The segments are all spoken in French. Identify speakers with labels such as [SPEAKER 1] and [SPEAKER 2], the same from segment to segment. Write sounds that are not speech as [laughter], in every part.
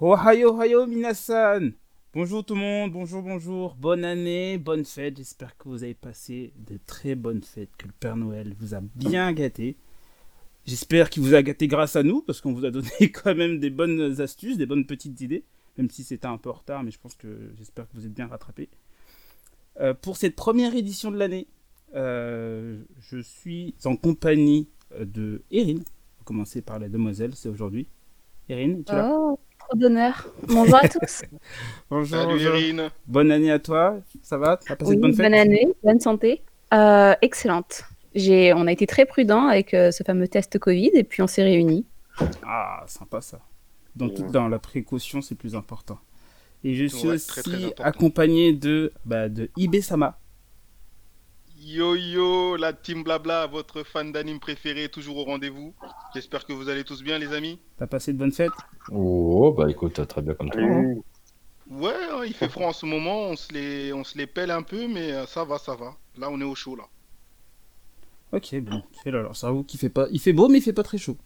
[SPEAKER 1] Ohayo, hayo, minasan Bonjour tout le monde, bonjour, bonjour, bonne année, bonne fête. J'espère que vous avez passé de très bonnes fêtes, que le Père Noël vous a bien gâté. J'espère qu'il vous a gâté grâce à nous, parce qu'on vous a donné [laughs] quand même des bonnes astuces, des bonnes petites idées, même si c'était un peu en retard, mais je pense que j'espère que vous êtes bien rattrapés. Euh, pour cette première édition de l'année, euh, je suis en compagnie euh, de Erin. On va commencer par la demoiselle, c'est aujourd'hui. Erin, tu l'as
[SPEAKER 2] Oh, trop d'honneur. Bonjour
[SPEAKER 1] [laughs]
[SPEAKER 2] à tous.
[SPEAKER 1] Bonjour,
[SPEAKER 3] Salut
[SPEAKER 1] bonjour.
[SPEAKER 3] Irine.
[SPEAKER 1] Bonne année à toi, ça va T'as passé
[SPEAKER 2] Oui,
[SPEAKER 1] de bonnes fêtes
[SPEAKER 2] bonne année, bonne santé. Euh, excellente. J'ai, on a été très prudent avec euh, ce fameux test Covid et puis on s'est réunis.
[SPEAKER 1] Ah, sympa ça. Dans, tout-
[SPEAKER 3] Ouais.
[SPEAKER 1] dans la précaution, c'est plus important. Et je suis
[SPEAKER 3] Ouais,
[SPEAKER 1] aussi
[SPEAKER 3] très, très important.
[SPEAKER 1] accompagné de, bah, de Ibe Sama.
[SPEAKER 3] Yo yo, la team blabla, votre fan d'anime préféré, toujours au rendez-vous. J'espère que vous allez tous bien, les amis.
[SPEAKER 1] T'as passé de bonnes fêtes
[SPEAKER 4] Oh, bah écoute, très bien comme toi. hein.
[SPEAKER 3] Ouais, hein, il fait froid en ce moment, on se les, on se les pèle un peu, mais euh, ça va, ça va. Là, on est au chaud, là.
[SPEAKER 1] Ok, bon, c'est là, alors ça vous qui fait pas. Il fait beau, mais il fait pas très chaud.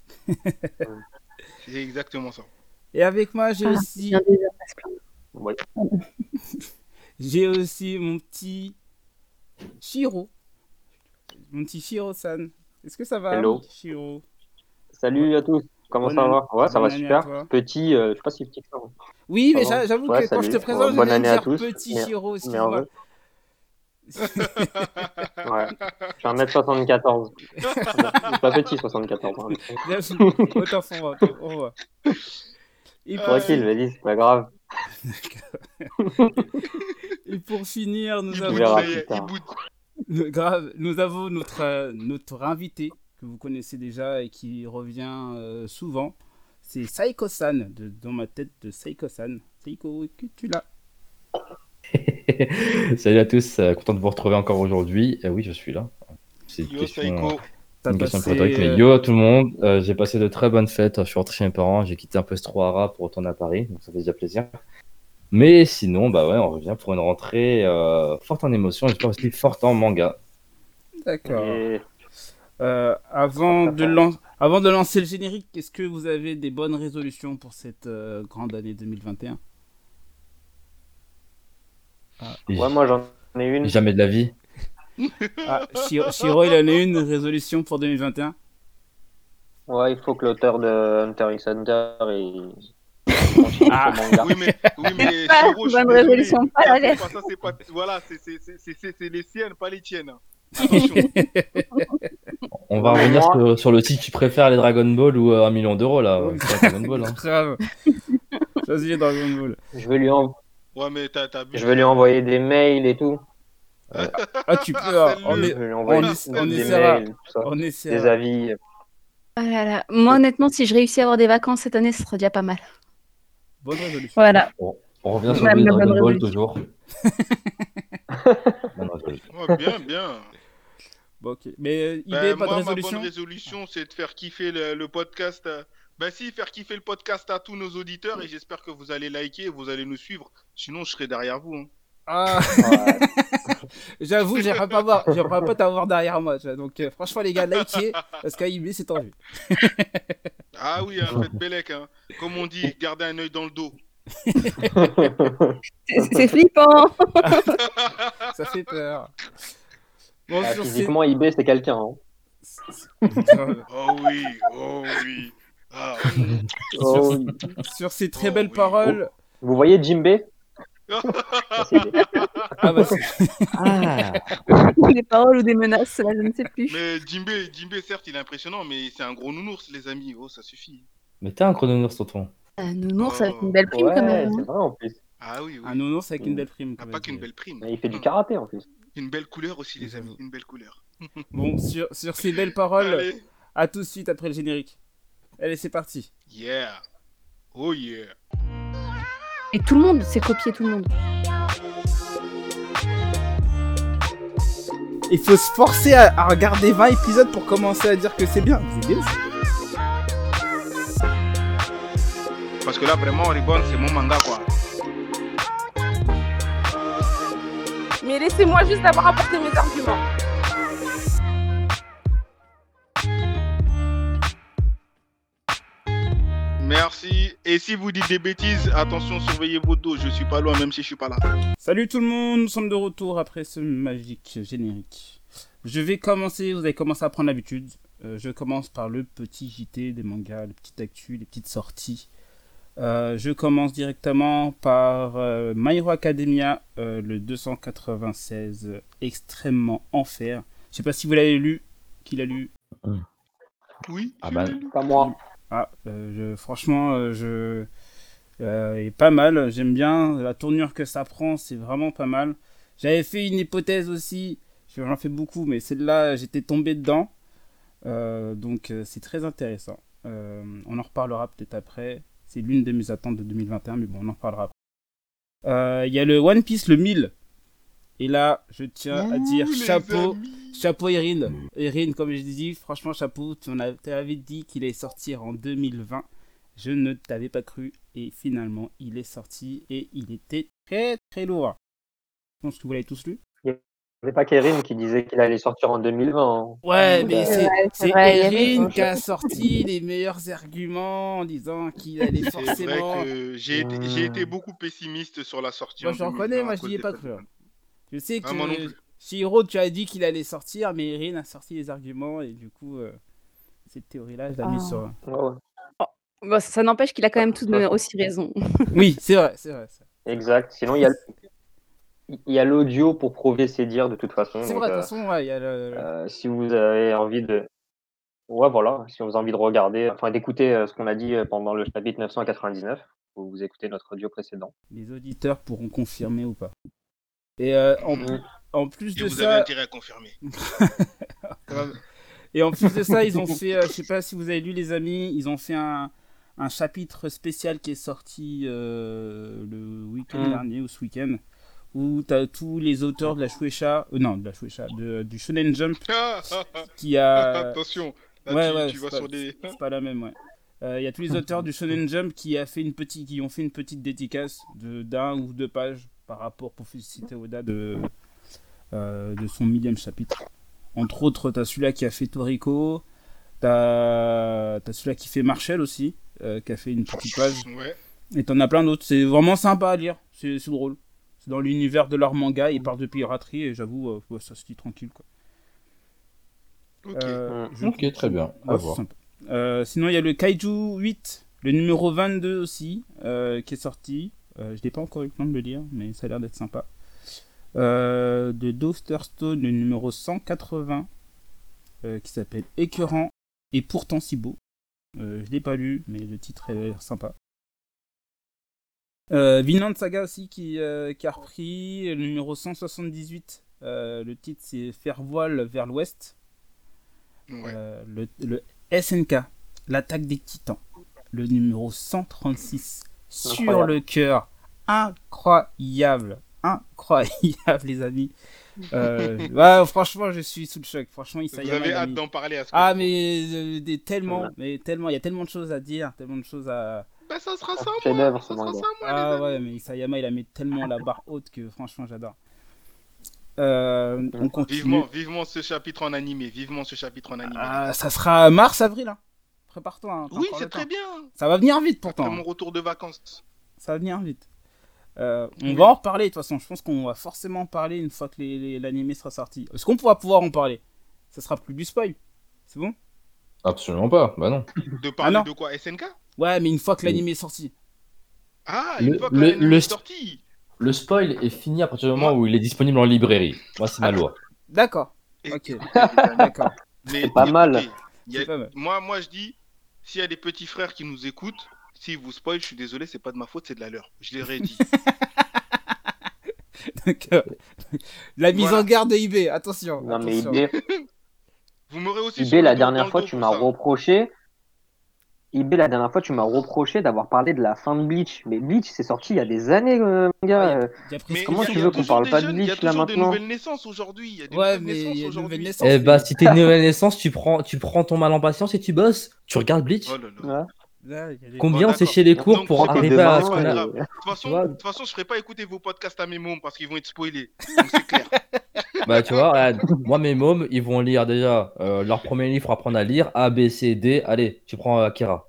[SPEAKER 3] C'est exactement ça.
[SPEAKER 1] Et avec moi, j'ai
[SPEAKER 2] Ah,
[SPEAKER 1] aussi,
[SPEAKER 2] Bien des heures à se plaindre.
[SPEAKER 1] j'ai aussi mon petit Shiro. Mon petit Shiro-san. Est-ce que ça va
[SPEAKER 5] Hello.
[SPEAKER 1] mon petit Shiro
[SPEAKER 5] Salut à tous, comment
[SPEAKER 1] Bonne
[SPEAKER 5] ça va Ouais, ça va
[SPEAKER 1] bonne année à toi.
[SPEAKER 5] super. Petit, euh, je sais pas si petit que ça.
[SPEAKER 1] Oui, mais
[SPEAKER 5] Ça va
[SPEAKER 1] j'a- j'avoue
[SPEAKER 5] Ouais,
[SPEAKER 1] que quand je
[SPEAKER 5] salut.
[SPEAKER 1] te présente, je
[SPEAKER 5] Bonne
[SPEAKER 1] vais
[SPEAKER 5] année à
[SPEAKER 1] dire
[SPEAKER 5] tous.
[SPEAKER 1] petit
[SPEAKER 5] Mer-
[SPEAKER 1] Shiro,
[SPEAKER 5] Mais en vrai,
[SPEAKER 1] [laughs] excuse-moi.
[SPEAKER 5] ouais. Je suis 1m74. C'est pas petit 74. hein.
[SPEAKER 1] Bien joué. Autant pour moi, autant pour moi. Et puis-
[SPEAKER 5] Tranquille, vas-y, c'est pas grave.
[SPEAKER 1] Et pour finir, nous
[SPEAKER 3] Il
[SPEAKER 5] avons-
[SPEAKER 3] boot,
[SPEAKER 5] verra
[SPEAKER 3] ça
[SPEAKER 1] avons,
[SPEAKER 3] y est,
[SPEAKER 5] plus tard.
[SPEAKER 3] il boot.
[SPEAKER 1] nous- grave, nous avons notre, euh, notre invité que vous connaissez déjà et qui revient euh, souvent. C'est Saiko-san, de- dans ma tête de Saiko-san. Saiko, est-ce que tu l'as
[SPEAKER 4] Salut à tous, euh, content de vous retrouver encore aujourd'hui. Euh, oui, je suis là. C'est une
[SPEAKER 3] Yo
[SPEAKER 4] question,
[SPEAKER 3] Saiko.
[SPEAKER 5] hein.
[SPEAKER 1] T'as
[SPEAKER 4] une question un peu
[SPEAKER 1] passé,
[SPEAKER 4] rhétorique, mais
[SPEAKER 1] euh,
[SPEAKER 4] yo à tout le monde. Euh, j'ai passé de très bonnes fêtes. euh, Je suis rentré chez mes parents, j'ai quitté un peu Strohara pour retourner à Paris, donc ça fait déjà plaisir. Mais sinon, bah ouais, on revient pour une rentrée euh, forte en émotions, j'espère aussi forte en manga.
[SPEAKER 1] D'accord.
[SPEAKER 5] Et
[SPEAKER 1] Euh, avant, de lan- avant de lancer le générique, est-ce que vous avez des bonnes résolutions pour cette euh, grande année 2021
[SPEAKER 5] Ouais, moi j'en ai une.
[SPEAKER 4] Jamais de la vie.
[SPEAKER 1] ah, Shiro, Shiro, il en a une résolution pour 2021
[SPEAKER 5] Ouais, il faut que l'auteur de Hunter x Hunter il...
[SPEAKER 1] [laughs]
[SPEAKER 5] continue
[SPEAKER 1] Ah.
[SPEAKER 5] son manga.
[SPEAKER 3] Oui, mais, oui, mais
[SPEAKER 2] Pas,
[SPEAKER 3] Shiro, je suis
[SPEAKER 2] bonne
[SPEAKER 3] désolé.
[SPEAKER 2] résolution, pas la lettre.
[SPEAKER 3] Enfin, ça, c'est pas, voilà, c'est- c'est- c'est c'est- c'est les siennes, pas
[SPEAKER 2] [laughs]
[SPEAKER 3] les tiennes. Attention.
[SPEAKER 4] On va
[SPEAKER 5] Ouais,
[SPEAKER 4] revenir
[SPEAKER 5] moi-
[SPEAKER 4] sur, sur le titre, tu préfères les Dragon Ball ou euh, un million d'euros là
[SPEAKER 1] Ouais.
[SPEAKER 4] C'est pas Dragon Ball, hein.
[SPEAKER 3] [laughs]
[SPEAKER 1] Grave. Choisis Dragon Ball.
[SPEAKER 5] Je vais lui, en-
[SPEAKER 3] Ouais, mais t'as t'as bu.
[SPEAKER 5] je vais lui envoyer des mails et tout.
[SPEAKER 1] Ah, tu peux. alors, on,
[SPEAKER 5] Je
[SPEAKER 1] est,
[SPEAKER 3] Salut.
[SPEAKER 5] vais lui envoyer
[SPEAKER 3] on
[SPEAKER 5] des,
[SPEAKER 3] essa- on
[SPEAKER 1] essaiera.
[SPEAKER 5] mails, tout ça.
[SPEAKER 1] on essaie. [laughs]
[SPEAKER 5] des avis.
[SPEAKER 2] Ah là là. Moi, honnêtement, si je réussis à avoir des vacances cette année, ce sera déjà pas mal.
[SPEAKER 1] Bonne résolution.
[SPEAKER 2] Voilà.
[SPEAKER 4] On revient sur
[SPEAKER 2] Ouais,
[SPEAKER 4] le
[SPEAKER 2] mais
[SPEAKER 4] Dragon
[SPEAKER 2] bonne
[SPEAKER 4] Ball
[SPEAKER 2] résolution.
[SPEAKER 4] toujours. Non, non, je-
[SPEAKER 3] Ouais, bien, bien.
[SPEAKER 1] Bon, ok. Mais euh, Ibe,
[SPEAKER 3] Ben,
[SPEAKER 1] pas
[SPEAKER 3] moi,
[SPEAKER 1] de résolution
[SPEAKER 3] ma bonne résolution, c'est de faire kiffer le, le podcast. euh, Ben si, faire kiffer le podcast à tous nos auditeurs et j'espère que vous allez liker et vous allez nous suivre. Sinon, je serai derrière vous. hein.
[SPEAKER 1] Ah,
[SPEAKER 5] Ouais.
[SPEAKER 1] j'avoue, j'aimerais pas voir, j'aimerais pas t'avoir derrière moi. tu vois. Donc, euh, franchement, les gars, likez. Parce qu'à Ibe, c'est tendu.
[SPEAKER 3] Ah oui, hein, faites Bellec. hein. Comme on dit, gardez un œil dans le dos.
[SPEAKER 2] C'est
[SPEAKER 1] [laughs]
[SPEAKER 2] c'est flippant.
[SPEAKER 1] Ça fait peur. Bon,
[SPEAKER 5] Ah,
[SPEAKER 1] sur ces.
[SPEAKER 5] physiquement, IB, c'est quelqu'un. hein.
[SPEAKER 3] Oh oui, oh oui. Ah,
[SPEAKER 5] Oh,
[SPEAKER 1] [laughs] sur ces très
[SPEAKER 3] Oh,
[SPEAKER 1] belles
[SPEAKER 3] oui.
[SPEAKER 1] paroles.
[SPEAKER 5] Vous voyez Jimbe Ah, c'est lui.
[SPEAKER 1] Ah, bah, c'est-
[SPEAKER 4] Ah
[SPEAKER 2] Des paroles ou des menaces, là, je ne sais plus.
[SPEAKER 3] mais Jimbe, Jimbe, certes, il est impressionnant, mais c'est un gros nounours, les amis. Oh, ça suffit.
[SPEAKER 4] [laughs] Mais t'as un chrononours, tonton.
[SPEAKER 2] Un nounours avec une belle prime quand
[SPEAKER 5] Ouais,
[SPEAKER 2] même.
[SPEAKER 5] c'est
[SPEAKER 2] hein.
[SPEAKER 5] vrai en plus.
[SPEAKER 3] Ah oui, oui.
[SPEAKER 1] un nounours avec une belle prime.
[SPEAKER 3] Ah,
[SPEAKER 1] comme
[SPEAKER 3] pas
[SPEAKER 1] on dit.
[SPEAKER 3] qu'une belle prime.
[SPEAKER 5] Mais il fait du karaté en plus.
[SPEAKER 3] Une belle couleur aussi, les amis. Une belle couleur.
[SPEAKER 1] Bon, sur, sur ces belles paroles,
[SPEAKER 3] Allez,
[SPEAKER 1] à tout de suite après le générique. Allez, c'est parti.
[SPEAKER 3] yeah. Oh yeah.
[SPEAKER 2] Et tout le monde s'est copié, tout le monde.
[SPEAKER 1] Il faut se forcer à, à regarder 20 épisodes pour commencer à dire que c'est bien. C'est bien. ça.
[SPEAKER 3] Parce que là, vraiment, Reborn, c'est mon manga, quoi.
[SPEAKER 6] Mais laissez-moi juste avoir apporté mes arguments.
[SPEAKER 3] Merci Et si vous dites des bêtises, attention, surveillez vos dos. Je suis pas loin, même si je suis pas là.
[SPEAKER 1] Salut tout le monde, nous sommes de retour après ce magique générique. Je vais commencer, vous avez commencé à prendre l'habitude. Euh, je commence par le petit JT des mangas, les petites actus, les petites sorties. Euh, je commence directement par euh, My Hero Academia, euh, le 296, euh, extrêmement enfer. Je sais pas si vous l'avez lu, qui l'a lu.
[SPEAKER 3] Oui.
[SPEAKER 4] Ah bah,
[SPEAKER 5] Pas moi.
[SPEAKER 1] Ah, euh, je- franchement, euh, je euh, il est pas mal. J'aime bien la tournure que ça prend, c'est vraiment pas mal. J'avais fait une hypothèse aussi. J'en fais beaucoup, mais celle-là, j'étais tombé dedans. Euh, donc, euh, c'est très intéressant. Euh, on en reparlera peut-être après. C'est l'une de mes attentes de 2021, mais bon, on en reparlera après. Euh, Il y a le One Piece, le 1000. Et là, je tiens à
[SPEAKER 3] Ouh,
[SPEAKER 1] dire
[SPEAKER 3] les
[SPEAKER 1] chapeau.
[SPEAKER 3] amis.
[SPEAKER 1] Chapeau Erin. Erin, comme je dis, franchement, chapeau, tu en as- tu avais dit qu'il allait sortir en 2020. Je ne t'avais pas cru. Et finalement, il est sorti et il était très très lourd. Je pense que vous l'avez tous lu.
[SPEAKER 5] C'est pas Kérim qui disait qu'il allait sortir en 2020. hein.
[SPEAKER 1] Ouais, mais
[SPEAKER 5] Bah,
[SPEAKER 1] Eh ben, c'est-
[SPEAKER 2] vrai, c'est
[SPEAKER 1] c'est
[SPEAKER 2] vrai, il y avait
[SPEAKER 1] Erin
[SPEAKER 2] son
[SPEAKER 1] qui a sorti les meilleurs arguments en disant qu'il allait
[SPEAKER 3] C'est vrai
[SPEAKER 1] forcément.
[SPEAKER 3] que j'ai été, j'ai été beaucoup pessimiste sur la sortie.
[SPEAKER 1] Moi,
[SPEAKER 3] en
[SPEAKER 1] je reconnais,
[SPEAKER 3] 2020
[SPEAKER 1] moi,
[SPEAKER 3] à
[SPEAKER 1] je
[SPEAKER 3] cause
[SPEAKER 1] n'y ai
[SPEAKER 3] des
[SPEAKER 1] pas
[SPEAKER 3] fans.
[SPEAKER 1] cru. hein. Je sais que
[SPEAKER 3] Ah, moi non plus.
[SPEAKER 1] Shiro, tu as dit qu'il allait sortir, mais Erin a sorti les arguments et du coup, euh, cette théorie-là, je l'ai mise
[SPEAKER 2] Ah.
[SPEAKER 1] sur. hein.
[SPEAKER 5] Ouais, ouais.
[SPEAKER 2] Bon, ça, ça n'empêche qu'il a quand même tout de même aussi raison.
[SPEAKER 1] Oui, c'est vrai, c'est vrai.
[SPEAKER 5] Exact. Sinon, il y a il y a l'audio pour prouver ses dires de toute façon.
[SPEAKER 1] C'est
[SPEAKER 5] donc,
[SPEAKER 1] vrai, de
[SPEAKER 5] euh,
[SPEAKER 1] toute façon, ouais, il y a le. le-
[SPEAKER 5] euh, si vous avez envie de ouais voilà, si vous avez envie de regarder, enfin d'écouter euh, ce qu'on a dit euh, pendant le chapitre 999, vous, vous écoutez notre audio précédent.
[SPEAKER 1] Les auditeurs pourront confirmer ou pas. Et euh, en,
[SPEAKER 5] Mhm.
[SPEAKER 1] en plus
[SPEAKER 3] Mm. Et
[SPEAKER 1] de
[SPEAKER 3] vous avez
[SPEAKER 1] ça,
[SPEAKER 3] intérêt
[SPEAKER 1] [laughs]
[SPEAKER 3] à confirmer.
[SPEAKER 1] et en plus de ça, ils
[SPEAKER 3] [laughs]
[SPEAKER 1] ont fait, euh, je sais pas si vous avez lu les amis, ils ont fait un, un chapitre spécial qui est sorti euh, le week-end
[SPEAKER 3] Mm.
[SPEAKER 5] Mhm.
[SPEAKER 1] dernier ou ce week-end, où t'as tous les auteurs de la Shueisha, euh, non de la Shueisha, de- du Shonen
[SPEAKER 3] [laughs]
[SPEAKER 1] Jump
[SPEAKER 3] Ah, ah, ah,
[SPEAKER 1] qui a,
[SPEAKER 3] [laughs] Attention, là,
[SPEAKER 1] Euh, ouais,
[SPEAKER 3] tu,
[SPEAKER 1] ouais,
[SPEAKER 3] tu vas
[SPEAKER 1] c'est
[SPEAKER 3] sur
[SPEAKER 1] pas-
[SPEAKER 3] des.
[SPEAKER 1] C'est pas la même, ouais. Euh, Il y a tous les
[SPEAKER 3] [laughs]
[SPEAKER 1] auteurs du Shonen Jump qui, a fait une petite, qui ont fait une petite dédicace de- d'un ou deux pages par rapport pour féliciter Oda de, euh, de son millième chapitre. Entre autres, t'as celui-là qui a fait Toriko, t'as t'as celui-là qui fait Marshall aussi, euh, qui a fait une petite page,
[SPEAKER 3] [laughs] Ouais.
[SPEAKER 1] et t'en as plein d'autres. C'est vraiment sympa à lire, c'est c'est drôle. C'est dans l'univers de leur manga, ils parlent de piraterie, et j'avoue, euh, ouais, ça se dit tranquille. Quoi.
[SPEAKER 3] Ok.
[SPEAKER 1] Euh, je-
[SPEAKER 4] ok, très bien. À
[SPEAKER 1] Ouais, c'est
[SPEAKER 4] voir.
[SPEAKER 1] sympa. Euh, sinon, il y a le Kaiju 8, le numéro 22 aussi, euh, qui est sorti. Euh, je n'ai pas encore eu le temps de le lire, mais ça a l'air d'être sympa. Euh, de Dosterstone, le numéro 180, euh, qui s'appelle Écœurant et pourtant si beau. Euh, je ne l'ai pas lu, mais le titre a l'air sympa. Euh, Vinland Saga aussi qui, euh, qui a repris le numéro 178. Euh, le titre c'est Faire voile vers l'ouest.
[SPEAKER 3] Ouais.
[SPEAKER 1] Euh, le, le SNK, l'attaque des titans, le numéro 136, sur
[SPEAKER 5] Incroyable.
[SPEAKER 1] le cœur. Incroyable, incroyable, [laughs] les amis.
[SPEAKER 3] [laughs]
[SPEAKER 1] Euh, ouais, franchement, je suis sous le choc. Franchement, il
[SPEAKER 3] Vous avez hâte
[SPEAKER 1] mis-
[SPEAKER 3] d'en parler à ce
[SPEAKER 1] Ah,
[SPEAKER 3] coup.
[SPEAKER 1] mais euh, des- tellement,
[SPEAKER 5] Ouais.
[SPEAKER 1] mais tellement, il y a tellement de choses à dire, tellement de choses à.
[SPEAKER 3] Bah, ça sera ça,
[SPEAKER 5] chef
[SPEAKER 3] moi.
[SPEAKER 5] d'œuvre,
[SPEAKER 3] Ça
[SPEAKER 5] ce
[SPEAKER 3] sera
[SPEAKER 5] manga.
[SPEAKER 3] ça, moi. les
[SPEAKER 1] Ah
[SPEAKER 3] amis.
[SPEAKER 1] ouais, mais Isayama, il a mis tellement la barre haute que franchement, j'adore. Euh, on continue.
[SPEAKER 3] Vivement, vivement ce chapitre en animé. Vivement ce chapitre en animé.
[SPEAKER 1] Ah, ça sera mars-avril. Hein. Prépare-toi. hein, t'as
[SPEAKER 3] oui,
[SPEAKER 1] encore le
[SPEAKER 3] c'est
[SPEAKER 1] temps.
[SPEAKER 3] très bien.
[SPEAKER 1] Ça va venir vite pourtant.
[SPEAKER 3] Après mon retour de vacances.
[SPEAKER 1] ça va venir vite. Euh, on va en reparler de toute façon. Je pense qu'on va forcément en parler une fois que les- les- l'animé sera sorti. Est-ce qu'on pourra pouvoir en parler Ça sera plus du spoil. C'est bon
[SPEAKER 4] Absolument pas. Bah non.
[SPEAKER 3] De parler
[SPEAKER 1] Ah, non.
[SPEAKER 3] de quoi SNK
[SPEAKER 1] Ouais, mais une fois que
[SPEAKER 4] Oui.
[SPEAKER 1] l'animé est sorti.
[SPEAKER 3] Ah,
[SPEAKER 4] Le-
[SPEAKER 3] une fois que
[SPEAKER 4] le-
[SPEAKER 3] l'anime
[SPEAKER 4] le-
[SPEAKER 3] est
[SPEAKER 5] [laughs]
[SPEAKER 3] sorti.
[SPEAKER 4] Le spoil est fini à partir du moment où il est disponible en librairie. Moi, c'est ma loi.
[SPEAKER 1] D'accord.
[SPEAKER 3] Et- [laughs]
[SPEAKER 1] Ok.
[SPEAKER 3] Mais
[SPEAKER 1] D'accord.
[SPEAKER 5] C'est pas mal.
[SPEAKER 3] écoutez, il y a-
[SPEAKER 1] C'est pas mal. [laughs]
[SPEAKER 3] Moi, moi, je dis, s'il y a des petits frères qui nous écoutent, s'ils vous spoilent, je suis désolé, c'est pas de ma faute, c'est de la leur. Je l'ai
[SPEAKER 5] [laughs]
[SPEAKER 3] redit.
[SPEAKER 1] D'accord. euh, La mise
[SPEAKER 3] Voilà.
[SPEAKER 1] en garde de eBay. Attention.
[SPEAKER 5] Non mais
[SPEAKER 1] attention.
[SPEAKER 5] IB,
[SPEAKER 3] Vous m'aurez aussi.
[SPEAKER 5] IB
[SPEAKER 3] sur le dos-
[SPEAKER 5] la
[SPEAKER 3] dans
[SPEAKER 5] dernière
[SPEAKER 3] le
[SPEAKER 5] fois
[SPEAKER 3] dos
[SPEAKER 5] tu
[SPEAKER 3] pour
[SPEAKER 5] m'as
[SPEAKER 3] ça.
[SPEAKER 5] reproché IB la dernière fois tu m'as reproché d'avoir parlé de la fin de Bleach. Mais Bleach c'est sorti il y a des années euh, mon gars.
[SPEAKER 1] Ouais,
[SPEAKER 5] euh,
[SPEAKER 1] Il y a presque-
[SPEAKER 3] Mais il y
[SPEAKER 5] Comment
[SPEAKER 3] a-
[SPEAKER 5] tu
[SPEAKER 3] il y a
[SPEAKER 5] veux qu'on
[SPEAKER 3] toujours
[SPEAKER 5] parle
[SPEAKER 3] des
[SPEAKER 5] pas de
[SPEAKER 3] jeunes, Il y a
[SPEAKER 5] Bleach, là,
[SPEAKER 3] toujours des
[SPEAKER 5] maintenant
[SPEAKER 3] nouvelles naissances aujourd'hui. Il y a des
[SPEAKER 1] Ouais,
[SPEAKER 3] nouvelles
[SPEAKER 1] mais il y a
[SPEAKER 3] naissances
[SPEAKER 1] une nouvelle
[SPEAKER 3] aujourd'hui.
[SPEAKER 1] naissance.
[SPEAKER 4] Eh bah, si t'es une nouvelle naissance, tu prends, tu prends ton mal en patience et tu bosses. Tu regardes Bleach.
[SPEAKER 3] Oh là là.
[SPEAKER 5] ouais.
[SPEAKER 1] Là, il y a des-
[SPEAKER 4] Combien
[SPEAKER 3] Bon,
[SPEAKER 4] on s'est chez les cours
[SPEAKER 3] Donc,
[SPEAKER 5] Ah,
[SPEAKER 4] pour
[SPEAKER 3] c'est
[SPEAKER 4] arriver
[SPEAKER 3] demain,
[SPEAKER 4] à ce qu'on
[SPEAKER 3] ouais.
[SPEAKER 4] a.
[SPEAKER 5] euh,
[SPEAKER 3] grave. De toute façon,
[SPEAKER 4] Ouais.
[SPEAKER 3] de toute façon, je ferai pas écouter vos podcasts à mes mômes parce qu'ils vont être spoilés. Donc, c'est
[SPEAKER 1] [laughs]
[SPEAKER 3] clair.
[SPEAKER 4] Bah, tu vois, regarde, moi, mes mômes,
[SPEAKER 3] [laughs]
[SPEAKER 4] ils vont lire déjà euh, leur premier livre pour apprendre à lire A, B, C, D. Allez, tu prends euh, Akira.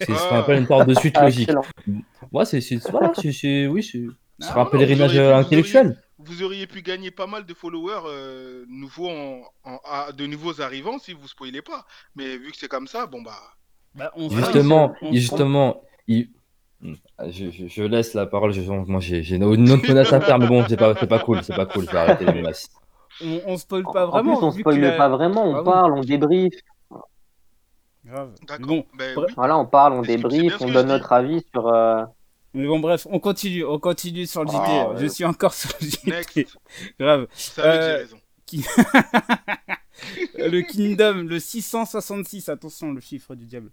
[SPEAKER 4] C'est ce qu'on appelle une part de suite
[SPEAKER 5] Ah,
[SPEAKER 4] logique.
[SPEAKER 5] excellent.
[SPEAKER 4] Ouais, c'est. c'est- Voilà, c'est- c'est. Oui, c'est. Ce
[SPEAKER 3] Ah,
[SPEAKER 4] sera un
[SPEAKER 3] non,
[SPEAKER 4] pèlerinage
[SPEAKER 3] vous auriez- vous
[SPEAKER 4] euh, intellectuel.
[SPEAKER 3] Vous auriez pu gagner pas mal de followers euh, nouveaux en, en- à- de nouveaux arrivants si vous spoilez pas. Mais vu que c'est comme ça, bon bah.
[SPEAKER 1] Bah, on sait-
[SPEAKER 4] Justement,
[SPEAKER 1] on-
[SPEAKER 4] il- justement, il- Je, je- je laisse la parole. Je, moi, j'ai j'ai une autre menace à faire, mais bon, c'est pas, c'est pas cool, c'est pas cool. Je vais arrêter les menaces.
[SPEAKER 1] On, on spoil pas
[SPEAKER 5] En
[SPEAKER 1] vraiment.
[SPEAKER 5] plus, on
[SPEAKER 1] vu
[SPEAKER 5] spoil
[SPEAKER 1] que la-
[SPEAKER 5] pas vraiment, on
[SPEAKER 1] Ah oui.
[SPEAKER 5] parle, on débrief.
[SPEAKER 1] Grave.
[SPEAKER 3] D'accord.
[SPEAKER 1] Bon,
[SPEAKER 3] Ben
[SPEAKER 1] bref.
[SPEAKER 3] oui.
[SPEAKER 5] Voilà, on parle, on
[SPEAKER 3] C'est ce que- c'est bien
[SPEAKER 5] débrief,
[SPEAKER 3] ce
[SPEAKER 5] on
[SPEAKER 3] que
[SPEAKER 5] donne
[SPEAKER 3] je dis.
[SPEAKER 5] notre avis sur. euh,
[SPEAKER 1] mais bon, bref, on continue, on continue sur le JT.
[SPEAKER 5] Ah, ouais.
[SPEAKER 1] Je suis encore sur le JT.
[SPEAKER 3] Next. Je
[SPEAKER 1] [laughs] Grave.
[SPEAKER 3] savais que
[SPEAKER 1] Euh,
[SPEAKER 3] j'ai raison.
[SPEAKER 1] le Kingdom, le 666, attention, le chiffre du diable.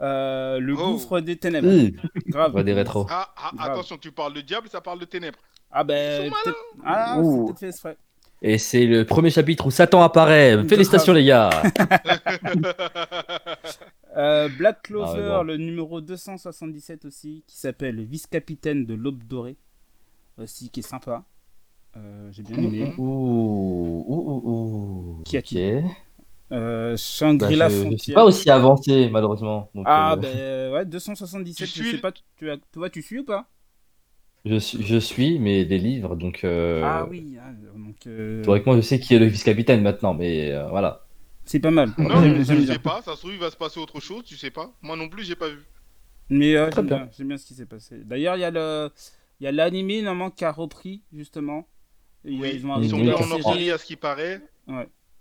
[SPEAKER 1] Euh, le
[SPEAKER 3] Oh.
[SPEAKER 1] gouffre des ténèbres.
[SPEAKER 4] Hum,
[SPEAKER 1] Grave.
[SPEAKER 4] on va des rétros.
[SPEAKER 3] Ah, ah,
[SPEAKER 1] grave.
[SPEAKER 3] attention, tu parles de diable, ça parle de ténèbres.
[SPEAKER 1] Ah ben,
[SPEAKER 3] Ils sont
[SPEAKER 1] peut-être. Ah, c'est
[SPEAKER 5] Ouh.
[SPEAKER 1] peut-être fait exprès.
[SPEAKER 4] Et c'est le premier chapitre où Satan apparaît. Félicitations, les gars.
[SPEAKER 1] Euh, Black
[SPEAKER 4] bon.
[SPEAKER 1] Clover, le numéro 277 aussi, qui s'appelle Vice-Capitaine de l'Aube Dorée, aussi, qui est sympa. Euh, J'ai bien aimé.
[SPEAKER 3] Mhm.
[SPEAKER 4] Ouh, ouh, ouh, ouh.
[SPEAKER 1] Qui a qui
[SPEAKER 4] Ok.
[SPEAKER 1] Euh,
[SPEAKER 4] Bah,
[SPEAKER 1] Shangri-La
[SPEAKER 4] je, je suis
[SPEAKER 1] Frontière.
[SPEAKER 4] pas aussi avancé, malheureusement. Donc,
[SPEAKER 1] Ah
[SPEAKER 4] euh,
[SPEAKER 1] ben ouais, 277,
[SPEAKER 3] Tu
[SPEAKER 1] je sais
[SPEAKER 3] suis
[SPEAKER 1] pas, tu, as- toi tu suis ou pas
[SPEAKER 4] je, suis- je suis, mais des livres, donc. euh,
[SPEAKER 1] Ah oui, ah, donc euh,
[SPEAKER 4] Théoriquement, je sais qui est le vice-capitaine maintenant, mais euh, voilà.
[SPEAKER 1] c'est pas mal. [laughs]
[SPEAKER 3] Non,
[SPEAKER 1] J'aime- j'aime
[SPEAKER 3] je
[SPEAKER 1] bien.
[SPEAKER 3] sais pas, ça se trouve, il va se passer autre chose, tu sais pas. Moi non plus, j'ai pas vu.
[SPEAKER 1] Mais euh,
[SPEAKER 4] Très
[SPEAKER 1] j'aime
[SPEAKER 4] bien.
[SPEAKER 1] bien, j'aime bien ce qui s'est passé. D'ailleurs, il y a le il y a l'animé normalement qui a repris justement. Ils,
[SPEAKER 3] Oui,
[SPEAKER 1] ils ont
[SPEAKER 3] Ils
[SPEAKER 1] arrêté
[SPEAKER 3] sont
[SPEAKER 4] oui,
[SPEAKER 1] les
[SPEAKER 3] bien
[SPEAKER 4] on
[SPEAKER 3] en
[SPEAKER 4] en
[SPEAKER 1] hors-séries
[SPEAKER 3] Australie à ce qui paraît.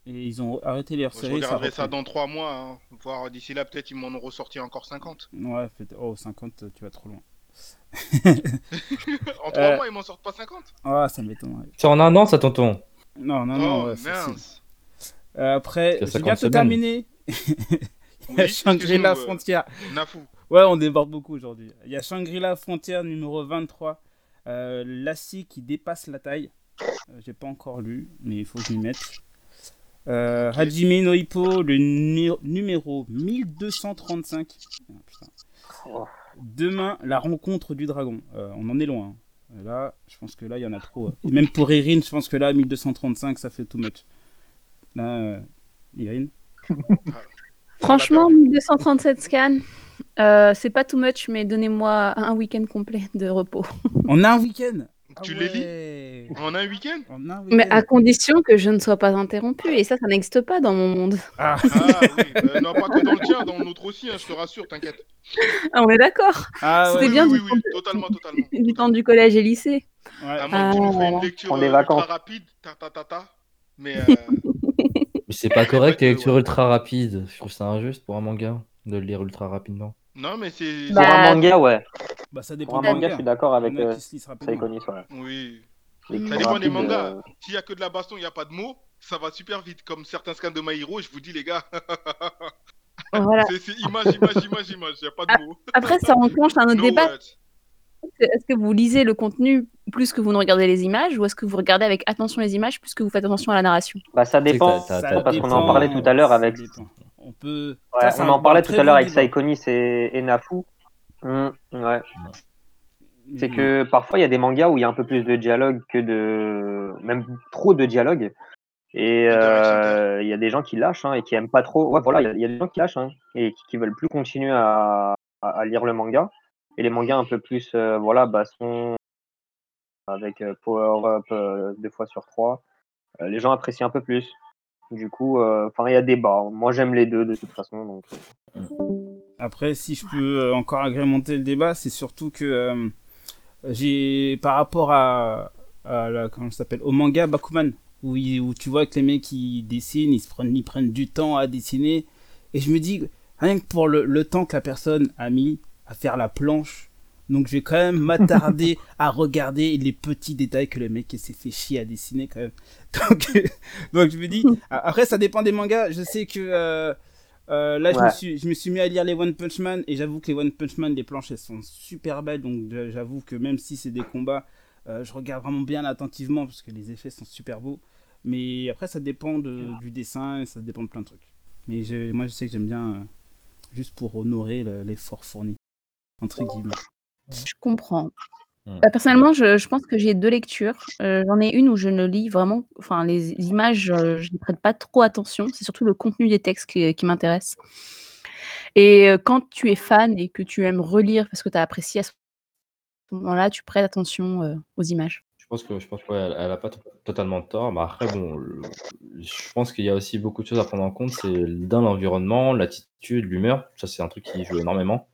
[SPEAKER 1] et ils ont arrêté les
[SPEAKER 3] Je
[SPEAKER 1] hors-séries. ça
[SPEAKER 3] regarderai ça
[SPEAKER 1] reprend.
[SPEAKER 3] dans 3 mois, hein. voir d'ici là, peut-être ils m'en ont ressorti encore 50.
[SPEAKER 1] Ouais, peut-être- oh 50, tu vas trop loin.
[SPEAKER 3] En 3
[SPEAKER 1] Euh.
[SPEAKER 3] mois, ils m'en sortent pas 50.
[SPEAKER 1] Ah, ça m'étonnerait.
[SPEAKER 4] C'est en un an, ça, tonton
[SPEAKER 1] Non, non, non,
[SPEAKER 3] oh,
[SPEAKER 1] ouais, facile.
[SPEAKER 3] mince.
[SPEAKER 1] [laughs] Euh, après,
[SPEAKER 4] Il y a
[SPEAKER 1] je
[SPEAKER 4] 50
[SPEAKER 1] viens de
[SPEAKER 4] semaines.
[SPEAKER 1] terminer. [laughs] Shangri-La
[SPEAKER 3] Oui, excusez-nous, euh,
[SPEAKER 1] Frontière.
[SPEAKER 3] Nafou.
[SPEAKER 1] Ouais, on déborde beaucoup aujourd'hui. Il y a Shangri-La Frontière numéro 23. Euh, Lassie qui dépasse la taille. Euh, J'ai pas encore lu, mais il faut que je m'y mette. Euh, Hajime no Hippo, le nu- numéro 1235. Ah, putain.
[SPEAKER 5] Oh.
[SPEAKER 1] Demain, la rencontre du dragon. Euh, on en est loin. hein. Là, je pense que là, il y en a trop. hein. Même pour Erin, je pense que là, 1235, ça fait too much. Là, euh, Erin.
[SPEAKER 2] Franchement, 1237 scans, euh, c'est pas too much, mais donnez-moi un week-end complet de repos.
[SPEAKER 1] On a un week-end
[SPEAKER 3] Tu
[SPEAKER 1] Ah
[SPEAKER 3] les lis
[SPEAKER 1] ouais.
[SPEAKER 3] en un week-end
[SPEAKER 1] On a un
[SPEAKER 2] [laughs] Mais
[SPEAKER 1] week-end.
[SPEAKER 2] à condition que je ne sois pas interrompue, et ça, ça n'existe pas dans mon monde.
[SPEAKER 1] Ah.
[SPEAKER 3] Ah oui, euh, non, pas que dans le tien, dans le nôtre aussi, hein, je te rassure, t'inquiète.
[SPEAKER 2] Ah, on est d'accord
[SPEAKER 1] Ah
[SPEAKER 2] C'était
[SPEAKER 1] ouais.
[SPEAKER 3] oui,
[SPEAKER 2] bien
[SPEAKER 3] oui,
[SPEAKER 2] du
[SPEAKER 3] oui,
[SPEAKER 2] temps
[SPEAKER 3] oui, totalement, totalement.
[SPEAKER 2] Du temps Ah, du collège et lycée.
[SPEAKER 1] Ouais.
[SPEAKER 3] À moins que tu nous fais une lecture
[SPEAKER 5] On est
[SPEAKER 3] euh,
[SPEAKER 5] vacances.
[SPEAKER 3] ultra rapide, ta ta ta ta. Mais
[SPEAKER 2] [laughs]
[SPEAKER 3] euh,
[SPEAKER 4] Mais C'est pas [laughs] correct,
[SPEAKER 3] Ouais,
[SPEAKER 4] les lectures
[SPEAKER 3] ouais.
[SPEAKER 4] ultra rapides. Je trouve ça injuste pour un manga de le lire ultra rapidement.
[SPEAKER 3] non, mais c'est.
[SPEAKER 5] Pour
[SPEAKER 2] Bah,
[SPEAKER 5] un manga, ouais.
[SPEAKER 1] Bah ça
[SPEAKER 5] Pour
[SPEAKER 1] dépend
[SPEAKER 5] un
[SPEAKER 1] des
[SPEAKER 5] manga, je
[SPEAKER 1] mangas.
[SPEAKER 5] suis d'accord avec
[SPEAKER 1] Il y en a
[SPEAKER 5] euh,
[SPEAKER 1] qui se lisent rapidement.
[SPEAKER 5] Saikonis. ouais.
[SPEAKER 3] Oui.
[SPEAKER 5] Les
[SPEAKER 2] Ça
[SPEAKER 5] clips
[SPEAKER 3] dépend des
[SPEAKER 5] rapides,
[SPEAKER 3] mangas.
[SPEAKER 5] euh,
[SPEAKER 3] S'il y a que de la baston, il n'y a pas de mots, ça va super vite. Comme certains scans de My Hero, je vous dis, les gars,
[SPEAKER 2] Voilà.
[SPEAKER 3] c'est c'est image, image, image, image, il n'y a pas de mots.
[SPEAKER 2] Après, ça enclenche un autre
[SPEAKER 3] No
[SPEAKER 2] débat.
[SPEAKER 3] words.
[SPEAKER 2] Est-ce que vous lisez le contenu plus que vous ne regardez les images, ou est-ce que vous regardez avec attention les images plus que vous faites attention à la narration
[SPEAKER 5] Bah, ça dépend.
[SPEAKER 4] C'est que t'as-
[SPEAKER 1] Ça
[SPEAKER 4] t'as-
[SPEAKER 5] parce qu'on en
[SPEAKER 1] dépend,
[SPEAKER 5] parlait tout à l'heure avec-
[SPEAKER 1] ça dépend. On peut.
[SPEAKER 5] Ouais,
[SPEAKER 1] Ça, c'est
[SPEAKER 5] on
[SPEAKER 1] un
[SPEAKER 5] en parlait
[SPEAKER 1] très
[SPEAKER 5] tout à
[SPEAKER 1] bon
[SPEAKER 5] l'heure avec
[SPEAKER 1] débat.
[SPEAKER 5] Saikonis et, et Nafu. Hmm, ouais. C'est
[SPEAKER 1] Mais-
[SPEAKER 5] que parfois il y a des mangas où il y a un peu plus de dialogue que de. même trop de dialogue. Et euh, il y a des gens qui lâchent hein, et qui aiment pas trop. Ouais, voilà, il y a- il y, a des gens qui lâchent hein, et qui, qui veulent plus continuer à, à- à lire le manga. Et les mangas un peu plus, euh, voilà, bah, sont avec euh, Power Up euh, deux fois sur trois. Euh, les gens apprécient un peu plus. Du coup, euh, enfin, il y a débat. Moi, j'aime les deux de toute façon. Donc,
[SPEAKER 1] Après, si je peux euh, encore agrémenter le débat, c'est surtout que euh, j'ai par rapport à, à la- comment ça s'appelle au manga Bakuman où, il- où tu vois que les mecs ils dessinent, ils se prennent, ils prennent du temps à dessiner et je me dis rien que pour le, le temps que la personne a mis à faire la planche, donc je vais quand même m'attarder à regarder les petits détails que le mec il s'est fait chier à dessiner quand même. [laughs] Donc, donc je me dis a- après ça dépend des mangas, je sais que euh, euh, là, je, me
[SPEAKER 5] Ouais.
[SPEAKER 1] suis, je me suis mis à lire les One Punch Man et j'avoue que les One Punch Man, les planches, elles sont super belles. Donc euh, j'avoue que même si c'est des combats, euh, je regarde vraiment bien attentivement parce que les effets sont super beaux. Mais après, ça dépend de- du dessin et ça dépend de plein de trucs. Mais je- moi, je sais que j'aime bien euh, juste pour honorer le- l'effort fourni. Entre guillemets.
[SPEAKER 2] Je comprends.
[SPEAKER 4] Hmm.
[SPEAKER 2] Bah, personnellement, je, je pense que j'ai deux lectures. Euh, J'en ai une où je ne lis vraiment, enfin les images, euh, je n'y prête pas trop attention. C'est surtout le contenu des textes qui, qui m'intéresse. Et euh, quand tu es fan et que tu aimes relire parce que tu as apprécié à ce moment-là, tu prêtes attention euh, aux images.
[SPEAKER 4] Je pense que je pense qu'elle elle a pas to- totalement tort. Mais après, bon, le- je pense qu'il y a aussi beaucoup de choses à prendre en compte. C'est dans l'environnement, l'attitude, l'humeur. Ça, c'est un truc qui joue énormément.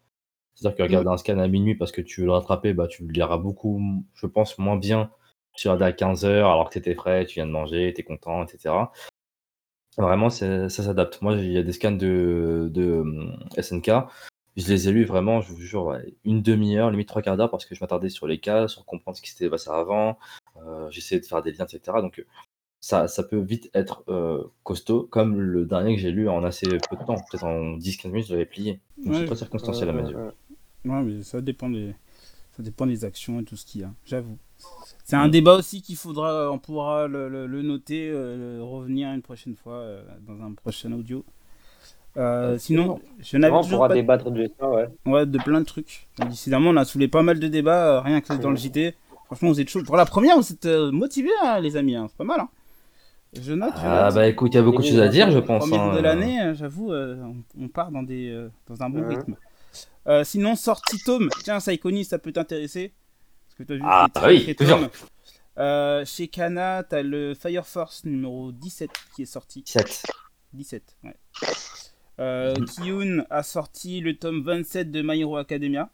[SPEAKER 4] C'est-à-dire que regarder un scan à minuit parce que tu veux le rattraper, bah, tu le liras beaucoup, je pense, moins bien. Tu l'as à 15h alors que t'étais frais, tu viens de manger, t'es content, etc. Vraiment, c'est- ça s'adapte. Moi, il y a des scans de, de hum, SNK. Je les ai lus vraiment, je vous jure, ouais, une demi-heure, limite trois quarts d'heure, parce que je m'attardais sur les cas, sur comprendre ce qui s'était passé avant. Euh, J'essayais de faire des liens, etc. Donc, euh, ça, ça peut vite être euh, costaud, comme le dernier que j'ai lu en assez peu de temps. Peut-être en 10-15 minutes, je l'avais plié. Donc,
[SPEAKER 1] Ouais,
[SPEAKER 4] c'est très
[SPEAKER 5] euh,
[SPEAKER 4] circonstanciel à mes yeux.
[SPEAKER 1] Ouais, mais ça dépend des, ça dépend des actions et tout ce qu'il y a, j'avoue. C'est un débat aussi qu'il faudra, on pourra le, le- le noter, euh, le revenir une prochaine fois euh, dans un prochain audio. Euh, sinon, je n'avais
[SPEAKER 5] On
[SPEAKER 1] toujours
[SPEAKER 5] pourra
[SPEAKER 1] pas
[SPEAKER 5] débattre de ça, ouais.
[SPEAKER 1] ouais, de plein de trucs. Donc, Décidément, on a saoulé pas mal de débats, euh, rien que dans le JT. Franchement, vous êtes chaud. Pour la première, vous êtes euh, motivés, hein, les amis. hein. C'est pas mal. Hein. Je note.
[SPEAKER 4] Ah,
[SPEAKER 1] euh,
[SPEAKER 4] bah écoute, il y a beaucoup de choses à dire, je pense.
[SPEAKER 1] Premier jour
[SPEAKER 4] hein.
[SPEAKER 1] de l'année, euh, j'avoue, euh, on, on part dans, des, euh, dans un bon
[SPEAKER 5] Ouais.
[SPEAKER 1] rythme. Euh, sinon, sortie tome. Tiens, Saikoni, ça peut t'intéresser. Parce que t'as vu
[SPEAKER 4] Ah,
[SPEAKER 1] c'est
[SPEAKER 4] bah oui,
[SPEAKER 1] très
[SPEAKER 4] toujours.
[SPEAKER 1] tome. Euh, chez Kana, t'as le Fire Force numéro 17 qui est sorti.
[SPEAKER 4] 7.
[SPEAKER 1] 17, ouais. Euh,
[SPEAKER 4] Mhm.
[SPEAKER 1] Kiyun a sorti le tome 27 de My Hero Academia.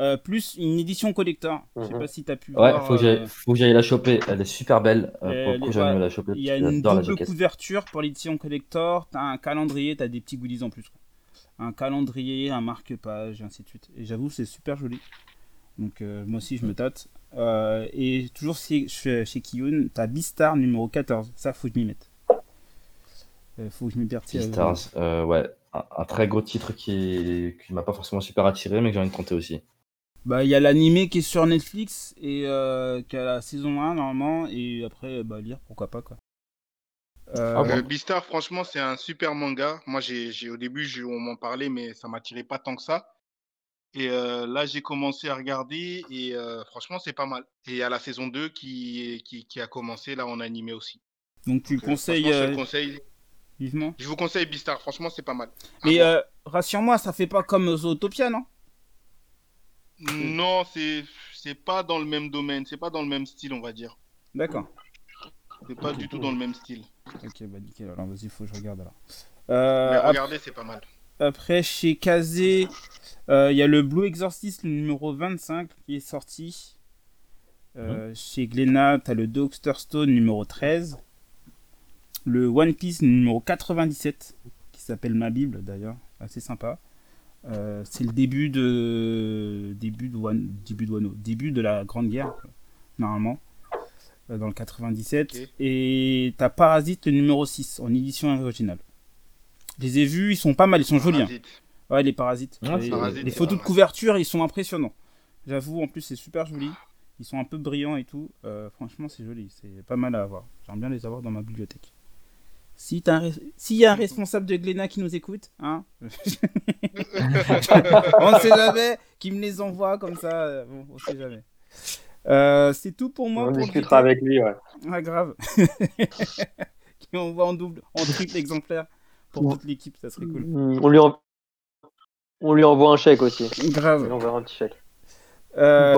[SPEAKER 1] Euh, plus une édition collector. Je sais
[SPEAKER 5] Mhm.
[SPEAKER 1] pas si t'as pu
[SPEAKER 4] Ouais,
[SPEAKER 1] voir.
[SPEAKER 4] faut que j'aille-
[SPEAKER 1] euh,
[SPEAKER 4] faut que j'aille la choper. Elle est super belle. Euh,
[SPEAKER 1] elle
[SPEAKER 4] pour le
[SPEAKER 1] est
[SPEAKER 4] coup, j'aime
[SPEAKER 1] pas-
[SPEAKER 4] la choper.
[SPEAKER 1] Il y a
[SPEAKER 4] parce que
[SPEAKER 1] une
[SPEAKER 4] j'adore la
[SPEAKER 1] double
[SPEAKER 4] jaquette.
[SPEAKER 1] couverture pour l'édition collector, t'as un calendrier, t'as des petits goodies en plus. quoi. Un calendrier, un marque-page, et ainsi de suite. Et j'avoue, c'est super joli. Donc euh, moi aussi, je me tâte. Euh, et toujours chez, chez, chez Kiyun, t'as Beastar numéro 14. Ça, faut que je m'y mette. Euh, faut que je m'y pertille.
[SPEAKER 4] Beastars, euh, ouais. Un, un très gros titre qui, qui m'a pas forcément super attiré, mais que j'ai envie de compter aussi.
[SPEAKER 1] Bah, il y a l'animé qui est sur Netflix et euh, qui a la saison 1 normalement. Et après, bah, lire, pourquoi pas quoi. Euh,
[SPEAKER 4] Ah
[SPEAKER 3] Euh,
[SPEAKER 4] bon
[SPEAKER 3] Beastar, franchement, c'est un super manga. Moi, j'ai, j'ai- au début, je- on m'en parlait, mais ça m'attirait pas tant que ça. Et euh, là, j'ai commencé à regarder et euh, franchement, c'est pas mal. Et il y a la saison 2 qui, est- qui, qui a commencé là en animé aussi.
[SPEAKER 1] Donc tu le
[SPEAKER 3] Franchement,
[SPEAKER 1] conseilles
[SPEAKER 3] je, le
[SPEAKER 1] euh,
[SPEAKER 3] conseille.
[SPEAKER 1] vivement
[SPEAKER 3] je vous conseille Beastar, franchement, c'est pas mal. Ah À
[SPEAKER 1] Mais
[SPEAKER 3] voir.
[SPEAKER 1] euh, rassure-moi, ça fait pas comme Zootopia, non euh,
[SPEAKER 3] Non, c'est, c'est pas dans le même domaine, c'est pas dans le même style, on va dire.
[SPEAKER 1] D'accord.
[SPEAKER 3] C'est pas du tout dans le même style.
[SPEAKER 1] Ok, bah nickel, alors vas-y, faut que je regarde alors. Euh,
[SPEAKER 3] Mais
[SPEAKER 1] ap-
[SPEAKER 3] regardez, c'est pas mal.
[SPEAKER 1] après, chez Kazé, euh, il y a le Blue Exorcist, le numéro 25, qui est sorti. Euh, Chez Glénat, t'as le Doctor Stone, numéro 13. Le One Piece, numéro 97, qui s'appelle Ma Bible d'ailleurs, assez sympa. Euh, c'est le début de début de Wano, début de, Wano- début de la Grande Guerre quoi, normalement euh, dans le 97
[SPEAKER 3] Ok.
[SPEAKER 1] et t'as Parasite le numéro 6 en édition originale. Je les ai vus, ils sont pas mal, ils sont jolis. hein.
[SPEAKER 3] Parasite.
[SPEAKER 1] Ouais, les Parasites.
[SPEAKER 4] Ah,
[SPEAKER 1] les,
[SPEAKER 3] Parasite,
[SPEAKER 1] les
[SPEAKER 3] c'est
[SPEAKER 1] photos
[SPEAKER 3] pas
[SPEAKER 1] de
[SPEAKER 3] mal.
[SPEAKER 1] couverture, ils sont impressionnants. J'avoue, en plus c'est super joli. Ils sont un peu brillants et tout. Euh, franchement, c'est joli, c'est pas mal à avoir. J'aime bien les avoir dans ma bibliothèque. Si t'as un res- s'il y a un responsable de Glénat qui nous écoute, hein, [laughs] on sait jamais qui me les envoie comme ça. euh, Bon, on sait jamais. Euh, c'est tout pour moi.
[SPEAKER 5] On
[SPEAKER 1] pour le
[SPEAKER 5] discutera
[SPEAKER 1] JT.
[SPEAKER 5] avec lui, ouais.
[SPEAKER 1] Ah, grave. [laughs] qui envoie en double, en triple exemplaire pour toute l'équipe, ça serait cool.
[SPEAKER 5] Mm, On lui, en- on lui envoie un chèque aussi. On lui
[SPEAKER 1] Grave.
[SPEAKER 5] enverra un petit chèque.
[SPEAKER 1] Euh,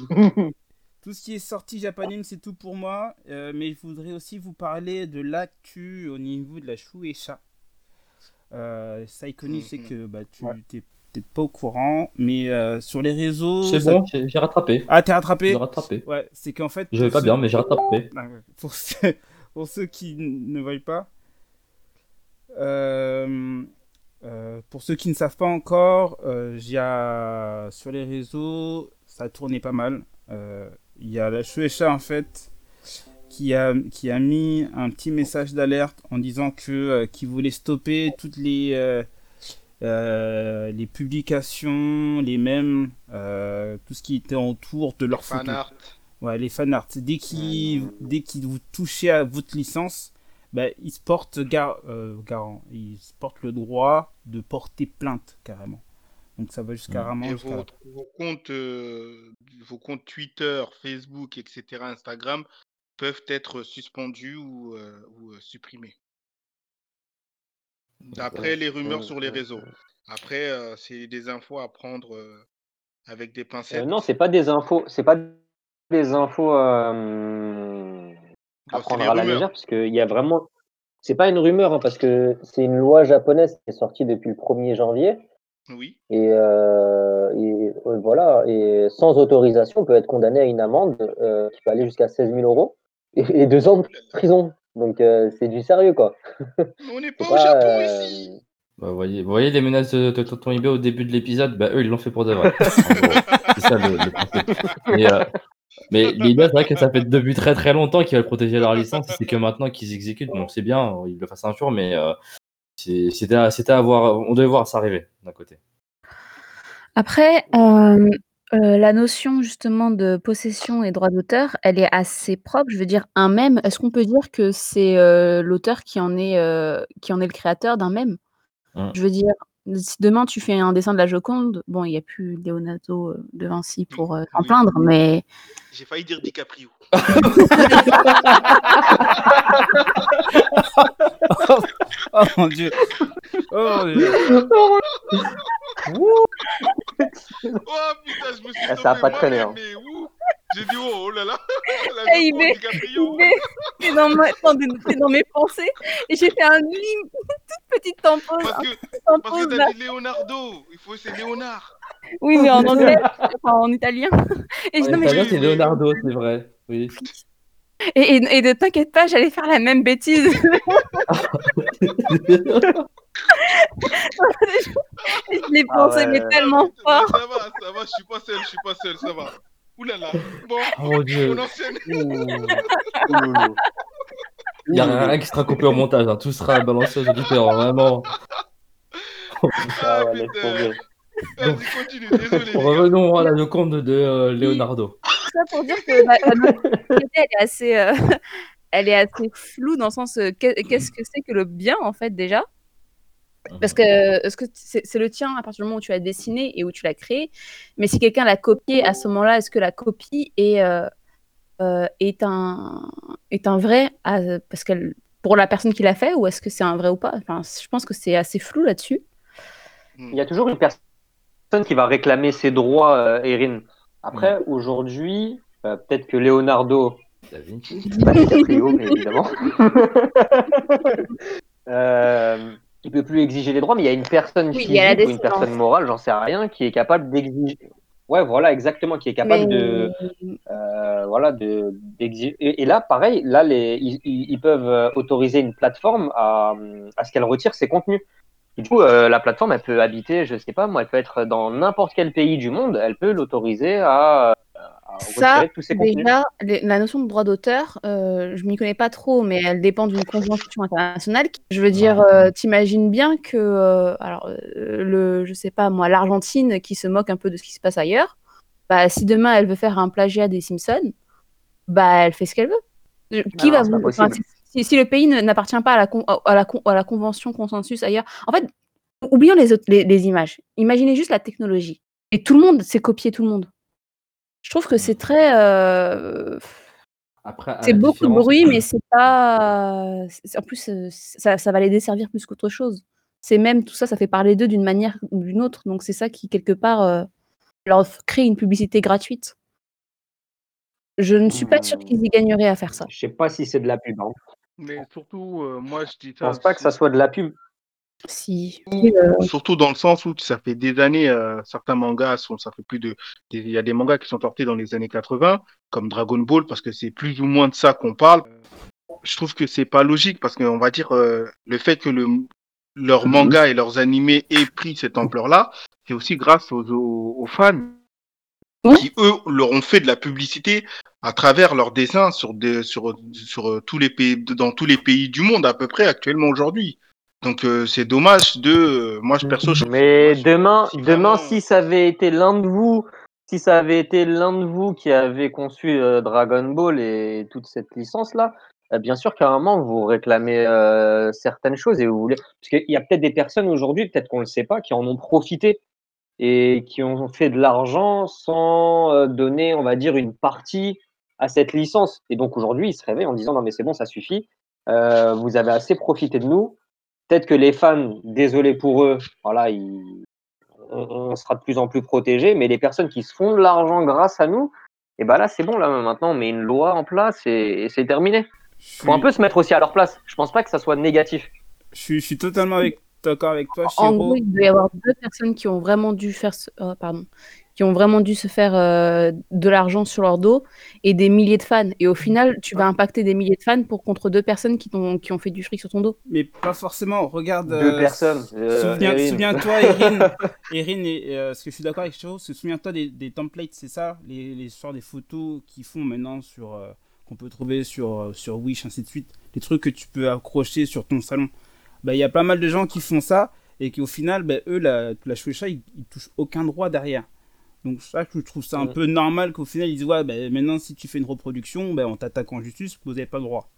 [SPEAKER 5] Bon.
[SPEAKER 1] [laughs] tout ce qui est sorti Japanime, c'est tout pour moi. Euh, mais je voudrais aussi vous parler de l'actu au niveau de la Shueisha. Euh, Saikoni, je sais que bah, tu
[SPEAKER 5] Ouais.
[SPEAKER 1] t'es peut-être pas au courant, mais euh, sur les réseaux.
[SPEAKER 4] C'est
[SPEAKER 1] ça-
[SPEAKER 4] bon, j'ai j'ai rattrapé.
[SPEAKER 1] Ah, t'es rattrapé
[SPEAKER 4] J'ai rattrapé.
[SPEAKER 1] Ouais, c'est qu'en fait.
[SPEAKER 4] Je vais pas
[SPEAKER 1] ce-
[SPEAKER 4] bien, mais j'ai rattrapé.
[SPEAKER 1] Ah ouais. Pour ceux, pour ceux qui n- ne voient pas, euh, euh, pour ceux qui ne savent pas encore, euh, il y a- sur les réseaux, ça tournait pas mal. Euh, Il y a la Shueisha en fait qui a, qui a mis un petit message d'alerte en disant que euh, qu'ils voulaient stopper toutes les, euh, euh, les publications, les mêmes, euh, tout ce qui était autour de leur
[SPEAKER 3] Fan
[SPEAKER 1] photos.
[SPEAKER 3] art.
[SPEAKER 1] Ouais, les fanarts. Dès qu'ils dès qu'ils vous touchez à votre licence, bah, ils se portent gar- euh, garant. Ils se portent le droit de porter plainte carrément. Donc ça va jusqu'à
[SPEAKER 4] Mhm.
[SPEAKER 1] rarement
[SPEAKER 3] Et
[SPEAKER 1] jusqu'à-
[SPEAKER 3] vos, vos comptes, euh, vos comptes Twitter, Facebook, etc., Instagram peuvent être suspendus ou, euh, ou, euh, supprimés. D'après les rumeurs sur les
[SPEAKER 5] euh,
[SPEAKER 3] réseaux. Après, euh, c'est des infos à prendre euh, avec des
[SPEAKER 5] Euh,
[SPEAKER 3] pincettes.
[SPEAKER 5] non, c'est pas des infos, c'est pas des infos euh, à
[SPEAKER 3] Non, c'est
[SPEAKER 5] prendre
[SPEAKER 3] des
[SPEAKER 5] à la
[SPEAKER 3] rumeurs.
[SPEAKER 5] légère parce que il y a vraiment, c'est pas une rumeur hein, parce que c'est une loi japonaise qui est sortie depuis le 1er janvier
[SPEAKER 3] Oui.
[SPEAKER 5] et, euh, et, euh, voilà et sans autorisation on peut être condamné à une amende euh, qui peut aller jusqu'à 16 000 euros et, et deux ans de prison. Donc euh, c'est du sérieux quoi.
[SPEAKER 3] On n'est pas
[SPEAKER 5] C'est
[SPEAKER 3] au Japon
[SPEAKER 5] pas, euh,
[SPEAKER 3] ici.
[SPEAKER 4] Bah, vous, voyez, vous voyez les menaces de, de Tonton Ibé au début de l'épisode bah, Eux, ils l'ont fait pour de [laughs] vrai. En gros. c'est ça le, le principe. Mais, euh, mais l'idée, c'est vrai que ça fait depuis très très longtemps qu'ils veulent protéger leur licence. et C'est que maintenant qu'ils exécutent. Bon, c'est bien, ils le fassent un jour, mais euh, c'est- c'était à, c'était à voir. On devait voir ça arriver d'un côté.
[SPEAKER 2] Après, euh, euh, la notion justement de possession et droit d'auteur, elle est assez propre. Je veux dire, un mème, est-ce qu'on peut dire que c'est euh, l'auteur qui, en est, euh, qui en est le créateur d'un mème
[SPEAKER 4] Hein.
[SPEAKER 2] Je veux dire, si demain tu fais un dessin de la Joconde, bon, il n'y a plus Leonardo euh, de Vinci pour euh, s'en
[SPEAKER 3] Oui.
[SPEAKER 2] plaindre, mais
[SPEAKER 3] [laughs] J'ai failli dire DiCaprio.
[SPEAKER 1] Oh mon dieu. Oh mon dieu.
[SPEAKER 3] Oh putain, je me suis
[SPEAKER 5] Ah, ça a
[SPEAKER 3] dopé
[SPEAKER 5] pas traîné,
[SPEAKER 3] moi-même,
[SPEAKER 5] hein.
[SPEAKER 3] mais ouh. J'ai dit oh, oh là [laughs] là. La
[SPEAKER 6] Eh, il
[SPEAKER 3] Joconde,
[SPEAKER 6] est- [laughs]
[SPEAKER 3] DiCaprio.
[SPEAKER 6] T'es t'es dans, ma- attendez, t'es dans mes pensées et j'ai fait un lime, [laughs] toute petite tampon.
[SPEAKER 3] Parce que,
[SPEAKER 6] tampon,
[SPEAKER 3] parce que
[SPEAKER 6] là.
[SPEAKER 3] t'as dit Leonardo. Il faut, c'est Léonard.
[SPEAKER 6] Oui, mais en anglais, enfin, en italien. Et, je-
[SPEAKER 4] En
[SPEAKER 6] non, mais
[SPEAKER 3] je-
[SPEAKER 4] italien, bah, c'est Leonardo, c'est vrai. [laughs] Oui.
[SPEAKER 6] je- et, et- et ne t'inquiète pas, j'allais faire la même bêtise.
[SPEAKER 5] [laughs]
[SPEAKER 6] je l'ai
[SPEAKER 5] Ah
[SPEAKER 6] pensé,
[SPEAKER 5] ouais.
[SPEAKER 6] mais tellement fort.
[SPEAKER 3] Ça va, ça va, je suis pas seul, je suis pas seul, ça va. Ouh là là. Bon,
[SPEAKER 5] Ah,
[SPEAKER 4] oh mon dieu.
[SPEAKER 3] on enchaîne.
[SPEAKER 4] Il n'y a rien qui sera coupé au montage. hein. Tout sera balancé aux auditeurs, hein, vraiment.
[SPEAKER 5] Ah
[SPEAKER 3] Ah
[SPEAKER 5] ouais, laisse
[SPEAKER 3] putain.
[SPEAKER 5] tomber.
[SPEAKER 3] Vas-y, continue, désolé. les gars.
[SPEAKER 4] Revenons à la Joconde de euh, Leonardo.
[SPEAKER 6] Tout ça pour dire que bah, la, la notoriété, elle est assez, euh, [laughs] elle est assez floue dans le sens euh, qu'est- qu'est-ce que c'est que le bien en fait déjà. Parce que est-ce que c'est c'est le tien à partir du moment où tu l'as dessiné et où tu l'as créé, mais si quelqu'un l'a copié à ce moment-là, est-ce que la copie est euh, euh, est un est un vrai à- parce qu'elle pour la personne qui l'a fait ou est-ce que c'est un vrai ou pas Enfin, c- je pense que c'est assez flou là-dessus.
[SPEAKER 5] Il y a toujours une personne qui va réclamer ses droits, euh, Erin. Après, aujourd'hui, euh, peut-être que Leonardo,
[SPEAKER 4] Da Vinci.
[SPEAKER 5] pas DiCaprio,
[SPEAKER 2] [laughs]
[SPEAKER 5] mais évidemment, [laughs] euh, il peut plus exiger les droits, mais il y a une personne
[SPEAKER 2] Oui,
[SPEAKER 5] physique
[SPEAKER 2] il y a la
[SPEAKER 5] ou une
[SPEAKER 2] descendance.
[SPEAKER 5] personne morale, j'en sais rien, qui est capable d'exiger. Ouais, voilà, exactement, qui est capable
[SPEAKER 2] Mais-
[SPEAKER 5] de, euh, voilà, de d'exiger. Et, et là, pareil, là, les, ils, ils- ils peuvent euh, autoriser une plateforme à, euh, à ce qu'elle retire ses contenus. Et Du coup, euh, la plateforme, elle peut habiter, je sais pas moi, elle peut être dans n'importe quel pays du monde, elle peut l'autoriser à, à
[SPEAKER 2] Ça,
[SPEAKER 5] retirer tous ses contenus.
[SPEAKER 2] Déjà, les- la notion de droit d'auteur, euh, je m'y connais pas trop, mais elle dépend d'une convention internationale. qui-
[SPEAKER 5] Ah,
[SPEAKER 2] Je veux dire, euh, t'imagines bien que, euh, alors, euh, le, je sais pas moi, l'Argentine qui se moque un peu de ce qui se passe ailleurs, bah, si demain elle veut faire un plagiat des Simpsons, bah, elle fait ce qu'elle veut. Je- Qui
[SPEAKER 5] Bah non,
[SPEAKER 2] va
[SPEAKER 5] c'est pas
[SPEAKER 2] vous- enfin,
[SPEAKER 5] possible.
[SPEAKER 2] si, si le pays ne- n'appartient pas à la, con- à, la con- à la convention consensus ailleurs, en fait, oublions les, autres, les, les images. Imaginez juste la technologie. Et tout le monde s'est copié, tout le monde. Je trouve que c'est très. euh,
[SPEAKER 4] Après, à
[SPEAKER 2] c'est
[SPEAKER 4] la
[SPEAKER 2] beaucoup de
[SPEAKER 4] différence-
[SPEAKER 2] bruit,
[SPEAKER 4] [clears throat]
[SPEAKER 2] mais c'est pas. c'est- En plus, euh, ça, ça va les desservir plus qu'autre chose. C'est même tout ça, ça fait parler d'eux d'une manière ou d'une autre. Donc c'est ça qui, quelque part, euh, leur f- crée une publicité gratuite. Je ne suis pas sûre
[SPEAKER 5] Hmm.
[SPEAKER 2] qu'ils y gagneraient à faire ça.
[SPEAKER 5] Je sais pas si c'est de la pub. Hein.
[SPEAKER 3] Mais surtout, euh, moi, je dis
[SPEAKER 5] Je
[SPEAKER 2] Ah,
[SPEAKER 5] pense pas que ça soit de la pub.
[SPEAKER 2] Si. euh,
[SPEAKER 3] Surtout dans le sens où ça fait des années, euh, certains mangas sont, ça fait plus de, des- il y a des mangas qui sont sortis dans les années 80, comme Dragon Ball, parce que c'est plus ou moins de ça qu'on parle. Je trouve que c'est pas logique parce qu'on va dire euh, le fait que le, leurs mangas et leurs animés aient pris cette ampleur-là, c'est aussi grâce aux, aux- aux fans
[SPEAKER 2] Oui.
[SPEAKER 3] qui eux leur ont fait de la publicité à travers leurs dessins sur des, sur sur euh, tous les pays dans tous les pays du monde à peu près actuellement aujourd'hui. Donc euh, c'est dommage de euh, moi je perso je
[SPEAKER 5] Mais
[SPEAKER 3] moi, je-
[SPEAKER 5] demain,
[SPEAKER 3] si
[SPEAKER 5] demain,
[SPEAKER 3] vraiment-
[SPEAKER 5] si ça avait été l'un de vous, si ça avait été l'un de vous qui avait conçu euh, Dragon Ball et toute cette licence là, bien sûr qu'à un moment vous réclamez euh, certaines choses et vous voulez, parce qu'il y a peut-être des personnes aujourd'hui, peut-être qu'on le sait pas, qui en ont profité et qui ont fait de l'argent sans euh, donner, on va dire, une partie à cette licence. Et donc aujourd'hui, ils se réveillent en disant non mais c'est bon, ça suffit. Euh, vous avez assez profité de nous. Peut-être que les fans, désolé pour eux, voilà, ils- on, on sera de plus en plus protégés, mais les personnes qui se font de l'argent grâce à nous, et ben là, c'est bon, là, maintenant, on met une loi en place et, et c'est terminé.
[SPEAKER 1] Je suis-
[SPEAKER 5] Faut un peu se mettre aussi à leur place. Je pense pas que ça soit négatif.
[SPEAKER 1] Je suis, je suis totalement avec- d'accord avec toi,
[SPEAKER 2] En
[SPEAKER 1] Chiro.
[SPEAKER 2] gros, il doit y avoir deux personnes qui ont vraiment dû faire, ce- euh, pardon, qui ont vraiment dû se faire euh, de l'argent sur leur dos et des milliers de fans. Et au final, tu vas impacter des milliers de fans pour contre deux personnes qui t'ont, qui ont fait du fric sur ton dos.
[SPEAKER 1] Mais pas forcément. Regarde.
[SPEAKER 5] Deux
[SPEAKER 1] euh,
[SPEAKER 5] personnes. euh,
[SPEAKER 1] Souviens-
[SPEAKER 5] Erin.
[SPEAKER 1] Souviens-toi,
[SPEAKER 5] [laughs]
[SPEAKER 1] Erin, Erin et, et, euh, parce que je suis d'accord avec Chiro, souviens-toi des, des templates, c'est ça les, les histoires des photos qu'ils font maintenant sur euh, qu'on peut trouver sur, euh, sur Wish, ainsi de suite. Les trucs que tu peux accrocher sur ton salon. Bah, Il y a pas mal de gens qui font ça et qui, au final, bah, eux, la, la Shueisha, ils, ils touchent aucun droit derrière. Donc, ça, je trouve ça un
[SPEAKER 5] Mm.
[SPEAKER 1] peu normal qu'au final, ils disent Ouais, bah, maintenant, si tu fais une reproduction, bah, on t'attaque en justice, vous n'avez pas le droit.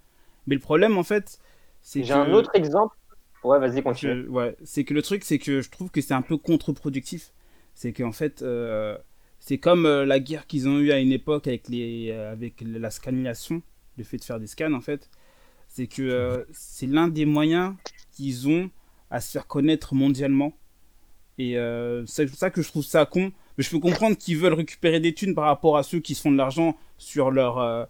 [SPEAKER 1] Mais le problème, en fait, c'est
[SPEAKER 5] J'ai
[SPEAKER 1] que-
[SPEAKER 5] un autre exemple. Ouais, vas-y, continue.
[SPEAKER 1] je- ouais, c'est que le truc, c'est que je trouve que c'est un peu contre-productif. C'est qu'en fait, euh, c'est comme euh, la guerre qu'ils ont eue à une époque avec, les, euh, avec la scanulation, le fait de faire des scans en fait. C'est que euh, c'est l'un des moyens qu'ils ont à se faire connaître mondialement. Et euh, c'est pour ça que je trouve ça con. Mais je peux comprendre qu'ils veulent récupérer des thunes par rapport à ceux qui se font de l'argent sur leur, euh,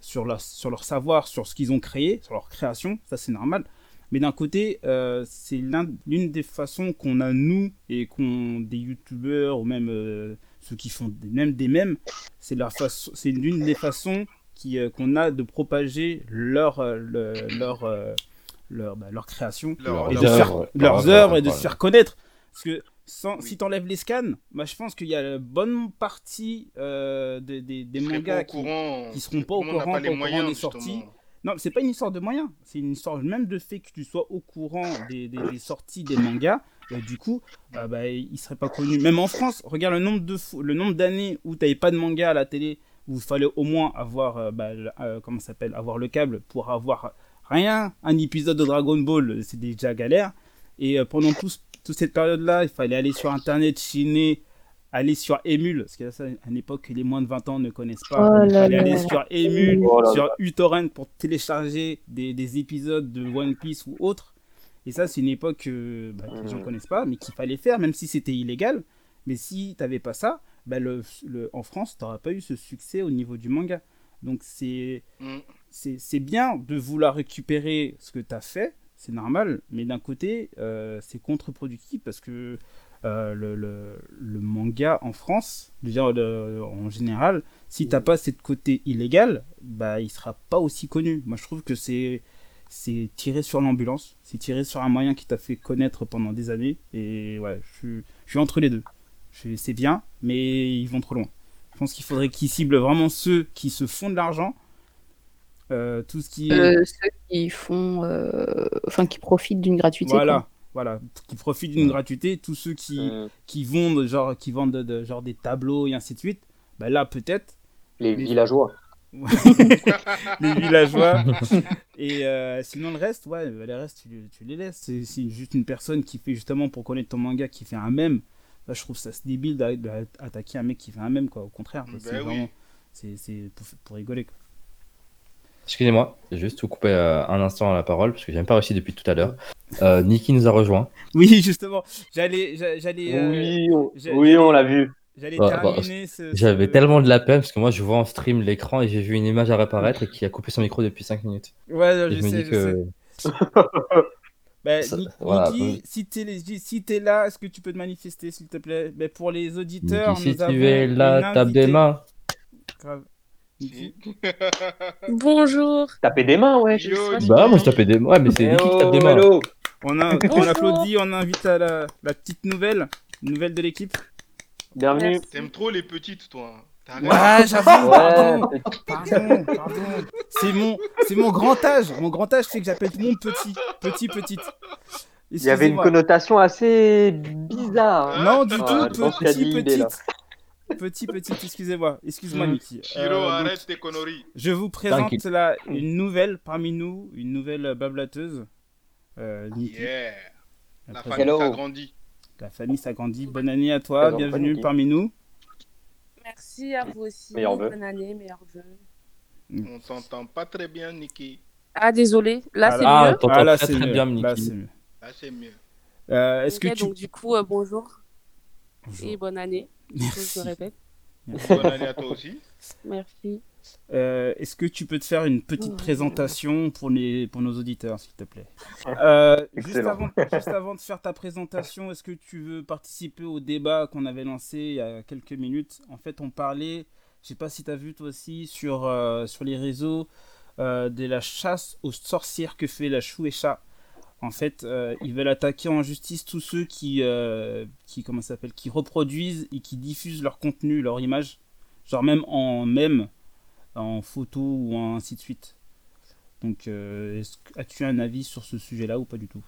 [SPEAKER 1] sur, leur, sur leur savoir, sur ce qu'ils ont créé, sur leur création. Ça, c'est normal. Mais d'un côté, euh, c'est l'un- l'une des façons qu'on a, nous, et qu'on des youtubeurs, ou même euh, ceux qui font des, même des mèmes, c'est leur façon- c'est l'une des façons qui, euh, qu'on a de propager leur, euh, le- leur, euh, leur, bah, leur création
[SPEAKER 3] Leur-
[SPEAKER 1] et de
[SPEAKER 3] leur-
[SPEAKER 4] œuvres,
[SPEAKER 1] faire-
[SPEAKER 4] ouais.
[SPEAKER 1] leurs
[SPEAKER 4] Leurs
[SPEAKER 1] œuvres
[SPEAKER 4] œuvres,
[SPEAKER 1] et de
[SPEAKER 4] voilà.
[SPEAKER 1] se faire connaître. Parce que sans,
[SPEAKER 3] Oui.
[SPEAKER 1] si t'enlèves les scans, bah, je pense qu'il y a une bonne partie euh, des, des, des
[SPEAKER 3] Ils seraient
[SPEAKER 1] mangas
[SPEAKER 3] pas au
[SPEAKER 1] qui.
[SPEAKER 3] courant,
[SPEAKER 1] qui seront pas au
[SPEAKER 3] tout le monde n'a
[SPEAKER 1] courant,
[SPEAKER 3] les
[SPEAKER 1] pas au courant
[SPEAKER 3] moyens,
[SPEAKER 1] des
[SPEAKER 3] justement.
[SPEAKER 1] sorties. Non, c'est pas une histoire de moyens, c'est une histoire même de fait que tu sois au courant des, des- des sorties des mangas. Et du coup, bah, bah, il serait pas connu. Même en France, regarde le nombre de fou- le nombre d'années où t'avais pas de manga à la télé, où il fallait au moins avoir euh, bah, le- euh, comment ça s'appelle, avoir le câble pour avoir rien, un épisode de Dragon Ball, c'est déjà galère. Et euh, pendant tout, ce- toute cette période-là, il fallait aller sur Internet, chiner, aller sur Emule, parce que là, ça, à une époque que les moins de 20 ans ne connaissent pas.
[SPEAKER 2] Oh
[SPEAKER 1] il
[SPEAKER 2] là
[SPEAKER 1] fallait
[SPEAKER 2] là
[SPEAKER 1] aller
[SPEAKER 2] là.
[SPEAKER 1] sur Emule,
[SPEAKER 5] Oh là là.
[SPEAKER 1] sur uTorrent pour télécharger des, des épisodes de One Piece ou autre. Et ça, c'est une époque que, bah, que les gens ne
[SPEAKER 5] Mhm.
[SPEAKER 1] connaissent pas, mais qu'il fallait faire, même si c'était illégal. Mais si t'avais pas ça, bah, le, le- en France, t'aurais pas eu ce succès au niveau du manga. Donc c'est
[SPEAKER 3] Mm.
[SPEAKER 5] Mhm.
[SPEAKER 1] c'est c'est bien de vouloir récupérer ce que tu as fait, c'est normal, mais d'un côté, euh, c'est contre-productif parce que euh, le, le- le manga en France, déjà le- en général, si t'as pas cette côté illégal, bah il sera pas aussi connu. Moi je trouve que c'est c'est tiré sur l'ambulance, c'est tiré sur un moyen qui t'a fait connaître pendant des années, et ouais, je suis, je suis entre les deux. Je- C'est bien, mais ils vont trop loin. Je pense qu'il faudrait qu'ils ciblent vraiment ceux qui se font de l'argent. euh, tout ce qui est
[SPEAKER 2] Euh, ceux qui font, euh, enfin qui profitent d'une gratuité.
[SPEAKER 1] voilà voilà qui profitent d'une
[SPEAKER 4] Ouais.
[SPEAKER 1] gratuité tous ceux qui
[SPEAKER 5] Euh,
[SPEAKER 1] qui vendent genre qui vendent de- de- genre des tableaux et ainsi de suite bah là peut-être
[SPEAKER 5] les villageois.
[SPEAKER 1] les
[SPEAKER 4] [laughs]
[SPEAKER 1] villageois et euh, sinon le reste ouais euh, le reste tu, tu les laisses c'est c'est juste une personne qui fait justement pour connaître ton manga qui fait un mème Bah, je trouve ça c'est débile d'a- d'attaquer un mec qui fait un mème quoi au contraire
[SPEAKER 3] Ben
[SPEAKER 1] c'est
[SPEAKER 3] oui.
[SPEAKER 1] vraiment c'est c'est pour, pour rigoler quoi. [laughs]
[SPEAKER 4] Excusez-moi, j'ai juste vous couper euh, un instant la parole, parce que j'ai même pas réussi depuis tout à l'heure. Euh, Niki nous a rejoint.
[SPEAKER 1] oui justement j'allais j'a- j'allais euh,
[SPEAKER 5] Oui, on,
[SPEAKER 1] j'ai-
[SPEAKER 5] oui, on l'a vu.
[SPEAKER 1] j'allais
[SPEAKER 4] Ouais, bah,
[SPEAKER 1] terminer ce-
[SPEAKER 4] J'avais
[SPEAKER 1] ce-
[SPEAKER 4] tellement de la peine, parce que moi je vois en stream l'écran et j'ai vu une image apparaître et qui a coupé son micro depuis 5 minutes.
[SPEAKER 1] ouais
[SPEAKER 4] Et
[SPEAKER 1] je,
[SPEAKER 4] je me
[SPEAKER 1] sais
[SPEAKER 4] dis
[SPEAKER 1] je sais
[SPEAKER 4] que.
[SPEAKER 1] Bah,
[SPEAKER 4] Ça-
[SPEAKER 1] Ni-
[SPEAKER 4] voilà,
[SPEAKER 1] Niki,
[SPEAKER 4] oui.
[SPEAKER 1] si t'es les- si t'es là, est-ce que tu peux te manifester, s'il te plaît Mais Pour les auditeurs,
[SPEAKER 4] Niki, si
[SPEAKER 1] nous
[SPEAKER 4] tu
[SPEAKER 1] avons
[SPEAKER 4] es là,
[SPEAKER 1] une
[SPEAKER 4] tape des
[SPEAKER 1] invitée.
[SPEAKER 4] mains.
[SPEAKER 1] Grave. Niki.
[SPEAKER 6] Bonjour.
[SPEAKER 5] Taper des mains, ouais. Eh oh,
[SPEAKER 3] Yo,
[SPEAKER 4] Bah, moi je tapais des mains, mais c'est Niki qui tape des mains.
[SPEAKER 1] On, a, on
[SPEAKER 6] Bonjour.
[SPEAKER 1] applaudit, on invite à la, la petite nouvelle, nouvelle de l'équipe.
[SPEAKER 5] Bienvenue.
[SPEAKER 3] T'aimes trop les petites, toi. T'arrêtes.
[SPEAKER 1] Ouais, j'avoue,
[SPEAKER 5] Ouais,
[SPEAKER 1] pardon, pardon, pardon. C'est mon, c'est mon grand âge, mon grand âge, c'est que j'appelle tout le monde petit, petit, petite.
[SPEAKER 5] il y avait une
[SPEAKER 1] Excusez-moi.
[SPEAKER 5] connotation assez bizarre. hein.
[SPEAKER 1] Non, du tout,
[SPEAKER 5] Ah, je pense qu'il y a
[SPEAKER 1] petit,
[SPEAKER 5] de l'idée, là.
[SPEAKER 1] petite. Petit, petite, excusez-moi, excuse-moi,
[SPEAKER 5] Mm.
[SPEAKER 1] Niki.
[SPEAKER 3] Chiro,
[SPEAKER 1] Euh, donc,
[SPEAKER 3] arrête tes conneries.
[SPEAKER 1] Je vous présente
[SPEAKER 4] Tranquille.
[SPEAKER 1] là une nouvelle parmi nous, une nouvelle bablateuse. Euh, Niki,
[SPEAKER 3] Yeah.
[SPEAKER 1] la,
[SPEAKER 3] La
[SPEAKER 1] présente-
[SPEAKER 3] famille
[SPEAKER 5] Hello.
[SPEAKER 3] s'agrandit.
[SPEAKER 1] la famille s'agrandit. Bonne année à toi,
[SPEAKER 5] Présente pas
[SPEAKER 1] bienvenue
[SPEAKER 5] Niki.
[SPEAKER 1] parmi nous.
[SPEAKER 6] Merci à vous aussi.
[SPEAKER 5] Meilleurs vœux.
[SPEAKER 6] Bonne année, meilleurs vœux.
[SPEAKER 3] On t'entend pas très bien, Niki.
[SPEAKER 6] Ah, désolé. Là,
[SPEAKER 1] Ah
[SPEAKER 6] c'est
[SPEAKER 1] là.
[SPEAKER 4] Ah,
[SPEAKER 6] mieux.
[SPEAKER 4] t'entends
[SPEAKER 1] Ah, là,
[SPEAKER 4] très
[SPEAKER 1] c'est
[SPEAKER 4] très
[SPEAKER 1] mieux.
[SPEAKER 4] bien,
[SPEAKER 1] Là,
[SPEAKER 4] Niki.
[SPEAKER 1] c'est mieux.
[SPEAKER 3] Ah, c'est mieux.
[SPEAKER 1] Euh, Est-ce que
[SPEAKER 7] Ok,
[SPEAKER 1] tu.
[SPEAKER 7] donc, du coup, euh, bonjour
[SPEAKER 1] Bonjour.
[SPEAKER 7] et bonne année. Je
[SPEAKER 1] Merci.
[SPEAKER 7] le répète.
[SPEAKER 3] Bonne année à toi
[SPEAKER 1] [laughs]
[SPEAKER 3] aussi.
[SPEAKER 7] Merci.
[SPEAKER 1] Euh, Est-ce que tu peux te faire une petite
[SPEAKER 7] Mmh.
[SPEAKER 1] présentation pour, les, pour nos auditeurs, s'il te plaît Euh, juste,
[SPEAKER 5] Excellent.
[SPEAKER 1] avant, juste avant de faire ta présentation, est-ce que tu veux participer au débat qu'on avait lancé il y a quelques minutes En fait, on parlait, je sais pas si tu as vu toi aussi, sur, euh, sur les réseaux euh, de la chasse aux sorcières que fait la chou et chat. En fait, euh, ils veulent attaquer en justice tous ceux qui, euh, qui, comment ça s'appelle, qui reproduisent et qui diffusent leur contenu, leur image, genre même en même, en photo ou en ainsi de suite. Donc, euh, est-ce que- as-tu un avis sur ce sujet-là ou pas du tout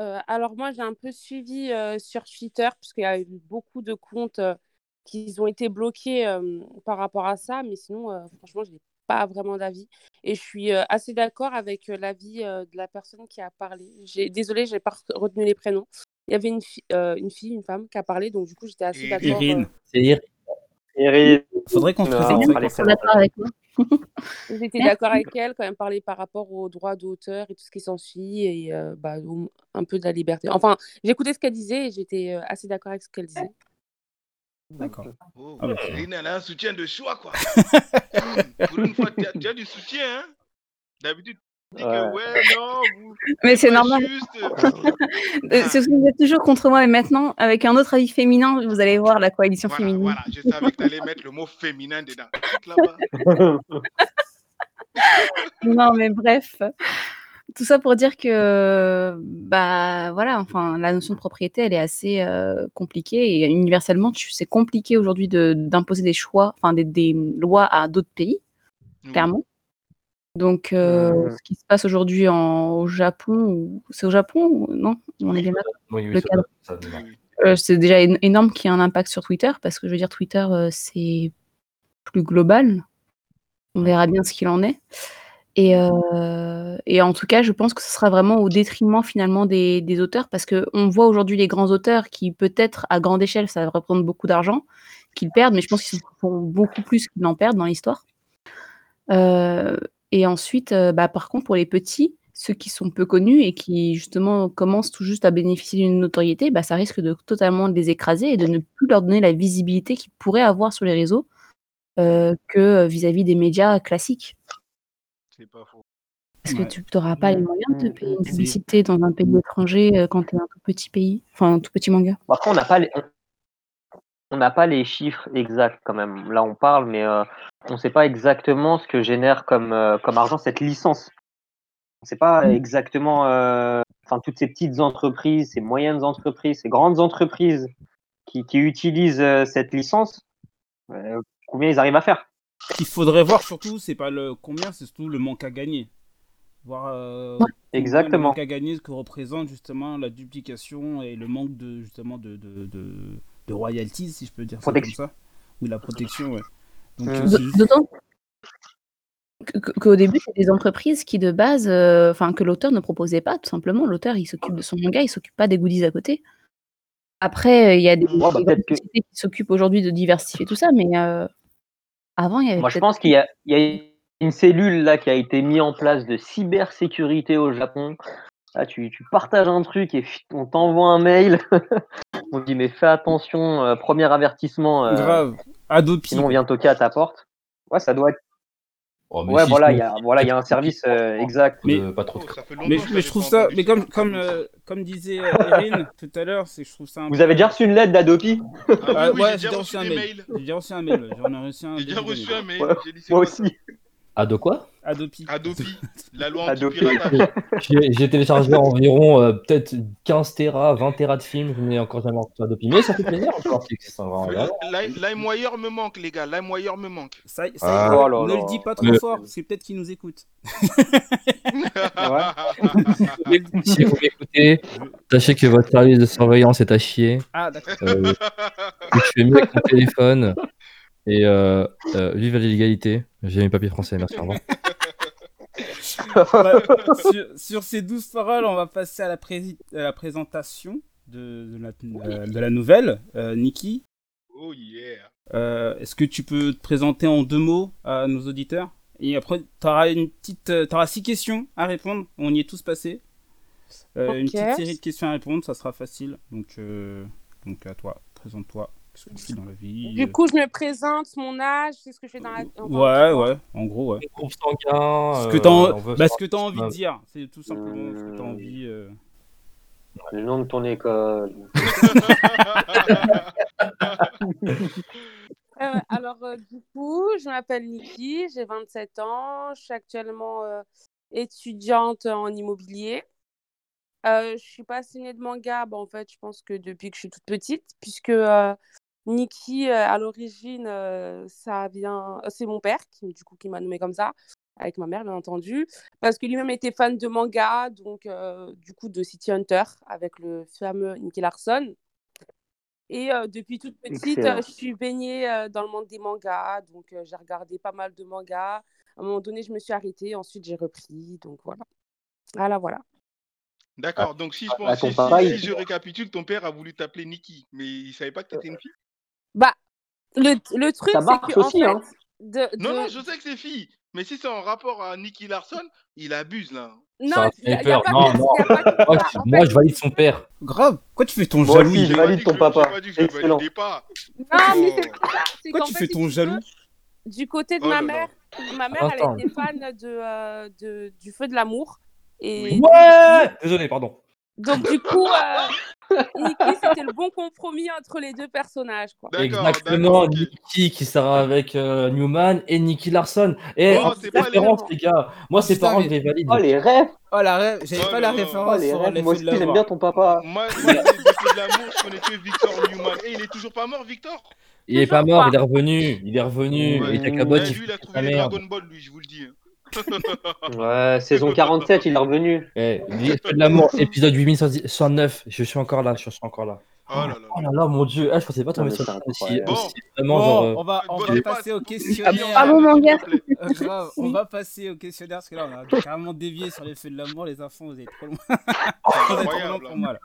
[SPEAKER 7] Euh, alors moi, j'ai un peu suivi euh, sur Twitter, puisqu'il y a eu beaucoup de comptes euh, qui ont été bloqués euh, par rapport à ça, mais sinon, euh, franchement, je n'ai pas vraiment d'avis. Et je suis euh, assez d'accord avec euh, l'avis euh, de la personne qui a parlé. J'ai... Désolée, je n'ai pas re- retenu les prénoms. Il y avait une, fi- euh, une fille, une femme qui a parlé, donc du coup, j'étais assez
[SPEAKER 3] Et-
[SPEAKER 7] d'accord.
[SPEAKER 1] Irine,
[SPEAKER 7] euh,
[SPEAKER 4] C'est dire
[SPEAKER 5] Eric,
[SPEAKER 1] faudrait qu'on se
[SPEAKER 5] Non,
[SPEAKER 1] présente.
[SPEAKER 5] on va
[SPEAKER 1] faudrait
[SPEAKER 5] les
[SPEAKER 1] qu'on se
[SPEAKER 5] faire.
[SPEAKER 1] présente.
[SPEAKER 2] D'accord avec moi.
[SPEAKER 7] J'étais
[SPEAKER 2] Merci.
[SPEAKER 7] d'accord avec elle quand même parler par rapport aux droits d'auteur et tout ce qui s'ensuit et euh, bah, au- un peu de la liberté. Enfin, j'écoutais ce qu'elle disait et j'étais euh, assez d'accord avec ce qu'elle disait.
[SPEAKER 1] D'accord.
[SPEAKER 3] Oh,
[SPEAKER 1] Ah, bah, c'est
[SPEAKER 3] Irine, elle a un soutien de
[SPEAKER 1] [laughs]
[SPEAKER 3] choix, quoi. Hmm, Pour une fois, tu as, tu as du soutien, hein. D'habitude, tu dis que, ouais, non, vous
[SPEAKER 2] Mais c'est
[SPEAKER 3] pas
[SPEAKER 2] normal.
[SPEAKER 3] juste.
[SPEAKER 2] Euh, c'est- Vous êtes toujours contre moi, mais maintenant, avec un autre avis féminin, vous allez voir la coalition
[SPEAKER 3] Voilà,
[SPEAKER 2] féminine.
[SPEAKER 3] voilà, je savais que tu allais mettre le mot féminin dedans. Quitte là-bas.
[SPEAKER 2] Non, mais bref. Tout ça pour dire que, bah voilà, enfin, la notion de propriété, elle est assez euh, compliquée et universellement, tu- c'est compliqué aujourd'hui de- d'imposer des choix, enfin des, des lois à d'autres pays, clairement. Donc, euh,
[SPEAKER 5] Mhm.
[SPEAKER 2] ce qui se passe aujourd'hui en- au Japon, ou- c'est au Japon ou non On est bien d'accord.
[SPEAKER 4] Oui, oui,
[SPEAKER 2] Le
[SPEAKER 4] ça
[SPEAKER 2] cadre.
[SPEAKER 4] doit- ça doit-
[SPEAKER 3] Oui, oui.
[SPEAKER 2] Euh, c'est déjà éno- énorme qu'il y ait un impact sur Twitter parce que je veux dire Twitter euh, c'est plus global. On verra bien ce qu'il en est. Et, euh, et en tout cas, je pense que ce sera vraiment au détriment finalement des, des auteurs parce que on voit aujourd'hui les grands auteurs qui peut-être à grande échelle ça représente beaucoup d'argent qu'ils perdent, mais je pense qu'ils en font beaucoup plus qu'ils n'en perdent dans l'histoire. Euh, et ensuite, euh, bah, par contre, pour les petits, ceux qui sont peu connus et qui justement commencent tout juste à bénéficier d'une notoriété, bah, ça risque de totalement les écraser et de ne plus leur donner la visibilité qu'ils pourraient avoir sur les réseaux euh, que vis-à-vis des médias classiques.
[SPEAKER 3] C'est pas faux.
[SPEAKER 2] Parce
[SPEAKER 1] Ouais.
[SPEAKER 2] que tu n'auras pas les moyens de
[SPEAKER 5] Mm,
[SPEAKER 2] payer
[SPEAKER 5] mm,
[SPEAKER 2] une
[SPEAKER 1] si.
[SPEAKER 2] publicité dans un pays étranger euh, quand tu es un tout petit pays, enfin un tout petit manga.
[SPEAKER 5] Bon, Après, on n'a pas les... on- On n'a pas les chiffres exacts quand même. Là, on parle, mais euh, on ne sait pas exactement ce que génère comme, euh, comme argent cette licence. On ne sait pas
[SPEAKER 2] Mm.
[SPEAKER 5] exactement euh, enfin, toutes ces petites entreprises, ces moyennes entreprises, ces grandes entreprises qui, qui utilisent euh, cette licence, euh, combien ils arrivent à faire.
[SPEAKER 1] Ce qu'il faudrait voir surtout, c'est pas le combien, c'est surtout le manque à gagner. Voir euh, le
[SPEAKER 5] Exactement.
[SPEAKER 1] manque à gagner ce que représente justement la duplication et le manque de justement de, de, de, de royalties, si je peux dire ça comme
[SPEAKER 5] Protection.
[SPEAKER 1] ça. Ou la protection, ouais. Donc,
[SPEAKER 5] Euh,
[SPEAKER 1] euh, c'est
[SPEAKER 2] D-
[SPEAKER 1] juste-
[SPEAKER 2] D'autant que- que- qu'au début, c'est des entreprises qui, de base, euh, enfin, que l'auteur ne proposait pas, tout simplement. L'auteur, il s'occupe de son manga, il s'occupe pas des goodies à côté. Après, euh, il y a des
[SPEAKER 5] Ouais, bah,
[SPEAKER 2] des
[SPEAKER 5] peut-être que-
[SPEAKER 2] sociétés qui s'occupent aujourd'hui de diversifier tout ça, mais euh, avant, il y avait.
[SPEAKER 5] Moi, je
[SPEAKER 2] peut-être-
[SPEAKER 5] pense qu'il y a, il y a une cellule là qui a été mise en place de cybersécurité au Japon. Là, tu, tu partages un truc et pfft, on t'envoie un mail. [laughs] on te dit mais fais attention, euh, premier avertissement, euh,
[SPEAKER 1] grave. Adopi.
[SPEAKER 5] sinon on vient toquer à ta porte. Ouais, ça doit être.
[SPEAKER 4] Oh, mais
[SPEAKER 5] Ouais,
[SPEAKER 4] si,
[SPEAKER 5] voilà,
[SPEAKER 4] je-
[SPEAKER 5] il y a, voilà, il y a un service euh, exact.
[SPEAKER 4] de-
[SPEAKER 1] Mais-
[SPEAKER 4] Pas trop de
[SPEAKER 3] Oh, ça fait longtemps
[SPEAKER 1] Mais,
[SPEAKER 3] que
[SPEAKER 1] mais je
[SPEAKER 3] j'avais
[SPEAKER 1] trouve
[SPEAKER 3] pas
[SPEAKER 1] ça,
[SPEAKER 3] entendu
[SPEAKER 1] mais comme, comme,
[SPEAKER 3] Ah
[SPEAKER 1] euh, comme disait euh, Erin tout à l'heure, c'est que je trouve ça un
[SPEAKER 5] Vous avez déjà reçu une lettre d'Adopi
[SPEAKER 3] oui,
[SPEAKER 1] Ah,
[SPEAKER 3] oui,
[SPEAKER 1] ouais,
[SPEAKER 3] j'ai déjà reçu
[SPEAKER 1] un
[SPEAKER 3] des
[SPEAKER 1] mail.
[SPEAKER 3] mails.
[SPEAKER 1] J'ai déjà reçu un mail, j'en ai reçu un.
[SPEAKER 3] J'ai déjà
[SPEAKER 1] début
[SPEAKER 3] reçu un
[SPEAKER 1] d'année.
[SPEAKER 3] mail.
[SPEAKER 5] Ouais,
[SPEAKER 3] J'ai dit, c'est
[SPEAKER 5] Moi
[SPEAKER 3] quoi ça
[SPEAKER 5] aussi. [laughs]
[SPEAKER 4] Ah, de quoi
[SPEAKER 1] Adopi.
[SPEAKER 3] Adopi, la loi
[SPEAKER 5] Adopi.
[SPEAKER 3] anti-piratage.
[SPEAKER 4] J'ai j'ai téléchargé environ euh, peut-être 15 téra, 20 téra de films, je n'ai encore jamais entendu de Mais ça fait plaisir encore, c'est que c'est vraiment là.
[SPEAKER 3] LimeWire me manque, les gars. LimeWire me manque.
[SPEAKER 1] Ça, ça
[SPEAKER 4] Ah.
[SPEAKER 1] ne
[SPEAKER 5] Oh là là.
[SPEAKER 1] le dis pas trop
[SPEAKER 4] Mais-
[SPEAKER 1] fort, c'est peut-être qu'ils nous écoutent.
[SPEAKER 4] Si vous m'écoutez, sachez que votre service de surveillance est à chier.
[SPEAKER 1] Ah, d'accord.
[SPEAKER 3] [laughs]
[SPEAKER 4] Euh, que tu fais mieux avec ton téléphone. Et euh, euh, vive l'illégalité. J'ai mes papiers français, merci, au revoir.
[SPEAKER 1] Ouais. Bah, [laughs] sur, sur ces douze paroles, on va passer à la, prési- à la présentation de, de la, euh, de la nouvelle. Euh, Niki,
[SPEAKER 3] oh yeah.
[SPEAKER 1] euh, est-ce que tu peux te présenter en deux mots à nos auditeurs Et après, tu auras une petite, euh, t'auras six questions à répondre. On y est tous passés. Euh, Une
[SPEAKER 7] Ok.
[SPEAKER 1] petite série de questions à répondre, ça sera facile. Donc, euh, donc à toi, présente-toi. Qu'est-ce que tu fais dans la vie euh,
[SPEAKER 7] Du coup, je me présente, mon âge, c'est ce que je fais dans la.
[SPEAKER 1] Ouais,
[SPEAKER 7] enfin,
[SPEAKER 1] ouais, en gros, ouais.
[SPEAKER 4] [laughs] Groupe sanguin.
[SPEAKER 1] Ce que
[SPEAKER 4] euh,
[SPEAKER 1] t'as en-
[SPEAKER 4] on veut
[SPEAKER 1] bah,
[SPEAKER 4] savoir
[SPEAKER 1] ce que t'as envie de
[SPEAKER 4] maximum.
[SPEAKER 1] dire, c'est tout simplement ce que t'as envie. euh.
[SPEAKER 5] Le nom de ton école.
[SPEAKER 7] Euh, alors, euh, du coup, je m'appelle Niki, j'ai 27 ans, je suis actuellement euh, étudiante en immobilier. Euh, je suis passionnée de manga, bah, en fait, je pense que depuis que je suis toute petite, puisque euh, Niki, euh, à l'origine, euh, ça vient, euh, c'est mon père qui, du coup, qui m'a nommée comme ça, avec ma mère, bien entendu, parce que lui-même était fan de manga, donc euh, du coup de City Hunter avec le fameux Nicky Larson. Et euh, depuis toute petite,
[SPEAKER 5] Excellent.
[SPEAKER 7] euh, je suis baignée euh, dans le monde des mangas, donc euh, j'ai regardé pas mal de mangas. À un moment donné, je me suis arrêtée, ensuite j'ai repris, donc voilà. Voilà, voilà.
[SPEAKER 3] D'accord, donc si je,
[SPEAKER 5] à- à
[SPEAKER 3] pense-
[SPEAKER 5] ton
[SPEAKER 3] si- si-
[SPEAKER 5] pareil.
[SPEAKER 3] si je récapitule, ton père a voulu t'appeler Nikki, mais il savait pas que t'étais une fille.
[SPEAKER 7] Bah, le, le truc,
[SPEAKER 5] Ça
[SPEAKER 7] c'est
[SPEAKER 5] marche
[SPEAKER 7] que en
[SPEAKER 5] aussi,
[SPEAKER 7] fait,
[SPEAKER 5] hein.
[SPEAKER 7] de,
[SPEAKER 3] Non,
[SPEAKER 7] de-
[SPEAKER 3] non, je sais que c'est fille, mais si c'est en rapport à Nicky Larson, il abuse là.
[SPEAKER 7] Non,
[SPEAKER 4] C'est un
[SPEAKER 7] y a- y
[SPEAKER 4] sniper.
[SPEAKER 7] a pas que-
[SPEAKER 4] Non,
[SPEAKER 7] y a
[SPEAKER 4] non.
[SPEAKER 7] pas que
[SPEAKER 4] Moi,
[SPEAKER 7] ça.
[SPEAKER 4] je,
[SPEAKER 7] En
[SPEAKER 4] moi,
[SPEAKER 7] fait,
[SPEAKER 4] je valide son père.
[SPEAKER 1] Grave, pourquoi tu fais ton
[SPEAKER 5] Moi
[SPEAKER 1] jaloux
[SPEAKER 5] aussi,
[SPEAKER 3] J'ai
[SPEAKER 5] je
[SPEAKER 3] pas
[SPEAKER 5] valide
[SPEAKER 3] dit que
[SPEAKER 5] ton
[SPEAKER 3] je-
[SPEAKER 5] papa.
[SPEAKER 3] J'ai pas dit que je le
[SPEAKER 5] Excellent.
[SPEAKER 3] validais pas.
[SPEAKER 7] Non, mais
[SPEAKER 3] Oh.
[SPEAKER 7] c'est pas ça. C'est
[SPEAKER 1] Pourquoi
[SPEAKER 7] qu'en
[SPEAKER 1] tu
[SPEAKER 7] fait,
[SPEAKER 1] fais
[SPEAKER 7] si
[SPEAKER 1] ton
[SPEAKER 7] tu
[SPEAKER 1] jaloux
[SPEAKER 7] veux, Du côté de
[SPEAKER 3] Oh
[SPEAKER 7] ma
[SPEAKER 3] là
[SPEAKER 7] mère, ma mère, elle
[SPEAKER 4] Attends.
[SPEAKER 7] était fan de, euh, de- du feu de l'amour. Et
[SPEAKER 3] Oui.
[SPEAKER 4] Ouais Désolé, pardon.
[SPEAKER 7] donc, du coup, euh, Nikki, c'était le bon compromis entre les deux personnages. Quoi.
[SPEAKER 3] D'accord, d'accord.
[SPEAKER 4] Exactement,
[SPEAKER 3] ok.
[SPEAKER 4] Nikki qui sera avec euh, Newman et Nikki Larson. Et
[SPEAKER 3] Oh, c'est pas les
[SPEAKER 7] mêmes.
[SPEAKER 4] les gars. Moi, ces
[SPEAKER 1] Putain,
[SPEAKER 4] parents,
[SPEAKER 1] mais-
[SPEAKER 4] je les valide.
[SPEAKER 5] Oh les rêves,
[SPEAKER 1] Oh la rêve, j'avais
[SPEAKER 3] Oh
[SPEAKER 1] pas
[SPEAKER 3] là
[SPEAKER 1] la
[SPEAKER 3] là.
[SPEAKER 5] oh
[SPEAKER 1] référence
[SPEAKER 5] les
[SPEAKER 1] sur
[SPEAKER 5] rêves. Moi
[SPEAKER 1] l'effet
[SPEAKER 5] aussi,
[SPEAKER 1] de
[SPEAKER 5] j'aime
[SPEAKER 1] l'avoir.
[SPEAKER 5] bien ton papa.
[SPEAKER 3] Moi, moi, les Défauts de l'amour, je connais que Victor Newman. Et il est toujours pas mort, Victor
[SPEAKER 4] Il est pas
[SPEAKER 7] Toujours
[SPEAKER 4] mort,
[SPEAKER 7] pas.
[SPEAKER 4] il est revenu. Il est revenu.
[SPEAKER 5] Ouais.
[SPEAKER 4] Et ta
[SPEAKER 3] Eh,
[SPEAKER 4] cabote, il
[SPEAKER 3] Lui, il a
[SPEAKER 4] sa
[SPEAKER 3] trouvé les
[SPEAKER 4] merde.
[SPEAKER 3] Dragon Ball, lui, je vous le dis.
[SPEAKER 5] Ouais, saison 47, il est revenu.
[SPEAKER 4] Eh, il est fait de l'amour, épisode 8109. Je suis encore là, je suis encore là.
[SPEAKER 3] Oh là là.
[SPEAKER 4] Oh là là, mon dieu, Eh, je pensais pas tomber
[SPEAKER 5] Non, Ah,
[SPEAKER 4] sur
[SPEAKER 5] mais c'est
[SPEAKER 4] le aussi,
[SPEAKER 5] incroyable.
[SPEAKER 4] aussi vraiment, genre,
[SPEAKER 1] Bon,
[SPEAKER 4] euh,
[SPEAKER 1] on va, on
[SPEAKER 3] Bon,
[SPEAKER 1] va
[SPEAKER 3] c'est pas-
[SPEAKER 1] passer au
[SPEAKER 3] Nicky,
[SPEAKER 1] questionnaire.
[SPEAKER 2] Ah bon, mon gars
[SPEAKER 3] s'il te plaît.
[SPEAKER 1] Euh, grave, on va passer au questionnaire parce que là on
[SPEAKER 5] [laughs]
[SPEAKER 1] a carrément dévié sur l'effet de l'amour, les enfants, vous êtes trop loin. Vous êtes trop loin
[SPEAKER 3] Incroyable,
[SPEAKER 1] pour
[SPEAKER 3] hein.
[SPEAKER 1] moi là.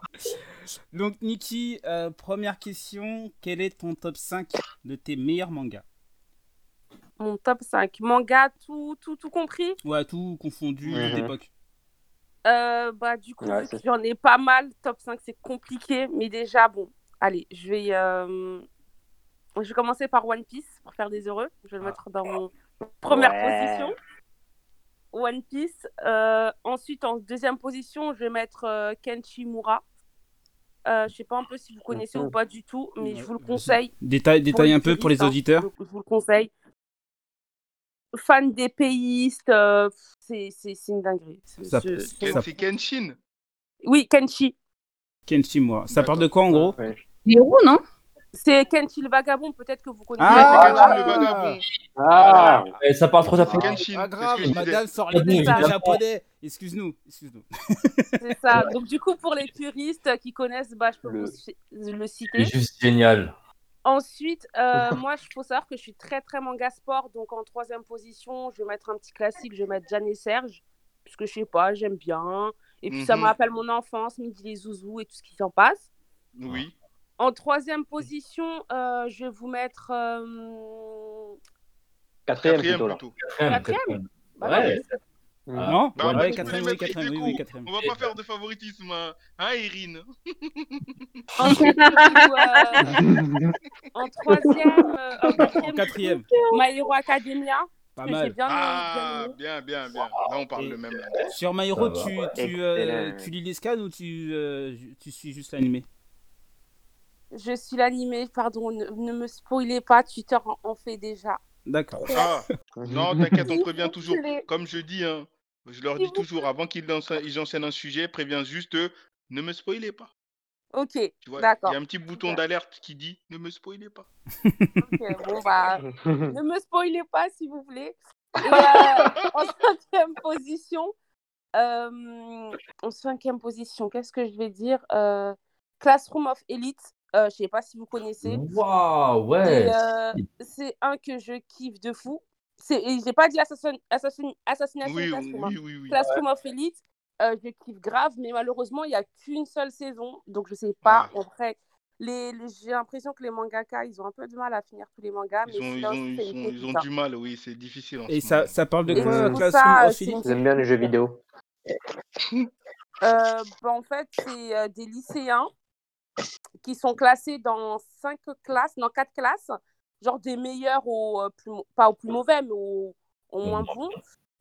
[SPEAKER 1] Donc Niki, euh, première question, quel est ton top 5 de tes meilleurs mangas
[SPEAKER 7] Mon top 5. Manga, tout, tout, tout compris.
[SPEAKER 1] Ouais, tout confondu
[SPEAKER 5] Mhm.
[SPEAKER 1] d'époque.
[SPEAKER 7] Euh, bah, du coup,
[SPEAKER 5] Ouais,
[SPEAKER 7] vu
[SPEAKER 5] c'est-
[SPEAKER 7] que j'en ai pas mal. Top 5, c'est compliqué. Mais déjà, bon, allez, je vais, euh, je vais commencer par One Piece pour faire des heureux. Je vais le mettre dans mon première
[SPEAKER 5] Ah. Ouais.
[SPEAKER 7] position. One Piece. Euh, ensuite, en deuxième position, je vais mettre euh, Kenshi Mura. Euh, je sais pas un peu si vous connaissez
[SPEAKER 5] Mhm.
[SPEAKER 7] ou pas du tout, mais
[SPEAKER 1] Ouais,
[SPEAKER 7] je vous le
[SPEAKER 1] je sais.
[SPEAKER 7] conseille.
[SPEAKER 1] Détaille,
[SPEAKER 7] Pour
[SPEAKER 1] détaille un peu pour les
[SPEAKER 7] puristes, hein,
[SPEAKER 1] auditeurs.
[SPEAKER 7] je, je vous le conseille. Fan des paystes, euh, c'est c'est- c'est une dinguerie. Ce-
[SPEAKER 1] Ça-
[SPEAKER 7] ce-
[SPEAKER 1] ça-
[SPEAKER 7] ce-
[SPEAKER 3] Ken- C'est Kenshin.
[SPEAKER 7] Oui, Kenshi.
[SPEAKER 1] Kenshi moi. Ça parle de quoi en gros
[SPEAKER 5] Ouais.
[SPEAKER 2] Les héros, non
[SPEAKER 7] C'est Kenshi le vagabond, peut-être que vous connaissez.
[SPEAKER 3] Ah,
[SPEAKER 1] Ah,
[SPEAKER 3] le vagabond.
[SPEAKER 5] Ah,
[SPEAKER 4] eh, ça parle trop
[SPEAKER 3] C'est
[SPEAKER 4] d'affaires.
[SPEAKER 3] Kenshin.
[SPEAKER 1] Ah grave,
[SPEAKER 3] c'est ce que je disais.
[SPEAKER 1] madame sort
[SPEAKER 4] Ah,
[SPEAKER 1] les
[SPEAKER 4] bon,
[SPEAKER 1] titres en
[SPEAKER 7] évidemment.
[SPEAKER 1] japonais. Excuse-nous, excuse-nous.
[SPEAKER 7] C'est ça. Donc, du coup, pour les puristes qui connaissent, bah, je peux
[SPEAKER 5] Le-
[SPEAKER 7] vous ci- le citer.
[SPEAKER 4] C'est juste génial.
[SPEAKER 7] Ensuite, euh, moi, il faut savoir que je suis très, très manga sport. Donc, en troisième position, je vais mettre un petit classique. Je vais mettre Jeanne et Serge. Parce que je sais pas, j'aime bien. Et puis, ça
[SPEAKER 3] Mhm.
[SPEAKER 7] me rappelle mon enfance, Midi les Zouzous et tout ce qui s'en passe.
[SPEAKER 3] Oui.
[SPEAKER 7] En troisième position, euh, je vais vous mettre. euh,
[SPEAKER 5] quatrième
[SPEAKER 3] Quatrième
[SPEAKER 5] plutôt là.
[SPEAKER 3] plutôt.
[SPEAKER 7] Quatrième. bah non,
[SPEAKER 4] Ouais. Ah.
[SPEAKER 1] Non Ouais,
[SPEAKER 3] Bah, on va
[SPEAKER 1] ouais,
[SPEAKER 3] tous
[SPEAKER 1] quatrième,
[SPEAKER 3] les
[SPEAKER 1] oui,
[SPEAKER 3] mettre les
[SPEAKER 1] quatrième, oui,
[SPEAKER 3] coups.
[SPEAKER 1] oui, quatrième.
[SPEAKER 3] On va pas faire de favoritisme, hein, Hein, Irine
[SPEAKER 7] Ensuite, ou, euh, en troisième, euh, en
[SPEAKER 1] En
[SPEAKER 7] quatrième,
[SPEAKER 1] quatrième,
[SPEAKER 7] My Hero Academia,
[SPEAKER 1] pas
[SPEAKER 7] que j'ai
[SPEAKER 1] mal.
[SPEAKER 7] bien
[SPEAKER 3] Ah,
[SPEAKER 7] aimé.
[SPEAKER 3] bien, bien, bien. Là, on parle
[SPEAKER 1] Et-
[SPEAKER 3] le même langage.
[SPEAKER 1] Sur My Hero,
[SPEAKER 4] Ça
[SPEAKER 1] tu,
[SPEAKER 4] va.
[SPEAKER 1] tu, euh,
[SPEAKER 5] Excellent.
[SPEAKER 1] tu lis les scans ou tu, euh, ju- tu suis juste l'animé
[SPEAKER 7] Je suis l'animé, pardon, ne, ne me spoilez pas, Twitter en, en fait déjà.
[SPEAKER 1] D'accord.
[SPEAKER 3] Ah,
[SPEAKER 7] [laughs]
[SPEAKER 3] non,
[SPEAKER 1] Mhm.
[SPEAKER 3] t'inquiète, on prévient toujours.
[SPEAKER 6] voulez.
[SPEAKER 3] Comme je dis, hein, je leur
[SPEAKER 7] S'il
[SPEAKER 3] dis
[SPEAKER 7] vous
[SPEAKER 3] toujours, avant qu'ils lancent, ils enchaînent un sujet, préviens juste, euh, ne me spoilez pas.
[SPEAKER 7] Ok,
[SPEAKER 3] Tu vois, il y
[SPEAKER 7] d'accord.
[SPEAKER 3] a un petit bouton d'alerte qui dit, ne me spoilez pas. [laughs]
[SPEAKER 7] Ok, bon, bah,
[SPEAKER 5] [laughs]
[SPEAKER 7] ne me spoilez pas si vous voulez. Et,
[SPEAKER 3] [laughs]
[SPEAKER 7] euh, en cinquième position, euh, en cinquième position, qu'est-ce que je vais dire Euh, Classroom of Elite, euh, je sais pas si vous connaissez.
[SPEAKER 4] Waouh, ouais.
[SPEAKER 7] Et, euh, c'est un que je kiffe de fou. C'est, et j'ai pas dit Assassin, Assassin- Assassination
[SPEAKER 3] Oui, on-
[SPEAKER 7] Classroom. hein.
[SPEAKER 3] oui, oui, oui.
[SPEAKER 7] Classroom of Elite, euh, je kiffe grave, mais malheureusement, il n'y a qu'une seule saison. Donc, je sais pas.
[SPEAKER 3] Ouais.
[SPEAKER 7] En vrai, les, les- j'ai l'impression que les mangaka, ils ont un peu de mal à finir tous les mangas.
[SPEAKER 3] Ils
[SPEAKER 7] mais
[SPEAKER 3] ont, ils
[SPEAKER 7] sinon,
[SPEAKER 3] ont- ils
[SPEAKER 7] c'est
[SPEAKER 3] ont-
[SPEAKER 7] une
[SPEAKER 3] ils ont
[SPEAKER 7] pépite, hein.
[SPEAKER 3] du mal, oui, c'est difficile en
[SPEAKER 1] Et
[SPEAKER 3] ce
[SPEAKER 1] ça,
[SPEAKER 3] moment.
[SPEAKER 1] ça parle de
[SPEAKER 7] Et
[SPEAKER 1] quoi,
[SPEAKER 7] du coup,
[SPEAKER 1] Classroom
[SPEAKER 7] ça,
[SPEAKER 1] of
[SPEAKER 7] c'est
[SPEAKER 1] Elite
[SPEAKER 7] une-
[SPEAKER 5] J'aime bien les jeux vidéo.
[SPEAKER 7] Euh, bah, en fait, c'est euh, des lycéens qui sont classés dans cinq classes, dans quatre classes, genre des meilleurs au euh, plus, mau- pas au plus mauvais, mais au, au moins bon.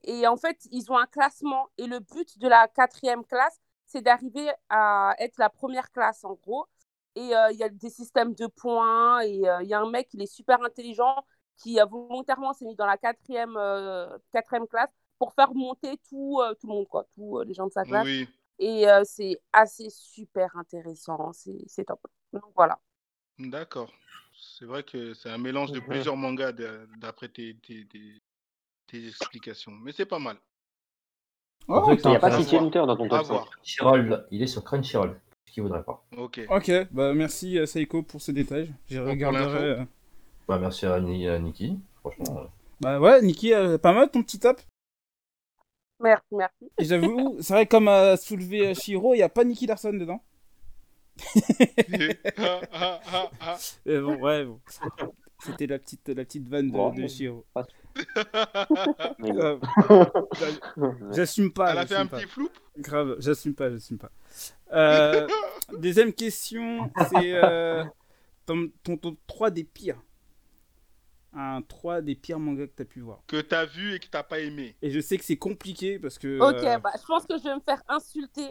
[SPEAKER 7] Et en fait, ils ont un classement. Et le but de la quatrième classe, c'est d'arriver à être la première classe, en gros. Et euh, il y a des systèmes de points. Et euh, il y a un mec, il est super intelligent, qui euh, volontairement s'est mis dans la quatrième, euh, quatrième classe pour faire monter tout, euh, tout le monde, quoi, tous euh, les gens de sa classe.
[SPEAKER 3] Oui.
[SPEAKER 7] Et euh, c'est assez super intéressant, c'est c'est top. Donc voilà.
[SPEAKER 3] D'accord. C'est vrai que c'est un mélange de
[SPEAKER 5] Mhm.
[SPEAKER 3] plusieurs mangas d'a- d'après tes, tes- tes- tes explications. Mais c'est pas mal.
[SPEAKER 1] Oh,
[SPEAKER 4] Après,
[SPEAKER 5] Il n'y a pas
[SPEAKER 4] à
[SPEAKER 3] de
[SPEAKER 5] City
[SPEAKER 3] voir.
[SPEAKER 5] Hunter dans ton
[SPEAKER 3] À
[SPEAKER 5] top cinq.
[SPEAKER 3] voir.
[SPEAKER 4] Crunchyroll, il est sur Crunchyroll, ce qui voudrait pas.
[SPEAKER 1] [laughs]
[SPEAKER 3] Ok. [laughs] Ah,
[SPEAKER 1] Ok, bah merci euh, Seiko pour ce détail. euh, J'ai
[SPEAKER 3] pour
[SPEAKER 1] regardé.
[SPEAKER 3] l'info.
[SPEAKER 4] Bah, merci à, Ni- à Nikki, franchement. euh,
[SPEAKER 1] Bah ouais, Niki, euh, pas mal ton petit top.
[SPEAKER 7] Merci, merci.
[SPEAKER 1] Et j'avoue, c'est vrai, comme a soulevé euh, Shiro, il n'y a pas Niki Larson dedans.
[SPEAKER 3] Ah, ah, ah, ah.
[SPEAKER 1] Mais Euh, bon, ouais, bon. C'était la petite, la petite vanne
[SPEAKER 5] Bon.
[SPEAKER 1] de, de Shiro.
[SPEAKER 5] Mais-
[SPEAKER 1] Euh, j'assume pas.
[SPEAKER 3] Elle a fait
[SPEAKER 1] j'assume
[SPEAKER 3] un
[SPEAKER 1] Ah, pas.
[SPEAKER 3] petit flou.
[SPEAKER 1] Grave, j'assume pas, j'assume pas.
[SPEAKER 3] [laughs]
[SPEAKER 1] Euh, deuxième question, c'est euh, ton, ton top 3 des pires. Un 3 des pires mangas que t'as pu voir.
[SPEAKER 3] que t'as vu et que t'as pas aimé.
[SPEAKER 1] Et je sais que c'est compliqué parce que. euh,
[SPEAKER 7] Ok, bah, je pense que je vais me faire insulter.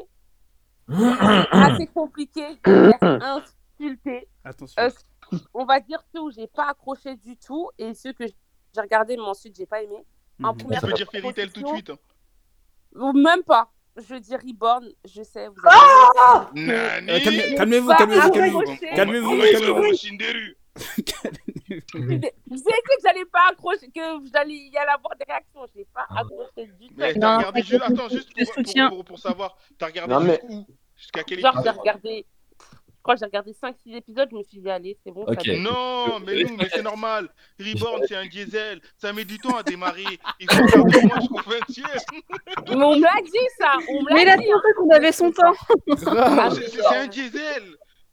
[SPEAKER 3] [clears throat]
[SPEAKER 7] C'est assez compliqué. Je vais me faire insulter.
[SPEAKER 1] Attention.
[SPEAKER 7] Euh, on va dire ceux où j'ai pas accroché du tout et ceux que j'ai regardé mais ensuite j'ai pas aimé. En
[SPEAKER 1] Mhm.
[SPEAKER 7] première
[SPEAKER 3] On peut dire Fairy Tail tout de
[SPEAKER 7] position,
[SPEAKER 3] suite. hein.
[SPEAKER 7] ou même pas. Je dis Reborn, je sais. Vous
[SPEAKER 3] Ah
[SPEAKER 7] avez...
[SPEAKER 3] Nani
[SPEAKER 1] Euh, calme- calmez-vous,
[SPEAKER 7] Bah,
[SPEAKER 1] calmez-vous,
[SPEAKER 7] arrête,
[SPEAKER 1] calmez-vous.
[SPEAKER 7] Roger.
[SPEAKER 1] Calmez-vous,
[SPEAKER 3] On va- on va-
[SPEAKER 1] calmez-vous.
[SPEAKER 3] on va- Shinderu.
[SPEAKER 7] Je sais que j'allais pas accrocher, que j'allais y aller avoir des réactions. J'ai pas accroché du tout.
[SPEAKER 3] Mais
[SPEAKER 2] Non,
[SPEAKER 3] t'as
[SPEAKER 2] non,
[SPEAKER 3] regardé
[SPEAKER 2] je
[SPEAKER 3] juste. Attends, juste
[SPEAKER 2] te
[SPEAKER 3] pour, pour-
[SPEAKER 2] soutiens.
[SPEAKER 3] pour- pour savoir. T'as regardé
[SPEAKER 5] Non, mais-
[SPEAKER 3] jusqu'où Jusqu'à quel
[SPEAKER 7] Genre, j'ai
[SPEAKER 3] épisode
[SPEAKER 7] regardé, je crois que j'ai regardé 5-6 épisodes, je me suis dit, allez, c'est bon. ça
[SPEAKER 4] Ok.
[SPEAKER 7] va.
[SPEAKER 3] Non, mais
[SPEAKER 4] Euh,
[SPEAKER 3] non, mais c'est normal. Reborn, c'est un diesel. Ça met du temps à démarrer. Il faut faire deux mois jusqu'au 20e.
[SPEAKER 7] Mais on me l'a dit, ça. On me
[SPEAKER 2] Mais il
[SPEAKER 7] l'a
[SPEAKER 2] a
[SPEAKER 7] dit. hein.
[SPEAKER 2] trouvé qu'on avait son temps.
[SPEAKER 1] Grave.
[SPEAKER 7] Ah,
[SPEAKER 3] C'est- C'est c'est un diesel.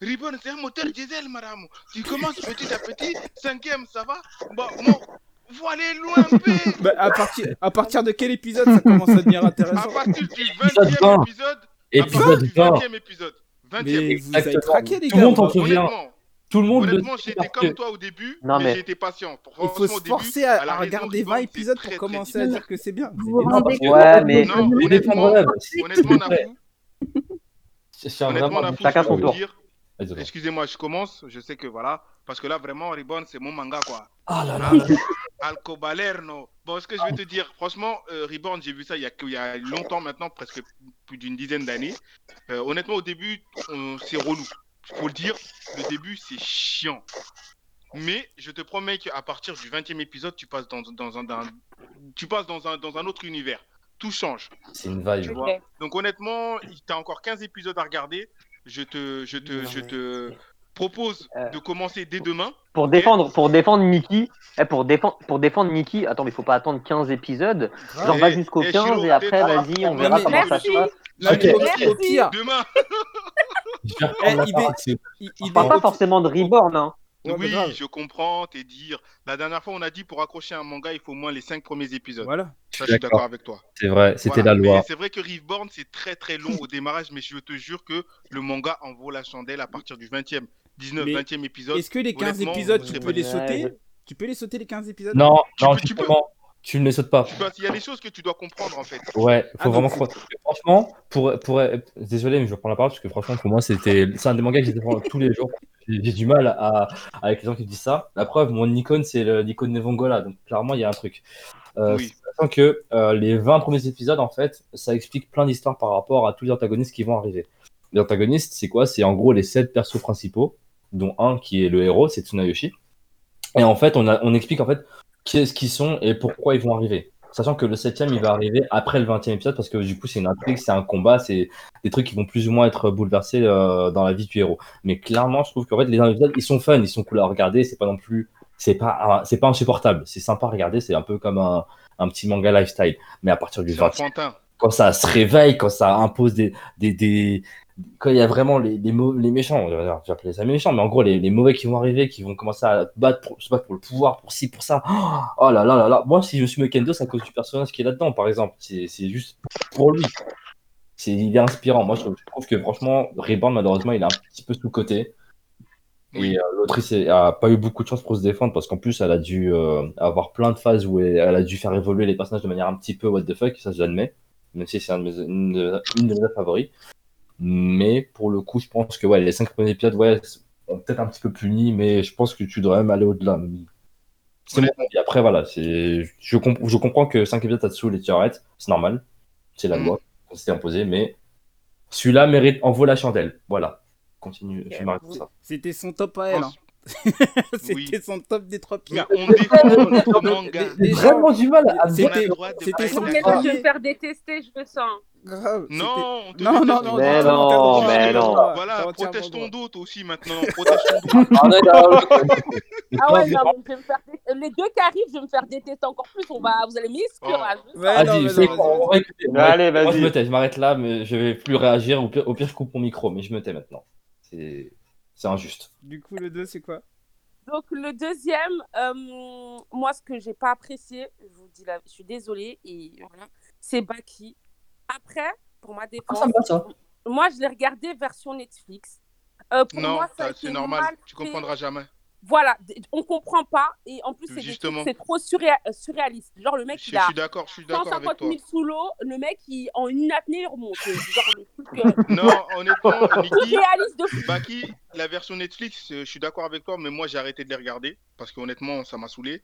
[SPEAKER 3] Reborn, c'est un moteur diesel, madame. Tu commences petit à petit. Cinquième, ça va Bon, bon, faut aller loin un peu.
[SPEAKER 1] [laughs] Bah, à, partir, à partir de quel épisode ça commence à devenir
[SPEAKER 3] À
[SPEAKER 1] intéressant
[SPEAKER 3] partir du
[SPEAKER 4] Épisode 20.
[SPEAKER 3] 20e épisode,
[SPEAKER 4] Épisode
[SPEAKER 3] à
[SPEAKER 4] 20
[SPEAKER 3] partir du 20e Ah, épisode, 20e.
[SPEAKER 1] Mais vous avez
[SPEAKER 4] Exactement.
[SPEAKER 1] traqué, les
[SPEAKER 4] Tout le
[SPEAKER 1] gars.
[SPEAKER 4] monde en
[SPEAKER 1] on va-
[SPEAKER 4] fout. souviens.
[SPEAKER 3] Honnêtement,
[SPEAKER 4] Tout le monde le
[SPEAKER 3] honnêtement
[SPEAKER 4] sait
[SPEAKER 3] j'étais
[SPEAKER 4] parce
[SPEAKER 3] comme
[SPEAKER 4] que-
[SPEAKER 3] toi au début,
[SPEAKER 5] Non,
[SPEAKER 3] mais,
[SPEAKER 5] mais-
[SPEAKER 3] j'étais patient. Pour
[SPEAKER 1] Il faut se forcer à, à regarder 20 épisodes pour commencer à dire que c'est bien.
[SPEAKER 2] Vous
[SPEAKER 1] C'est
[SPEAKER 2] vous
[SPEAKER 1] énorme.
[SPEAKER 2] rendez
[SPEAKER 5] Ouais,
[SPEAKER 2] compte
[SPEAKER 5] mais-
[SPEAKER 2] de-
[SPEAKER 3] Non,
[SPEAKER 4] Je défends
[SPEAKER 3] honnêtement,
[SPEAKER 4] Grenoble.
[SPEAKER 3] honnêtement, Nafou,
[SPEAKER 4] Je tiens
[SPEAKER 3] honnêtement,
[SPEAKER 4] vraiment à
[SPEAKER 3] Nafou,
[SPEAKER 5] Chacun
[SPEAKER 3] je
[SPEAKER 5] son
[SPEAKER 3] peux
[SPEAKER 5] tour.
[SPEAKER 3] vous dire,
[SPEAKER 4] Vas-y, vas-y.
[SPEAKER 3] excusez-moi, je commence, je sais que voilà, parce que là, vraiment, Reborn, c'est mon manga, quoi.
[SPEAKER 4] Ah là là.
[SPEAKER 3] Hein, Alcobalerno. Bon, ce que je vais te dire, franchement, euh, Reborn, j'ai vu ça il y, a, il y a longtemps maintenant, presque plus d'une dizaine d'années. Euh, honnêtement, au début, on- c'est relou. Faut le dire, le début, c'est chiant. Mais je te promets qu'à partir du 20e épisode, tu passes dans, dans un, dans- tu passes dans, un, dans un autre univers. Tout change.
[SPEAKER 4] C'est une vibe.
[SPEAKER 3] Tu vois.
[SPEAKER 7] Ok.
[SPEAKER 3] Donc honnêtement, il- t'as encore 15 épisodes à regarder. Je te, je te, je te propose
[SPEAKER 5] Euh.
[SPEAKER 3] de commencer dès demain.
[SPEAKER 5] [laughs] Pour défendre, pour défendre Nikki, eh, pour défendre, pour défendre Nikki, attends, mais faut pas attendre 15 épisodes. Genre,
[SPEAKER 3] Eh,
[SPEAKER 5] va jusqu'au
[SPEAKER 3] eh,
[SPEAKER 5] 15
[SPEAKER 3] Chiro,
[SPEAKER 5] et après,
[SPEAKER 3] tais-toi.
[SPEAKER 5] vas-y, on
[SPEAKER 1] Non,
[SPEAKER 5] verra
[SPEAKER 1] mais-
[SPEAKER 5] comment Ah, ça se
[SPEAKER 7] Merci.
[SPEAKER 5] passe.
[SPEAKER 1] Non, mais
[SPEAKER 4] Ok.
[SPEAKER 1] au- au,
[SPEAKER 7] Merci.
[SPEAKER 1] pire,
[SPEAKER 3] Demain.
[SPEAKER 4] Je vais
[SPEAKER 1] Eh,
[SPEAKER 4] reprendre la
[SPEAKER 1] il
[SPEAKER 4] parole.
[SPEAKER 1] est-
[SPEAKER 4] c'est-
[SPEAKER 1] il,
[SPEAKER 5] On
[SPEAKER 1] il
[SPEAKER 5] parle
[SPEAKER 1] est
[SPEAKER 5] pas
[SPEAKER 1] au-
[SPEAKER 5] forcément de Reborn, hein.
[SPEAKER 1] Ouais, mais
[SPEAKER 3] oui,
[SPEAKER 1] grave.
[SPEAKER 3] je comprends tes dires. La dernière fois, on a dit pour accrocher un manga, il faut au moins les 5 premiers épisodes.
[SPEAKER 1] Voilà.
[SPEAKER 3] Ça, je suis d'accord avec toi.
[SPEAKER 4] C'est vrai, c'était
[SPEAKER 3] Voilà.
[SPEAKER 4] la
[SPEAKER 3] Mais
[SPEAKER 4] loi.
[SPEAKER 3] c'est vrai que Riveborn, c'est très très long au démarrage, mais je te jure que le manga en vaut la chandelle à partir du 20e, 19,
[SPEAKER 1] Mais
[SPEAKER 3] 20e épisode.
[SPEAKER 1] Est-ce que les 15
[SPEAKER 3] Honnêtement,
[SPEAKER 1] épisodes,
[SPEAKER 3] je
[SPEAKER 1] tu
[SPEAKER 3] sais
[SPEAKER 1] peux
[SPEAKER 3] pas.
[SPEAKER 1] les
[SPEAKER 5] Ouais,
[SPEAKER 1] sauter
[SPEAKER 5] [laughs]
[SPEAKER 1] Tu peux les sauter, les 15 épisodes
[SPEAKER 4] Non,
[SPEAKER 3] Tu
[SPEAKER 4] non,
[SPEAKER 3] peux- tu peux.
[SPEAKER 4] justement, tu ne les sautes pas.
[SPEAKER 3] Tu vois, Il y a des choses que tu dois comprendre en fait.
[SPEAKER 4] Ouais, faut
[SPEAKER 1] Ah, donc
[SPEAKER 4] vraiment
[SPEAKER 1] c'est-
[SPEAKER 4] croire. Franchement, pour, pour, désolé, mais je reprends la parole parce que franchement, pour moi, c'était, c'est un des mangas que j'ai défendu tous les jours. J'ai j'ai du mal à, avec les gens qui disent ça. La preuve, mon icône, c'est le- l'icône Nevongola. Donc, clairement, il y a un truc. Euh,
[SPEAKER 3] Oui.
[SPEAKER 4] Sachant que euh, les 20 premiers épisodes, en fait, ça explique plein d'histoires par rapport à tous les antagonistes qui vont arriver. Les antagonistes, c'est quoi C'est en gros les 7 persos principaux, dont un qui est le héros, c'est Tsunayoshi. Et en fait, on, a- on explique en fait qu'est-ce qu'ils sont et pourquoi ils vont arriver. Sachant que le 7 il va arriver après le 20 e épisode, parce que du coup, c'est une intrigue, c'est un combat, c'est des trucs qui vont plus ou moins être bouleversés euh, dans la vie du héros. Mais clairement, je trouve qu'en fait, les épisodes, ils sont fun, ils sont cool à regarder, c'est pas non plus. C'est pas, un- c'est pas insupportable, c'est sympa à regarder, c'est un peu comme un, un petit manga lifestyle. Mais à partir du
[SPEAKER 3] C'est
[SPEAKER 4] 20
[SPEAKER 3] enfantin.
[SPEAKER 4] quand ça se réveille, quand ça impose des. des, des- quand il y a vraiment les, les, mau- les méchants, j'appelais ça méchants, mais en gros, les, les mauvais qui vont arriver, qui vont commencer à battre pour, se battre pour le pouvoir, pour ci, pour ça. Oh là là là là. Moi, si je me suis Mekendo, c'est à cause du personnage qui est là-dedans, par exemple. C'est c'est juste pour lui. c'est, il est inspirant. Moi, je trouve, je trouve que franchement, Reborn, malheureusement, il est un petit peu sous-côté. Et euh, l'autrice a pas eu beaucoup de chance pour se défendre parce qu'en plus, elle a dû euh, avoir plein de phases où elle, elle a dû faire évoluer les personnages de manière un petit peu what the fuck, ça j'admets, même si c'est un de mes- une, de, une de mes favoris. Mais pour le coup, je pense que ouais, les cinq premiers épisodes ouais, sont peut-être un petit peu punis, mais je pense que tu devrais même aller au-delà. C'est mon avis. Après, voilà, c'est... Je, comp- je comprends que 5 épisodes, t'as dessous les tu arrêtes, c'est normal, c'est la
[SPEAKER 3] Mhm.
[SPEAKER 4] loi, c'est imposé, mais celui-là mérite, en vaut la chandelle. Voilà, continue, je m'arrête pour ça.
[SPEAKER 1] C'était son top à elle. hein. [laughs] C'était
[SPEAKER 3] Oui.
[SPEAKER 1] son top des trois
[SPEAKER 3] Mais
[SPEAKER 1] pires.
[SPEAKER 3] on défend notre manga.
[SPEAKER 1] [laughs] Des- des-
[SPEAKER 4] J'ai vraiment du mal à
[SPEAKER 1] C'est-
[SPEAKER 3] On a
[SPEAKER 1] c'était-
[SPEAKER 3] le droit de
[SPEAKER 1] c'était
[SPEAKER 3] parler
[SPEAKER 1] son
[SPEAKER 3] de
[SPEAKER 1] quel-
[SPEAKER 3] la-
[SPEAKER 1] Ah.
[SPEAKER 7] Je vais me faire détester, je le sens.
[SPEAKER 1] Grave. c'était-
[SPEAKER 3] Non, on te
[SPEAKER 1] Non, non,
[SPEAKER 3] déteste.
[SPEAKER 1] non.
[SPEAKER 5] Mais
[SPEAKER 1] t'as
[SPEAKER 5] non,
[SPEAKER 1] entièrement le
[SPEAKER 5] mais
[SPEAKER 1] droit.
[SPEAKER 5] non.
[SPEAKER 1] T'as
[SPEAKER 3] Voilà,
[SPEAKER 7] Bah,
[SPEAKER 1] entièrement
[SPEAKER 3] protège
[SPEAKER 1] le droit.
[SPEAKER 3] ton dos toi aussi maintenant. Protège ton
[SPEAKER 7] [laughs]
[SPEAKER 3] dos.
[SPEAKER 4] Ah, non, non,
[SPEAKER 7] Ah ouais,
[SPEAKER 4] non.
[SPEAKER 7] non, mais je vais me faire dé- les deux qui arrivent, je vais me faire détester encore plus. On va, vous allez m'exclure.
[SPEAKER 3] Oh.
[SPEAKER 7] ah, je le
[SPEAKER 1] Ouais,
[SPEAKER 7] sens.
[SPEAKER 1] non, mais
[SPEAKER 4] Vas-y, c'est
[SPEAKER 1] non,
[SPEAKER 4] bon,
[SPEAKER 1] vas-y,
[SPEAKER 4] on va écouter.
[SPEAKER 5] Bah, allez,
[SPEAKER 4] Moi, je
[SPEAKER 5] vas-y.
[SPEAKER 4] me tais, je m'arrête là, mais je vais plus réagir. Au pire, au pire, je coupe mon micro, mais je me tais maintenant. C'est c'est injuste.
[SPEAKER 1] Du coup, le 2, c'est quoi
[SPEAKER 7] Donc le deuxième, euh, moi ce que j'ai pas apprécié, je vous dis là, je suis désolée et voilà, c'est Baki. Après, pour
[SPEAKER 2] Ah,
[SPEAKER 7] ma défense, moi je l'ai regardé version Netflix. Euh, pour
[SPEAKER 3] Non,
[SPEAKER 7] moi, ça a
[SPEAKER 3] t'as-
[SPEAKER 7] été
[SPEAKER 3] c'est normal.
[SPEAKER 7] mal
[SPEAKER 3] Tu
[SPEAKER 7] fait.
[SPEAKER 3] comprendras jamais.
[SPEAKER 7] Voilà, d- on comprend pas et en plus c'est des
[SPEAKER 3] Justement.
[SPEAKER 7] trucs- c'est trop surréa- euh, surréaliste. Genre le
[SPEAKER 3] Je
[SPEAKER 7] mec
[SPEAKER 3] je
[SPEAKER 7] il a
[SPEAKER 3] suis d'accord, je suis d'accord avec
[SPEAKER 7] 150
[SPEAKER 3] toi.
[SPEAKER 7] 000 sous l'eau, le mec il en une apnée il
[SPEAKER 4] [laughs]
[SPEAKER 7] remonte. Genre le truc euh,
[SPEAKER 3] Non, honnêtement,
[SPEAKER 7] [laughs]
[SPEAKER 3] Niki,
[SPEAKER 7] surréaliste de fou.
[SPEAKER 3] Baki, la version Netflix, euh, je suis d'accord avec toi, mais moi j'ai arrêté de les regarder parce que honnêtement, ça m'a saoulé.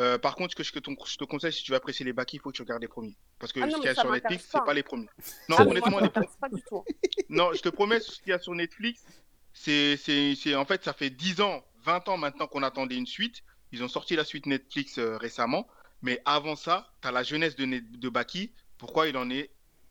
[SPEAKER 3] Euh, par contre, ce que je que ton- je te conseille, si tu veux apprécier les Baki, il faut que tu regardes les premiers. Parce que
[SPEAKER 7] Ah non,
[SPEAKER 3] ce qu'il y
[SPEAKER 7] mais
[SPEAKER 3] a
[SPEAKER 7] ça
[SPEAKER 3] sur
[SPEAKER 7] m'intéresse
[SPEAKER 3] Netflix,
[SPEAKER 7] pas.
[SPEAKER 3] c'est pas les premiers. Non,
[SPEAKER 7] Ah, mais moi,
[SPEAKER 3] honnêtement,
[SPEAKER 7] ça
[SPEAKER 3] les-
[SPEAKER 7] m'intéresse pas du tout.
[SPEAKER 3] non, je te promets, ce qu'il y a sur Netflix, c'est, c'est, c'est- en fait, ça fait 10 ans, 20 ans maintenant qu'on attendait une suite. Ils ont sorti la suite Netflix euh, récemment, mais avant ça, t'as la jeunesse de, Ne- de Baki. Pourquoi il en est,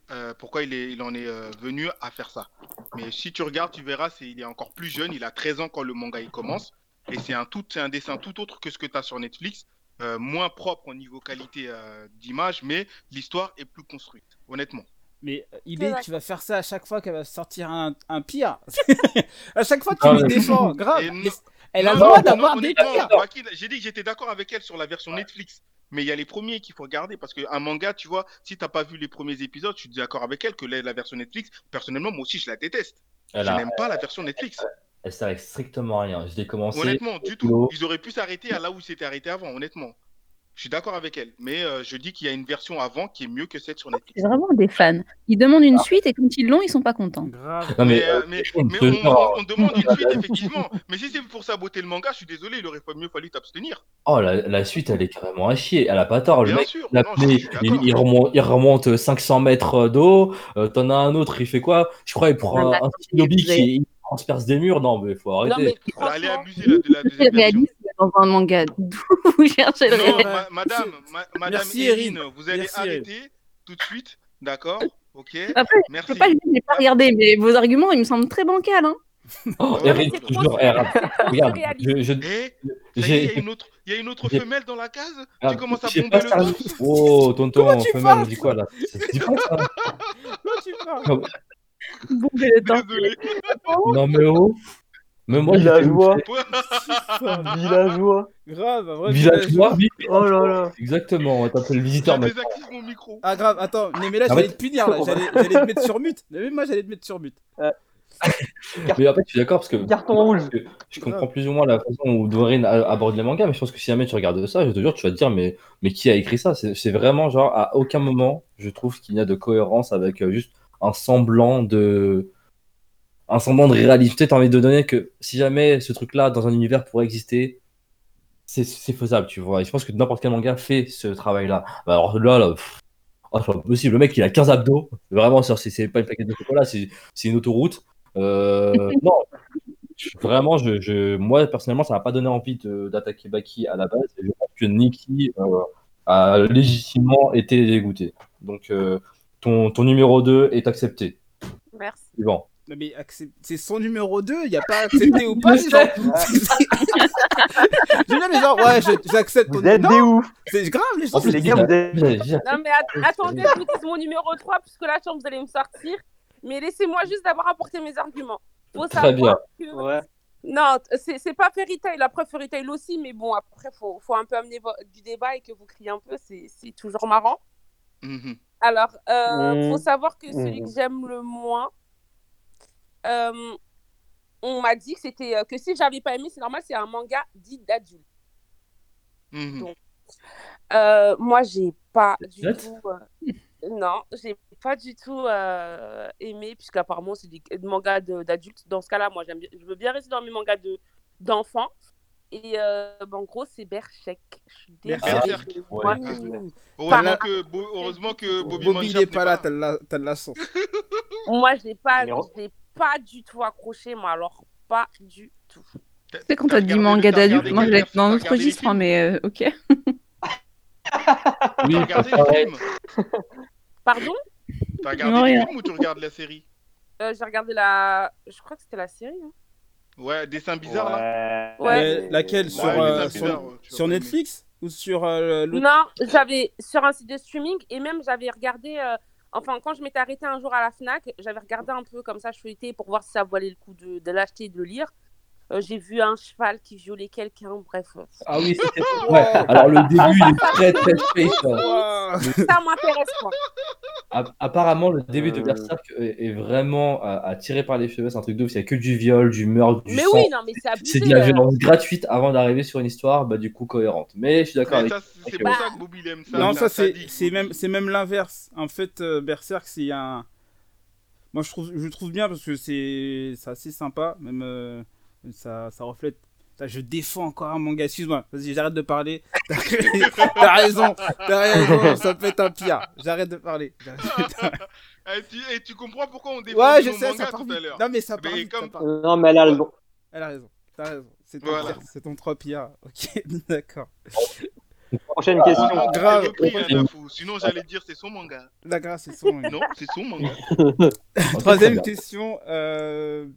[SPEAKER 3] euh, pourquoi il est, il en est euh, venu à faire ça Mais si tu regardes, tu verras, c'est, il est encore plus jeune. Il a 13 ans quand le manga il commence, et c'est un tout, c'est un dessin tout autre que ce que t'as sur Netflix. euh, moins propre au niveau qualité euh, d'image, mais l'histoire est plus construite, honnêtement.
[SPEAKER 1] Mais euh,
[SPEAKER 7] Je
[SPEAKER 1] eBay,
[SPEAKER 7] suis
[SPEAKER 1] tu vas faire ça à chaque fois qu'elle va sortir un, un [laughs] pire. à chaque fois, tu
[SPEAKER 4] Ah,
[SPEAKER 1] lui
[SPEAKER 4] mais-
[SPEAKER 1] défends, grave.
[SPEAKER 3] Et non-
[SPEAKER 1] Mais Elle a
[SPEAKER 3] Non,
[SPEAKER 1] le
[SPEAKER 3] non,
[SPEAKER 1] droit
[SPEAKER 3] non,
[SPEAKER 1] d'avoir des
[SPEAKER 3] honnêtement,
[SPEAKER 1] pires.
[SPEAKER 3] Joaquin, J'ai dit que j'étais d'accord avec elle sur la version Netflix. Mais il y a les premiers qu'il faut regarder parce qu'un manga, tu vois, si t'as pas vu les premiers épisodes, je suis d'accord avec elle que la, la version Netflix, personnellement, moi aussi, je la déteste.
[SPEAKER 4] Elle,
[SPEAKER 3] je
[SPEAKER 4] a-
[SPEAKER 3] n'aime pas la version Netflix.
[SPEAKER 4] elle sert à strictement à rien. Je l'ai commencé.
[SPEAKER 3] Honnêtement, du
[SPEAKER 4] Flo.
[SPEAKER 3] tout. Ils auraient pu s'arrêter à là où ils s'étaient arrêtés avant, honnêtement. Je suis d'accord avec elle. Mais euh, je dis qu'il y a une version avant qui est mieux que celle sur Netflix.
[SPEAKER 2] C'est vraiment des fans. Ils demandent
[SPEAKER 5] Ah.
[SPEAKER 2] une suite et quand ils l'ont, ils sont pas contents.
[SPEAKER 1] [laughs] Grave.
[SPEAKER 4] Non, mais,
[SPEAKER 3] Mais, euh,
[SPEAKER 4] euh,
[SPEAKER 3] mais-
[SPEAKER 4] on
[SPEAKER 3] mais
[SPEAKER 4] te
[SPEAKER 3] on,
[SPEAKER 4] sort-
[SPEAKER 3] on- on demande une suite, effectivement. Mais si c'est pour saboter le manga, je suis désolé, il aurait pas mieux fallu t'abstenir.
[SPEAKER 4] Oh, la, la suite, elle est carrément à chier. Elle a pas tort. Oh, Le
[SPEAKER 3] Bien
[SPEAKER 4] mec,
[SPEAKER 3] sûr,
[SPEAKER 4] il, a-
[SPEAKER 3] non, je suis
[SPEAKER 4] il- il,
[SPEAKER 3] d'accord.
[SPEAKER 4] remonte, il remonte 500 mètres d'eau. Euh, T'en as un autre, il fait quoi Je crois il
[SPEAKER 2] Non,
[SPEAKER 4] prend
[SPEAKER 2] mais
[SPEAKER 4] un
[SPEAKER 2] attends,
[SPEAKER 4] shinobi
[SPEAKER 2] vous avez-
[SPEAKER 4] qui il transperce des murs. Non, mais faut arrêter.
[SPEAKER 7] Non, mais
[SPEAKER 3] Elle est
[SPEAKER 7] franchement,
[SPEAKER 3] abusée là, de la
[SPEAKER 2] C'est
[SPEAKER 3] deuxième version.
[SPEAKER 2] [laughs] réaliste dans un manga. D'où vous cherchez le
[SPEAKER 3] Non,
[SPEAKER 2] réalisme
[SPEAKER 3] ma- madame, ma- madame
[SPEAKER 1] Merci,
[SPEAKER 3] Erin, vous allez
[SPEAKER 1] Merci, Erin.
[SPEAKER 3] arrêter tout de suite, d'accord Ok,
[SPEAKER 2] Après, je
[SPEAKER 3] merci.
[SPEAKER 2] peux pas, je n'ai pas regardé, mais vos arguments, ils me semblent très bancals. Hein.
[SPEAKER 4] Oh,
[SPEAKER 3] mais
[SPEAKER 4] Eric,
[SPEAKER 7] c'est
[SPEAKER 4] je
[SPEAKER 7] trop
[SPEAKER 4] te jure,
[SPEAKER 7] surréaliste,
[SPEAKER 4] Eric,
[SPEAKER 7] c'est trop
[SPEAKER 4] regarde,
[SPEAKER 7] surréaliste.
[SPEAKER 4] je-
[SPEAKER 3] Eh,
[SPEAKER 4] je-
[SPEAKER 3] ça y est, il y a
[SPEAKER 4] j'ai.
[SPEAKER 3] une autre, il y a une autre
[SPEAKER 4] J'ai-
[SPEAKER 3] femelle dans la case Tu
[SPEAKER 4] Ah,
[SPEAKER 3] commences à
[SPEAKER 4] j'ai
[SPEAKER 3] bomber
[SPEAKER 4] pas
[SPEAKER 3] le
[SPEAKER 4] servi-
[SPEAKER 3] torse
[SPEAKER 4] Oh, tonton,
[SPEAKER 1] Comment tu
[SPEAKER 4] femelle, on
[SPEAKER 1] parles
[SPEAKER 4] dit quoi là C'est- Dis pas ça.
[SPEAKER 1] Là, tu
[SPEAKER 4] [laughs]
[SPEAKER 1] parles.
[SPEAKER 2] Bon, mais le temps.
[SPEAKER 3] Désolé.
[SPEAKER 4] Non, mais oh. Mais moi, j'étais
[SPEAKER 5] Villageois, hein.
[SPEAKER 1] Putain.
[SPEAKER 5] villageois.
[SPEAKER 1] grave, un vrai
[SPEAKER 4] Villageois,
[SPEAKER 1] villageois.
[SPEAKER 4] oui.
[SPEAKER 5] Oh là là.
[SPEAKER 4] Exactement, on t'appelle le
[SPEAKER 3] Je
[SPEAKER 4] visiteur maintenant.
[SPEAKER 3] désactive mon micro.
[SPEAKER 1] Ah, grave, attends. Mais, mais là,
[SPEAKER 4] Ah,
[SPEAKER 1] j'allais
[SPEAKER 4] ouais.
[SPEAKER 1] te punir. là. J'allais j'allais te mettre sur mute. Mais moi, j'allais te mettre sur mute.
[SPEAKER 4] Mais après, je suis d'accord parce que
[SPEAKER 5] Carton rouge.
[SPEAKER 4] que je comprends plus ou moins la façon où Doreen a- aborde les mangas, mais je pense que si jamais tu regardes ça, je te jure, tu vas te dire, mais, mais qui a écrit ça C'est c'est vraiment genre, à aucun moment, je trouve qu'il y a de cohérence avec euh, juste un semblant de. Un semblant de réalité. T'as envie de donner que si jamais ce truc-là, dans un univers, pourrait exister, c'est- c'est faisable, tu vois. Et je pense que n'importe quel manga fait ce travail-là. Bah, alors là, là. pff, oh, c'est pas possible, le mec il a 15 abdos, vraiment, ça, c'est c'est pas une plaquette de chocolat, c'est c'est une autoroute. Euh, [laughs] non, je- Vraiment, je, je- moi personnellement, ça m'a pas donné envie de- d'attaquer Baki à la base. Et je pense que Nikki euh, a légitimement été dégoûté. Donc, euh, ton, ton numéro 2 est accepté.
[SPEAKER 7] Merci.
[SPEAKER 4] Suivant.
[SPEAKER 1] Non, mais accep- c'est son numéro 2, il n'y a pas accepté ou pas, c'est genre. c'est- c'est- J'aime bien les gens, ouais, [laughs] je- j'accepte ton
[SPEAKER 5] Vous êtes
[SPEAKER 1] numéro.
[SPEAKER 5] des ouf.
[SPEAKER 1] C'est grave, les gens.
[SPEAKER 4] En plus,
[SPEAKER 1] c'est-
[SPEAKER 5] Les gars, vous êtes.
[SPEAKER 4] J'ai- j'ai-
[SPEAKER 7] Non, mais at- attendez, je vous dis mon numéro 3, puisque là, chambre, vous allez me sortir. Mais laissez-moi juste d'avoir apporté mes arguments. Faut
[SPEAKER 4] Très
[SPEAKER 7] savoir
[SPEAKER 4] bien.
[SPEAKER 7] que-
[SPEAKER 5] Ouais.
[SPEAKER 7] Non, t- c'est c'est pas Fairy Tail. La preuve, Fairy Tail aussi. Mais bon, après, faut, faut un peu amener vo- du débat et que vous criez un peu. C'est c'est toujours marrant.
[SPEAKER 3] Mhm.
[SPEAKER 7] Alors, euh, faut
[SPEAKER 5] Mm.
[SPEAKER 7] savoir que celui
[SPEAKER 5] Mm.
[SPEAKER 7] que j'aime le moins, euh, on m'a dit que c'était euh, que si j'avais pas aimé, c'est normal, c'est un manga dit d'adulte.
[SPEAKER 3] Mhm.
[SPEAKER 7] Euh, moi, j'ai pas du
[SPEAKER 4] Note
[SPEAKER 7] tout. euh, non, j'ai pas du tout euh, aimé, puisqu'apparemment, c'est des des mangas de- d'adultes. Dans ce cas-là, moi, j'aime bien, je veux bien rester dans mes mangas de- d'enfants. Et euh, bah, en gros, c'est Berserk. Je suis désolée,
[SPEAKER 3] Berserk.
[SPEAKER 7] je-
[SPEAKER 4] Ouais.
[SPEAKER 7] moi,
[SPEAKER 3] Heureusement,
[SPEAKER 7] Par-
[SPEAKER 3] que, Bo- heureusement que Bobby,
[SPEAKER 1] Bobby
[SPEAKER 3] Manchap
[SPEAKER 1] n'est pas là,
[SPEAKER 3] là.
[SPEAKER 1] t'as de la- t'as de la sauce.
[SPEAKER 7] moi, je n'ai pas,
[SPEAKER 5] Numéro-
[SPEAKER 7] je l'ai pas du tout accroché, moi, alors pas du tout.
[SPEAKER 3] T'as-
[SPEAKER 6] sais, quand
[SPEAKER 3] t'as
[SPEAKER 6] t'as dit
[SPEAKER 3] regardé-
[SPEAKER 6] manga
[SPEAKER 3] t'as regardé
[SPEAKER 6] d'adulte, moi
[SPEAKER 3] quel
[SPEAKER 6] j'allais
[SPEAKER 3] perso-
[SPEAKER 6] dans
[SPEAKER 3] t'as
[SPEAKER 6] un autre
[SPEAKER 3] regardé les
[SPEAKER 6] registre, hein,
[SPEAKER 3] films
[SPEAKER 6] mais euh, ok.
[SPEAKER 4] Oui,
[SPEAKER 3] T'as regardé
[SPEAKER 4] [laughs] pas pareil.
[SPEAKER 3] les films
[SPEAKER 7] Pardon,
[SPEAKER 3] T'as regardé
[SPEAKER 6] Non,
[SPEAKER 3] les
[SPEAKER 6] rien.
[SPEAKER 3] films ou tu regardes la série
[SPEAKER 7] Euh, j'ai regardé la. Je crois que c'était la série. hein.
[SPEAKER 3] Ouais, dessin bizarre là.
[SPEAKER 1] Mais laquelle
[SPEAKER 5] Ouais,
[SPEAKER 1] sur,
[SPEAKER 3] Ouais,
[SPEAKER 1] euh,
[SPEAKER 3] Dessin
[SPEAKER 1] sur-
[SPEAKER 3] Bizarre, ouais, tu vas
[SPEAKER 1] Sur
[SPEAKER 3] pas aimer.
[SPEAKER 1] Netflix Ou sur euh, l'autre
[SPEAKER 7] Non, j'avais sur un site de streaming et même j'avais regardé. euh, Enfin, quand je m'étais arrêtée un jour à la Fnac, j'avais regardé un peu comme ça, je feuilletais pour voir si ça valait le coup de, de l'acheter et de le lire. Euh, j'ai vu un cheval qui violait quelqu'un,
[SPEAKER 4] [laughs]
[SPEAKER 7] bref.
[SPEAKER 4] Ah oui, c'était.
[SPEAKER 7] Oh.
[SPEAKER 4] Ouais, alors le début, il est très très space.
[SPEAKER 7] [laughs]
[SPEAKER 4] hein.
[SPEAKER 1] Ouah.
[SPEAKER 7] Ça m'intéresse pas.
[SPEAKER 4] App- Apparemment, le début de
[SPEAKER 5] Euh.
[SPEAKER 4] Berserk est, est vraiment à, à tirer par les cheveux. C'est un truc de ouf. Il y a que du viol, du meurtre, du
[SPEAKER 7] Mais
[SPEAKER 4] sang.
[SPEAKER 7] oui, non, mais c'est abusé.
[SPEAKER 4] c'est de la
[SPEAKER 7] euh.
[SPEAKER 4] violence gratuite avant d'arriver sur une histoire, bah, du coup, cohérente. Mais je suis d'accord
[SPEAKER 3] Mais
[SPEAKER 4] avec.
[SPEAKER 3] ça, c'est c'est
[SPEAKER 4] avec-
[SPEAKER 2] Bah.
[SPEAKER 3] pour ça que Bobby il aime ça.
[SPEAKER 1] Non,
[SPEAKER 3] il
[SPEAKER 1] ça
[SPEAKER 3] a-
[SPEAKER 1] c'est
[SPEAKER 3] dit,
[SPEAKER 1] c'est
[SPEAKER 3] Bobby.
[SPEAKER 1] même c'est même l'inverse. En fait, euh, Berserk c'est un. Moi je trouve je le trouve bien parce que c'est c'est assez sympa, même euh, ça ça reflète. Putain, Je défends encore un manga, excuse-moi, vas-y, j'arrête de parler. [laughs] T'as t'as raison, t'as raison, ça peut être un pire. J'arrête de parler.
[SPEAKER 3] Ah, Eh, tu, eh, tu comprends pourquoi on
[SPEAKER 1] [laughs]
[SPEAKER 3] défend
[SPEAKER 1] Ouais, je
[SPEAKER 3] nos
[SPEAKER 1] sais, ça
[SPEAKER 3] mangas
[SPEAKER 1] part
[SPEAKER 3] tout à
[SPEAKER 1] vite.
[SPEAKER 3] l'heure
[SPEAKER 1] Non, mais ça part
[SPEAKER 3] Mais
[SPEAKER 1] vite,
[SPEAKER 3] comme-
[SPEAKER 1] ça part-
[SPEAKER 5] Non, mais elle a le droit.
[SPEAKER 1] Elle a raison, t'as raison. C'est ton
[SPEAKER 3] Voilà.
[SPEAKER 1] pire, c'est ton 3 pire. Ok, [laughs] d'accord.
[SPEAKER 5] Prochaine question.
[SPEAKER 3] Sinon,
[SPEAKER 1] Ah, grave.
[SPEAKER 3] j'ai repris, hein, Nafou. Sinon, j'allais dire c'est son manga.
[SPEAKER 1] La grâce, c'est son.
[SPEAKER 3] Non, c'est son
[SPEAKER 7] [laughs]
[SPEAKER 3] manga.
[SPEAKER 4] Ok, très
[SPEAKER 1] Troisième
[SPEAKER 4] bien.
[SPEAKER 1] question. euh,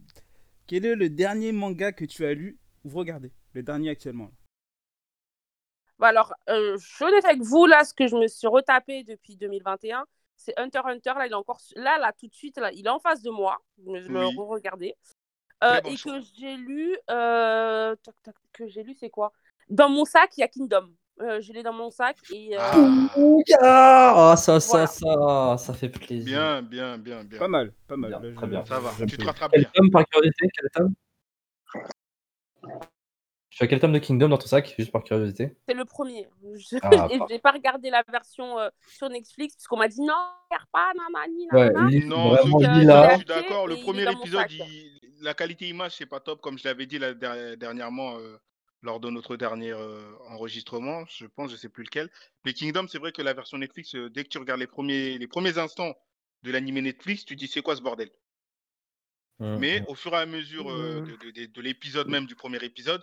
[SPEAKER 1] quel est le dernier manga que tu as lu ou regardé Le dernier actuellement.
[SPEAKER 7] Bah alors, euh, je suis honnête avec vous, là, ce que je me suis retapé depuis 2021, c'est Hunter x Hunter. Là, il est encore su- là, là, tout de suite, là, il est en face de moi. Je me- je le
[SPEAKER 3] Oui.
[SPEAKER 7] re-regardais.
[SPEAKER 3] Très
[SPEAKER 7] Euh,
[SPEAKER 3] bon
[SPEAKER 7] et
[SPEAKER 3] choix.
[SPEAKER 7] que j'ai lu, euh, tac, tac, que j'ai lu, c'est quoi Dans mon sac, il y a Kingdom. Euh, je l'ai dans mon sac et euh,
[SPEAKER 3] Ah,
[SPEAKER 4] Ah, ça,
[SPEAKER 7] Voilà.
[SPEAKER 4] ça, ça, ça fait plaisir.
[SPEAKER 3] bien, bien, bien, bien.
[SPEAKER 1] Pas mal, pas mal.
[SPEAKER 4] Bien,
[SPEAKER 1] Là, je-
[SPEAKER 4] très bien.
[SPEAKER 3] Ça va,
[SPEAKER 1] j'aime
[SPEAKER 3] tu te
[SPEAKER 1] bien.
[SPEAKER 3] rattrapes
[SPEAKER 4] Quel
[SPEAKER 3] bien.
[SPEAKER 4] tome par curiosité Quel tome Tu as quel tome de Kingdom dans ton sac Juste par curiosité.
[SPEAKER 7] c'est le premier. Je
[SPEAKER 4] Ah,
[SPEAKER 7] [laughs] et
[SPEAKER 4] parfait.
[SPEAKER 7] j'ai pas regardé la version euh, sur Netflix parce qu'on m'a dit non, regarde pas, nanani,
[SPEAKER 4] Ouais,
[SPEAKER 7] nanana.
[SPEAKER 4] lis-
[SPEAKER 3] Non,
[SPEAKER 4] vraiment,
[SPEAKER 7] je-
[SPEAKER 4] lis
[SPEAKER 7] je-
[SPEAKER 4] là.
[SPEAKER 3] je suis d'accord. Le
[SPEAKER 7] Et il est
[SPEAKER 3] premier
[SPEAKER 7] dans mon
[SPEAKER 3] épisode,
[SPEAKER 7] sac.
[SPEAKER 3] il- la qualité image, c'est pas top, comme je l'avais dit la der- dernièrement euh, lors de notre dernier euh, enregistrement. Je pense, je sais plus lequel. Mais Kingdom, c'est vrai que la version Netflix, euh, dès que tu regardes les premiers, les premiers instants de l'animé Netflix, tu dis c'est quoi ce bordel
[SPEAKER 4] Hum,
[SPEAKER 3] Mais
[SPEAKER 4] hum.
[SPEAKER 3] au fur et à mesure euh, de, de- de- de l'épisode même, du premier épisode,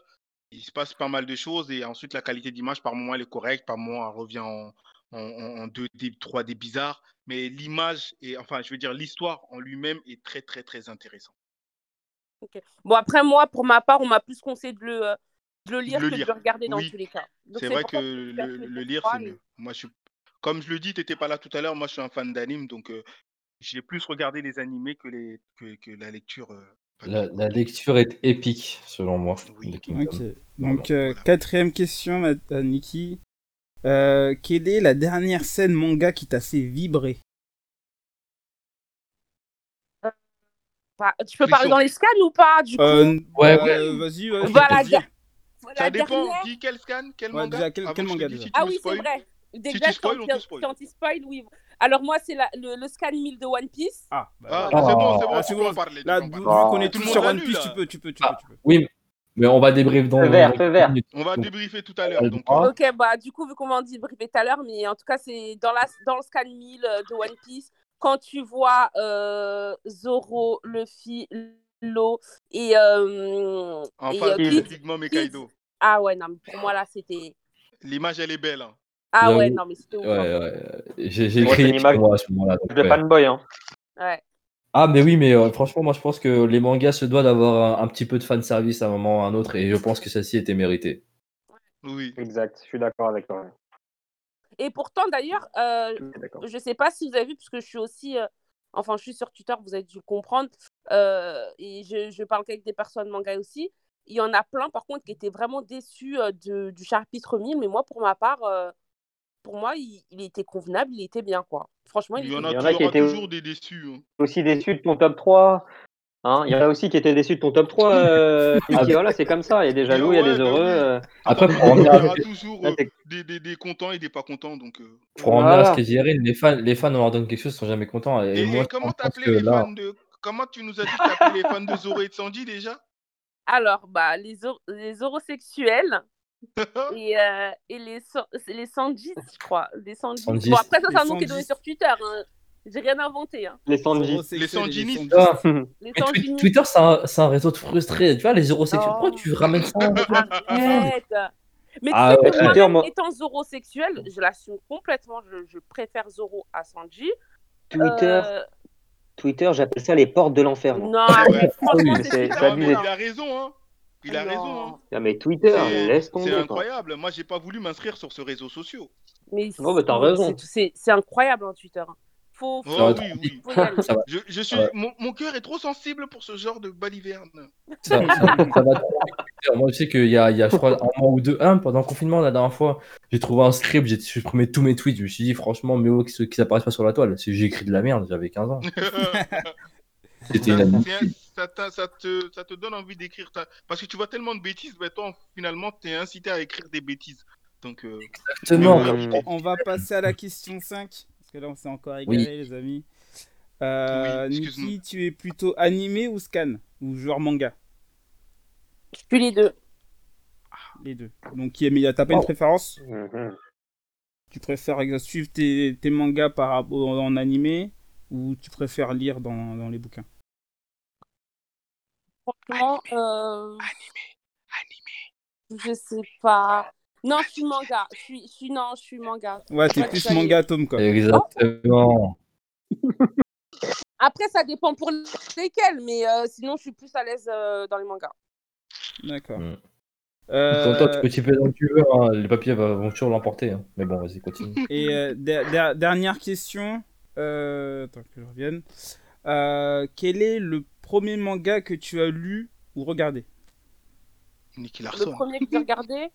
[SPEAKER 3] il se passe pas mal de choses et ensuite la qualité d'image par moment elle est correcte, par moment elle revient en, en, en- en 2D, 3D bizarre, mais l'image et enfin je veux dire l'histoire en lui-même est très très très intéressante.
[SPEAKER 7] Ok. Bon, après, moi, pour ma part, on m'a plus conseillé de le, euh, de le lire
[SPEAKER 3] Le
[SPEAKER 7] que
[SPEAKER 3] lire,
[SPEAKER 7] de le regarder dans
[SPEAKER 3] oui.
[SPEAKER 7] tous les cas. Donc,
[SPEAKER 3] C'est vrai
[SPEAKER 7] pour
[SPEAKER 3] que
[SPEAKER 7] ça je
[SPEAKER 3] le,
[SPEAKER 7] préfère que
[SPEAKER 3] le
[SPEAKER 7] je
[SPEAKER 3] lire
[SPEAKER 7] croie,
[SPEAKER 3] c'est
[SPEAKER 7] mais-
[SPEAKER 3] mieux. Moi je suis comme je le dis, t'étais pas là tout à l'heure, moi je suis un fan d'anime donc euh, j'ai plus regardé les animés que les que, que la lecture. euh, enfin,
[SPEAKER 4] La, la lecture est épique, selon moi.
[SPEAKER 3] Oui.
[SPEAKER 4] de Kingdom.
[SPEAKER 1] Ok. Donc,
[SPEAKER 4] Voilà.
[SPEAKER 1] euh,
[SPEAKER 3] Voilà.
[SPEAKER 1] quatrième question, ma- à Nikki. Euh, quelle est la dernière scène manga qui t'a fait vibrer
[SPEAKER 7] Enfin, tu peux
[SPEAKER 3] Frisson.
[SPEAKER 7] parler dans les scans ou pas, du coup
[SPEAKER 1] Euh,
[SPEAKER 4] Ouais,
[SPEAKER 1] bah, Vas-y, vas-y.
[SPEAKER 7] Voilà,
[SPEAKER 1] vas-y.
[SPEAKER 7] gars. Voilà,
[SPEAKER 3] Ça dépend,
[SPEAKER 7] dernière-
[SPEAKER 3] dis quel scan, quel
[SPEAKER 1] Ouais,
[SPEAKER 3] manga.
[SPEAKER 1] déjà, quel-
[SPEAKER 3] Avant
[SPEAKER 1] quel
[SPEAKER 3] que je te
[SPEAKER 1] manga
[SPEAKER 3] dise
[SPEAKER 1] déjà
[SPEAKER 3] si tu
[SPEAKER 7] Ah
[SPEAKER 3] me
[SPEAKER 7] oui, c'est
[SPEAKER 3] spoil.
[SPEAKER 7] vrai.
[SPEAKER 3] tu
[SPEAKER 7] Déjà,
[SPEAKER 3] spoil, on te
[SPEAKER 7] quand,
[SPEAKER 3] spoil.
[SPEAKER 7] quand ils spoilent, oui. Alors, moi, c'est la- le, le scan 1000 de One Piece.
[SPEAKER 1] Ah, bah,
[SPEAKER 3] Ah,
[SPEAKER 1] voilà.
[SPEAKER 3] c'est bon, c'est bon,
[SPEAKER 1] Ah,
[SPEAKER 3] tu
[SPEAKER 1] c'est
[SPEAKER 3] peux
[SPEAKER 1] bon.
[SPEAKER 3] en parler. tu
[SPEAKER 1] Là,
[SPEAKER 3] peux en
[SPEAKER 1] vu vu
[SPEAKER 3] parler.
[SPEAKER 5] parle.
[SPEAKER 1] qu'on est
[SPEAKER 3] Tout
[SPEAKER 1] tous
[SPEAKER 3] le
[SPEAKER 1] sur
[SPEAKER 3] monde l'a
[SPEAKER 1] One
[SPEAKER 3] lu,
[SPEAKER 1] Piece,
[SPEAKER 3] là.
[SPEAKER 1] tu peux, tu peux, tu peux,
[SPEAKER 4] Ah.
[SPEAKER 1] tu peux.
[SPEAKER 4] Oui, mais on va débriefer dans.
[SPEAKER 5] Feu vert, feu vert.
[SPEAKER 3] On va débriefer tout à
[SPEAKER 4] On a
[SPEAKER 3] l'heure.
[SPEAKER 4] le
[SPEAKER 3] Donc,
[SPEAKER 4] droit.
[SPEAKER 3] euh,
[SPEAKER 7] Ok, bah, du coup, vu qu'on m'a dit briefé tout à l'heure, mais en tout cas, c'est dans, la, dans le scan 1000 euh, de One Piece, quand tu vois euh, Zoro, Luffy, Lo et. euh,
[SPEAKER 3] en
[SPEAKER 7] et,
[SPEAKER 3] face
[SPEAKER 7] euh,
[SPEAKER 3] de
[SPEAKER 7] Kid.
[SPEAKER 3] Big Mom et
[SPEAKER 7] Kids.
[SPEAKER 3] Kaido.
[SPEAKER 7] Ah ouais, non, mais pour moi, là, c'était.
[SPEAKER 3] L'image, elle est belle. hein.
[SPEAKER 7] Ah ouais,
[SPEAKER 4] J'avoue.
[SPEAKER 7] non, mais c'était ouf.
[SPEAKER 4] Ouais,
[SPEAKER 7] hein.
[SPEAKER 4] ouais. J'ai j'ai
[SPEAKER 5] Moi, c'est
[SPEAKER 4] crié
[SPEAKER 5] une image-
[SPEAKER 4] moi à ce moment-là. donc,
[SPEAKER 5] De
[SPEAKER 4] ouais.
[SPEAKER 5] fanboy, hein.
[SPEAKER 7] Ouais.
[SPEAKER 4] Ah, mais oui, mais euh, franchement, moi je pense que les mangas se doivent d'avoir un, un petit peu de fanservice à un moment ou à un autre, et je pense que celle-ci était méritée.
[SPEAKER 3] Oui.
[SPEAKER 5] Exact, je suis d'accord avec toi.
[SPEAKER 7] Et pourtant, d'ailleurs, euh,
[SPEAKER 5] Je suis d'accord.
[SPEAKER 7] je sais pas si vous avez vu, parce que je suis aussi, euh, enfin, je suis sur Twitter, vous avez dû le comprendre, euh, et je, je parle qu'avec des personnes manga aussi. Il y en a plein, par contre, qui étaient vraiment déçus euh, de- du chapitre 1000, mais moi, pour ma part, euh, pour moi, il, il était convenable, il était bien, quoi. Franchement,
[SPEAKER 3] Il
[SPEAKER 7] il,
[SPEAKER 3] y en
[SPEAKER 7] était-
[SPEAKER 3] a,
[SPEAKER 5] Il y en a
[SPEAKER 3] il y
[SPEAKER 5] qui
[SPEAKER 3] aura
[SPEAKER 5] étaient-
[SPEAKER 3] toujours des déçus. hein.
[SPEAKER 5] aussi déçu de ton top 3. Hein, il y en a aussi qui étaient déçus de ton top 3.
[SPEAKER 3] [laughs]
[SPEAKER 5] euh, Mickey, voilà, c'est comme ça. Il y a des jaloux, il y a
[SPEAKER 3] Ouais,
[SPEAKER 5] des
[SPEAKER 3] bah
[SPEAKER 5] heureux.
[SPEAKER 3] oui.
[SPEAKER 5] euh,
[SPEAKER 4] Après,
[SPEAKER 3] Il
[SPEAKER 4] pour
[SPEAKER 3] y
[SPEAKER 4] revenir à-
[SPEAKER 3] aura toujours
[SPEAKER 5] là,
[SPEAKER 3] euh,
[SPEAKER 5] c'est-
[SPEAKER 3] des, des, des contents et des pas contents. Donc, euh.
[SPEAKER 4] pour revenir à ce
[SPEAKER 5] Voilà.
[SPEAKER 4] que dit Erin, les fans, les fans, on leur donne quelque chose, ils sont jamais contents. Et,
[SPEAKER 3] Et,
[SPEAKER 4] moi,
[SPEAKER 3] et comment
[SPEAKER 4] je pense
[SPEAKER 3] t'appelais
[SPEAKER 4] que
[SPEAKER 3] les
[SPEAKER 4] là,
[SPEAKER 3] fans de. Comment tu nous as dit que t'appelais les fans de Zoro et de Sandy déjà [laughs]
[SPEAKER 7] Alors, bah, les, hor- les horosexuels et, euh, et les, so- les sanjis, je crois. Les sanjis.
[SPEAKER 4] Sanjis.
[SPEAKER 7] Bon, après, ça, c'est
[SPEAKER 1] Les
[SPEAKER 7] un nom qui est donné
[SPEAKER 1] sanjis.
[SPEAKER 7] sur Twitter. hein. J'ai rien inventé. hein.
[SPEAKER 5] Les Sanji.
[SPEAKER 3] Les sandinistes. [laughs]
[SPEAKER 4] Ah,
[SPEAKER 3] Euh,
[SPEAKER 4] mais
[SPEAKER 7] Les
[SPEAKER 4] Twi-
[SPEAKER 7] sanjis.
[SPEAKER 4] Twitter, c'est un, c'est un réseau de frustrés. Tu vois, les eurosexuels,
[SPEAKER 7] Non.
[SPEAKER 4] pourquoi tu ramènes ça
[SPEAKER 7] Arrête Mais tu
[SPEAKER 4] Ah
[SPEAKER 7] sais
[SPEAKER 4] ouais,
[SPEAKER 7] que moi-même,
[SPEAKER 5] Bah, Twitter, moi-
[SPEAKER 7] étant zorosexuel, je l'assume complètement. Je, je préfère Zoro à Sanji.
[SPEAKER 5] Twitter,
[SPEAKER 7] Euh,
[SPEAKER 5] Twitter j'appelle ça les portes de l'enfer. moi.
[SPEAKER 7] Non, arrête. franchement,
[SPEAKER 5] mais
[SPEAKER 7] c'est
[SPEAKER 5] c'est-
[SPEAKER 7] super
[SPEAKER 5] t'as
[SPEAKER 3] Non, mais
[SPEAKER 5] abusé.
[SPEAKER 3] hein. il
[SPEAKER 7] dur.
[SPEAKER 3] a raison, hein. Ah Il a
[SPEAKER 7] Non.
[SPEAKER 3] raison. hein.
[SPEAKER 5] Non, mais Twitter,
[SPEAKER 3] C'est-
[SPEAKER 5] laisse
[SPEAKER 3] C'est
[SPEAKER 5] tomber. quoi.
[SPEAKER 3] incroyable. Moi, j'ai pas voulu m'inscrire sur ce réseau social.
[SPEAKER 7] Mais c'est-
[SPEAKER 5] Non, mais Oh, bah, t'as raison.
[SPEAKER 7] c'est tout- C'est c'est incroyable, hein, Twitter. Faut, faut,
[SPEAKER 3] Oh,
[SPEAKER 4] Ouais.
[SPEAKER 3] oui, oui.
[SPEAKER 7] faut y aller.
[SPEAKER 4] Ça va,
[SPEAKER 3] Je, je suis,
[SPEAKER 4] Ouais.
[SPEAKER 3] mon, mon cœur est trop sensible pour ce genre de baliverne.
[SPEAKER 4] ça, ça- ça va trop avec Twitter. Moi, je sais qu'il y a, il y a, je crois, un mois ou deux, un, pendant le confinement, la dernière fois, j'ai trouvé un script, j'ai supprimé tous mes tweets. Je me suis dit, franchement, mieux vaut que ceux qui apparaissent pas sur la toile. C'est- J'ai écrit de la merde, j'avais 15
[SPEAKER 3] [laughs]
[SPEAKER 4] ans. C'était
[SPEAKER 3] Ça,
[SPEAKER 4] une
[SPEAKER 3] c'est un- ça t'a- ça te, ça te donne envie d'écrire. ta- Parce que tu vois tellement de bêtises, mais toi, finalement, t'es incité à écrire des bêtises. Donc, euh,
[SPEAKER 4] Exactement.
[SPEAKER 5] Comme-
[SPEAKER 1] On
[SPEAKER 3] [coughs]
[SPEAKER 1] va passer à la question 5. Parce que là, on s'est encore égaré, les amis. Euh,
[SPEAKER 3] Oui, excuse-nous.
[SPEAKER 1] Niki, tu es plutôt animé ou scan Ou joueur manga
[SPEAKER 7] Je suis les deux.
[SPEAKER 1] Les deux. Donc, qui aime- t'as pas une
[SPEAKER 5] Oh.
[SPEAKER 1] préférence
[SPEAKER 5] Mhm.
[SPEAKER 1] Tu préfères ex- suivre tes, tes mangas par, rapport- en animé Ou tu préfères lire dans, dans les bouquins
[SPEAKER 7] Franchement, euh, je sais pas. Non, je suis manga. Je suis, je suis- non, je suis manga.
[SPEAKER 1] Ouais, t'es
[SPEAKER 7] Ouais,
[SPEAKER 1] plus
[SPEAKER 7] ça y est.
[SPEAKER 1] manga tome, quoi.
[SPEAKER 4] Exactement.
[SPEAKER 7] Après, ça dépend pour lesquels, mais euh, sinon, je suis plus à l'aise euh, dans les mangas.
[SPEAKER 1] D'accord.
[SPEAKER 4] Mm.
[SPEAKER 1] Euh,
[SPEAKER 4] Toi, tu peux taper dans le tu veux, hein, les papiers va- vont toujours l'emporter. hein. Mais bon, vas-y, continue.
[SPEAKER 3] [laughs]
[SPEAKER 1] Et euh, der- der- dernière question. Euh, attends que je revienne. Euh, quel est le premier manga que tu as lu ou regardé
[SPEAKER 3] Nicky
[SPEAKER 7] Le
[SPEAKER 3] Larson.
[SPEAKER 7] premier que j'ai regardé,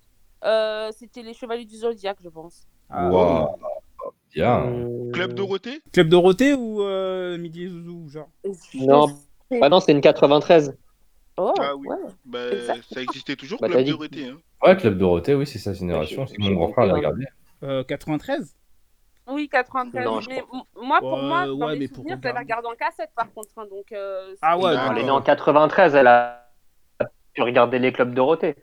[SPEAKER 7] euh, c'était Les Chevaliers du Zodiac, je pense.
[SPEAKER 1] Ah,
[SPEAKER 4] Waouh.
[SPEAKER 7] euh,
[SPEAKER 4] Bien.
[SPEAKER 3] Club Dorothée
[SPEAKER 1] Club Dorothée ou euh, Midi et Zouzou genre
[SPEAKER 7] Je
[SPEAKER 5] Non.
[SPEAKER 7] sais-
[SPEAKER 5] Bah non, c'est une 93.
[SPEAKER 7] Oh,
[SPEAKER 3] Ah oui.
[SPEAKER 7] ouais.
[SPEAKER 3] Bah,
[SPEAKER 7] Exact.
[SPEAKER 3] Ça existait toujours,
[SPEAKER 5] Bah, t'as
[SPEAKER 3] Club
[SPEAKER 5] dit.
[SPEAKER 3] Dorothée. hein.
[SPEAKER 4] Ouais, Club Dorothée, oui, c'est sa génération.
[SPEAKER 5] Ouais, je-
[SPEAKER 4] C'est mon grand frère l'a regardé.
[SPEAKER 1] Euh, 93
[SPEAKER 7] Oui, 93.
[SPEAKER 5] Non, je
[SPEAKER 7] mais m- moi, pour
[SPEAKER 1] Ouais,
[SPEAKER 7] moi, dans
[SPEAKER 1] ouais, mais
[SPEAKER 7] mes
[SPEAKER 1] pour
[SPEAKER 7] souvenirs, je l'avais
[SPEAKER 1] regarder.
[SPEAKER 7] regardé en cassette, par contre. hein, donc, euh,
[SPEAKER 1] Ah ouais,
[SPEAKER 7] c'est-
[SPEAKER 5] Non, elle est
[SPEAKER 3] d'accord.
[SPEAKER 5] née en 93, elle a pu regarder les clubs Dorothée.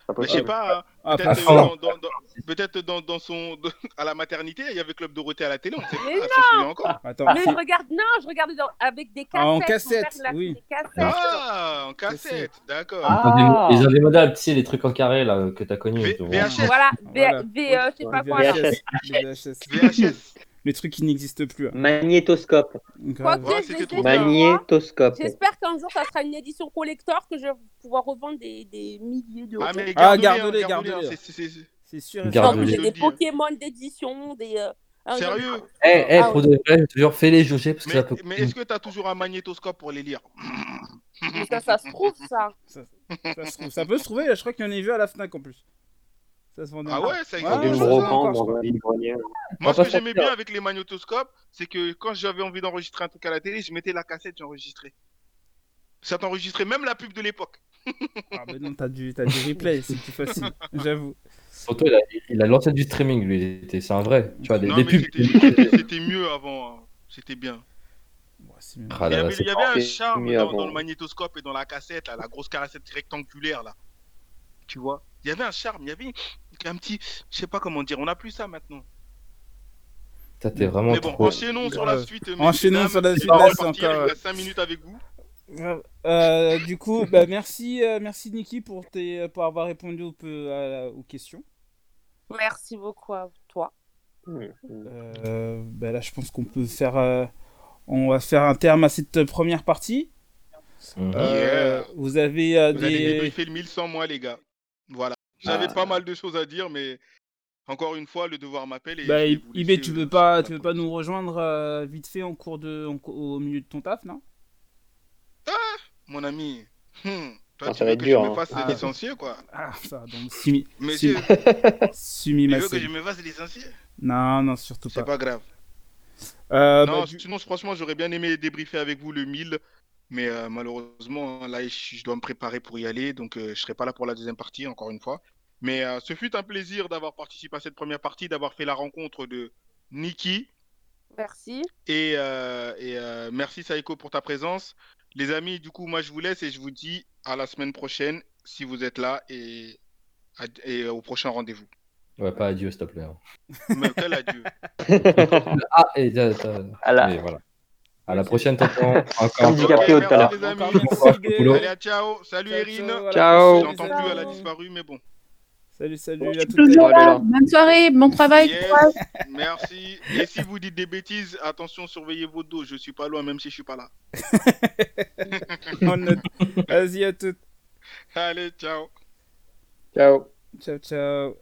[SPEAKER 5] C'est
[SPEAKER 3] Bah,
[SPEAKER 5] pas
[SPEAKER 3] je sais
[SPEAKER 5] possible.
[SPEAKER 3] pas, hein,
[SPEAKER 1] Ah,
[SPEAKER 4] Ah,
[SPEAKER 3] peut-être
[SPEAKER 1] franchement,
[SPEAKER 3] euh,
[SPEAKER 4] franchement.
[SPEAKER 3] dans, dans- dans- peut-être dans- dans son, à la maternité, il y avait Club Dorothée à la télé, on sait
[SPEAKER 7] Mais
[SPEAKER 3] pas, elle s'en souvient encore.
[SPEAKER 1] Attends,
[SPEAKER 7] Ah, Mais
[SPEAKER 1] c'est-
[SPEAKER 7] je regarde, non, je regardais dans- avec des cassettes.
[SPEAKER 1] Ah, en
[SPEAKER 7] mon
[SPEAKER 1] cassette,
[SPEAKER 7] père me l'a-
[SPEAKER 1] oui.
[SPEAKER 7] Des cassettes.
[SPEAKER 3] Ah, en cassette, d'accord.
[SPEAKER 5] Ah.
[SPEAKER 4] Ils ont des modèles, tu sais, les trucs en carré là, que t'as connus.
[SPEAKER 3] V-
[SPEAKER 4] devant.
[SPEAKER 3] VHS.
[SPEAKER 7] Voilà, V-
[SPEAKER 1] Voilà.
[SPEAKER 7] V- euh, je sais pas
[SPEAKER 1] les
[SPEAKER 7] quoi. là.
[SPEAKER 1] VHS, les VHS.
[SPEAKER 3] VHS.
[SPEAKER 1] [laughs] Les trucs qui n'existent plus. hein. euh,
[SPEAKER 5] Magnétoscope.
[SPEAKER 1] Grave.
[SPEAKER 7] Quoi que je
[SPEAKER 3] c'était
[SPEAKER 7] les ai
[SPEAKER 3] trop
[SPEAKER 7] chez
[SPEAKER 3] bien.
[SPEAKER 7] moi.
[SPEAKER 5] Magnétoscope.
[SPEAKER 7] J'espère qu'un jour, ça sera une édition collector que je vais pouvoir revendre des, des milliers d'euros.
[SPEAKER 3] Ah, mais
[SPEAKER 1] Ah,
[SPEAKER 3] garde-les,
[SPEAKER 1] garde-les,
[SPEAKER 3] hein, garde-les. hein,
[SPEAKER 1] garde-les.
[SPEAKER 3] c'est- c'est- c'est-
[SPEAKER 1] C'est sûr. et
[SPEAKER 4] Garde-le.
[SPEAKER 7] Donc,
[SPEAKER 1] certain.
[SPEAKER 7] j'ai
[SPEAKER 3] je
[SPEAKER 7] des
[SPEAKER 3] le dis, hein.
[SPEAKER 7] Pokémon d'édition, des. euh, un jour-
[SPEAKER 3] Sérieux
[SPEAKER 4] Eh, eh,
[SPEAKER 7] Ah
[SPEAKER 4] pour de vrai, je te jure, fais les jauger parce que
[SPEAKER 3] Mais,
[SPEAKER 4] ça peut.
[SPEAKER 3] mais est-ce que tu as toujours un magnétoscope pour les lire
[SPEAKER 7] Mais Eh ben, ça, ça se trouve, ça.
[SPEAKER 1] Ça, se trouve- ça peut se trouver, je crois qu'il y en a vu à la FNAC en plus. Ça se vendait.
[SPEAKER 3] Ah ouais, ça
[SPEAKER 1] Ah,
[SPEAKER 3] existe
[SPEAKER 5] Dans une
[SPEAKER 1] je sais
[SPEAKER 3] toujours, ça.
[SPEAKER 1] pas encore,
[SPEAKER 5] brocante,
[SPEAKER 1] je
[SPEAKER 5] dans
[SPEAKER 1] crois.
[SPEAKER 5] un vide-grenier.
[SPEAKER 3] Moi,
[SPEAKER 4] On
[SPEAKER 3] ce
[SPEAKER 4] va
[SPEAKER 3] que
[SPEAKER 4] pas
[SPEAKER 3] j'aimais
[SPEAKER 4] sortir.
[SPEAKER 3] bien avec les magnétoscopes, c'est que quand j'avais envie d'enregistrer un truc à la télé, je mettais la cassette, j'enregistrais. Ça t'enregistrait même la pub de l'époque.
[SPEAKER 1] Ah, mais non, t'as du, t'as du replay, c'est plus
[SPEAKER 3] [laughs]
[SPEAKER 1] facile, j'avoue.
[SPEAKER 4] Surtout, il a, il a lancé du streaming, lui. il était- C'est un vrai. Tu vois, des,
[SPEAKER 3] Non,
[SPEAKER 4] des
[SPEAKER 3] mais
[SPEAKER 4] pubs.
[SPEAKER 3] c'était- c'était c'était mieux avant. hein. C'était bien.
[SPEAKER 1] Ouais, c'est mieux.
[SPEAKER 4] Ah
[SPEAKER 3] Il y
[SPEAKER 4] là là,
[SPEAKER 3] avait, il y
[SPEAKER 4] c'est-
[SPEAKER 3] avait un
[SPEAKER 5] parfait.
[SPEAKER 3] charme
[SPEAKER 5] Mieux
[SPEAKER 3] dans,
[SPEAKER 5] avant.
[SPEAKER 3] dans le magnétoscope et dans la cassette, là, la grosse cassette rectangulaire, là. Tu vois Il y avait un charme, il y avait un petit... Je sais pas comment dire, on n'a plus ça maintenant.
[SPEAKER 4] ça, t'es vraiment
[SPEAKER 3] Mais bon,
[SPEAKER 4] trop.
[SPEAKER 3] enchaînons sur la
[SPEAKER 1] Grave.
[SPEAKER 3] suite. messieurs,
[SPEAKER 1] Euh, Enchaînons
[SPEAKER 3] dames.
[SPEAKER 1] sur la
[SPEAKER 3] Et
[SPEAKER 1] suite,
[SPEAKER 3] on
[SPEAKER 1] là,
[SPEAKER 3] va
[SPEAKER 1] c'est
[SPEAKER 3] partir,
[SPEAKER 1] encore- euh,
[SPEAKER 3] il reste 5 minutes avec vous.
[SPEAKER 1] Grave. Euh, du coup, bah, merci, euh, merci Niki pour, tes, pour avoir répondu au peu à- aux questions.
[SPEAKER 7] Merci beaucoup à toi.
[SPEAKER 1] Euh, bah, là, je pense qu'on peut faire. euh, on va faire un terme à cette première partie.
[SPEAKER 4] Mhm.
[SPEAKER 3] Hein
[SPEAKER 1] Euh, vous avez euh,
[SPEAKER 3] Vous allez
[SPEAKER 1] des.
[SPEAKER 3] débriefer le 1000 sans moi, les gars. Voilà. J'avais
[SPEAKER 5] Ah.
[SPEAKER 3] pas mal de choses à dire, mais encore une fois, le devoir m'appelle. et
[SPEAKER 1] Bah,
[SPEAKER 3] je vais vous
[SPEAKER 1] Ibé,
[SPEAKER 3] laisser,
[SPEAKER 1] tu
[SPEAKER 3] euh,
[SPEAKER 1] peux
[SPEAKER 3] sur
[SPEAKER 1] pas,
[SPEAKER 3] la
[SPEAKER 1] tu peux pas
[SPEAKER 3] police.
[SPEAKER 1] nous rejoindre euh, vite fait en cours de, en cou- au milieu de ton taf, non
[SPEAKER 3] Mon ami, hmm, Toi,
[SPEAKER 8] Non,
[SPEAKER 3] tu
[SPEAKER 8] ça va
[SPEAKER 3] veux
[SPEAKER 8] être
[SPEAKER 3] que
[SPEAKER 8] dur,
[SPEAKER 3] je me
[SPEAKER 8] hein.
[SPEAKER 3] fasse
[SPEAKER 1] Ah.
[SPEAKER 3] licencier, quoi.
[SPEAKER 1] Ah, ça, donc Sumi.
[SPEAKER 3] Mais
[SPEAKER 1] Sumi,
[SPEAKER 3] tu-
[SPEAKER 1] Sumi
[SPEAKER 3] tu veux
[SPEAKER 1] Masen.
[SPEAKER 3] que je me fasse licencier
[SPEAKER 1] Non, non, surtout
[SPEAKER 3] C'est
[SPEAKER 1] pas.
[SPEAKER 3] pas grave.
[SPEAKER 1] Euh,
[SPEAKER 3] non,
[SPEAKER 1] bah, du-
[SPEAKER 3] sinon, franchement, j'aurais bien aimé débriefer avec vous le 1000. Mais euh, malheureusement, là, je, je dois me préparer pour y aller. Donc, euh, je serai pas là pour la deuxième partie, encore une fois. Mais euh, ce fut un plaisir d'avoir participé à cette première partie, d'avoir fait la rencontre de Nikki.
[SPEAKER 7] Merci.
[SPEAKER 3] Et, euh, et, euh, merci, Saïko, pour ta présence. Les amis, du coup, moi, je vous laisse et je vous dis à la semaine prochaine si vous êtes là et, à- et au prochain rendez-vous.
[SPEAKER 4] Ouais, pas adieu, s'il te plaît. hein.
[SPEAKER 3] Mais quel
[SPEAKER 5] [laughs]
[SPEAKER 3] adieu.
[SPEAKER 4] Ah, et t'as- t'as-
[SPEAKER 5] À la-
[SPEAKER 4] mais voilà. À la prochaine, tonton. Encore.
[SPEAKER 5] Comme dit DiCaprio
[SPEAKER 3] Ok,
[SPEAKER 5] tout à l'heure.
[SPEAKER 3] merci, les amis.
[SPEAKER 1] Encore merci,
[SPEAKER 4] Encore
[SPEAKER 1] Gaël.
[SPEAKER 4] boulot.
[SPEAKER 3] Allez, à ciao. Salut,
[SPEAKER 1] Ciao,
[SPEAKER 3] Erine.
[SPEAKER 1] ciao, à la
[SPEAKER 5] Ciao.
[SPEAKER 3] Je
[SPEAKER 1] prochaine,
[SPEAKER 3] l'entends
[SPEAKER 1] les
[SPEAKER 3] plus, elle a
[SPEAKER 1] amis.
[SPEAKER 3] disparu, mais bon.
[SPEAKER 1] Salut, salut à
[SPEAKER 6] Je suis
[SPEAKER 1] toutes les
[SPEAKER 6] toujours
[SPEAKER 5] allez,
[SPEAKER 6] là.
[SPEAKER 5] là.
[SPEAKER 6] Bonne soirée, bon travail.
[SPEAKER 3] Yes,
[SPEAKER 6] courage.
[SPEAKER 3] Merci. Et si vous dites des bêtises, attention, surveillez vos dos. Je suis pas loin, même si je suis pas là.
[SPEAKER 1] On note. Vas-y à toutes.
[SPEAKER 3] Allez, ciao.
[SPEAKER 8] Ciao.
[SPEAKER 1] Ciao, ciao.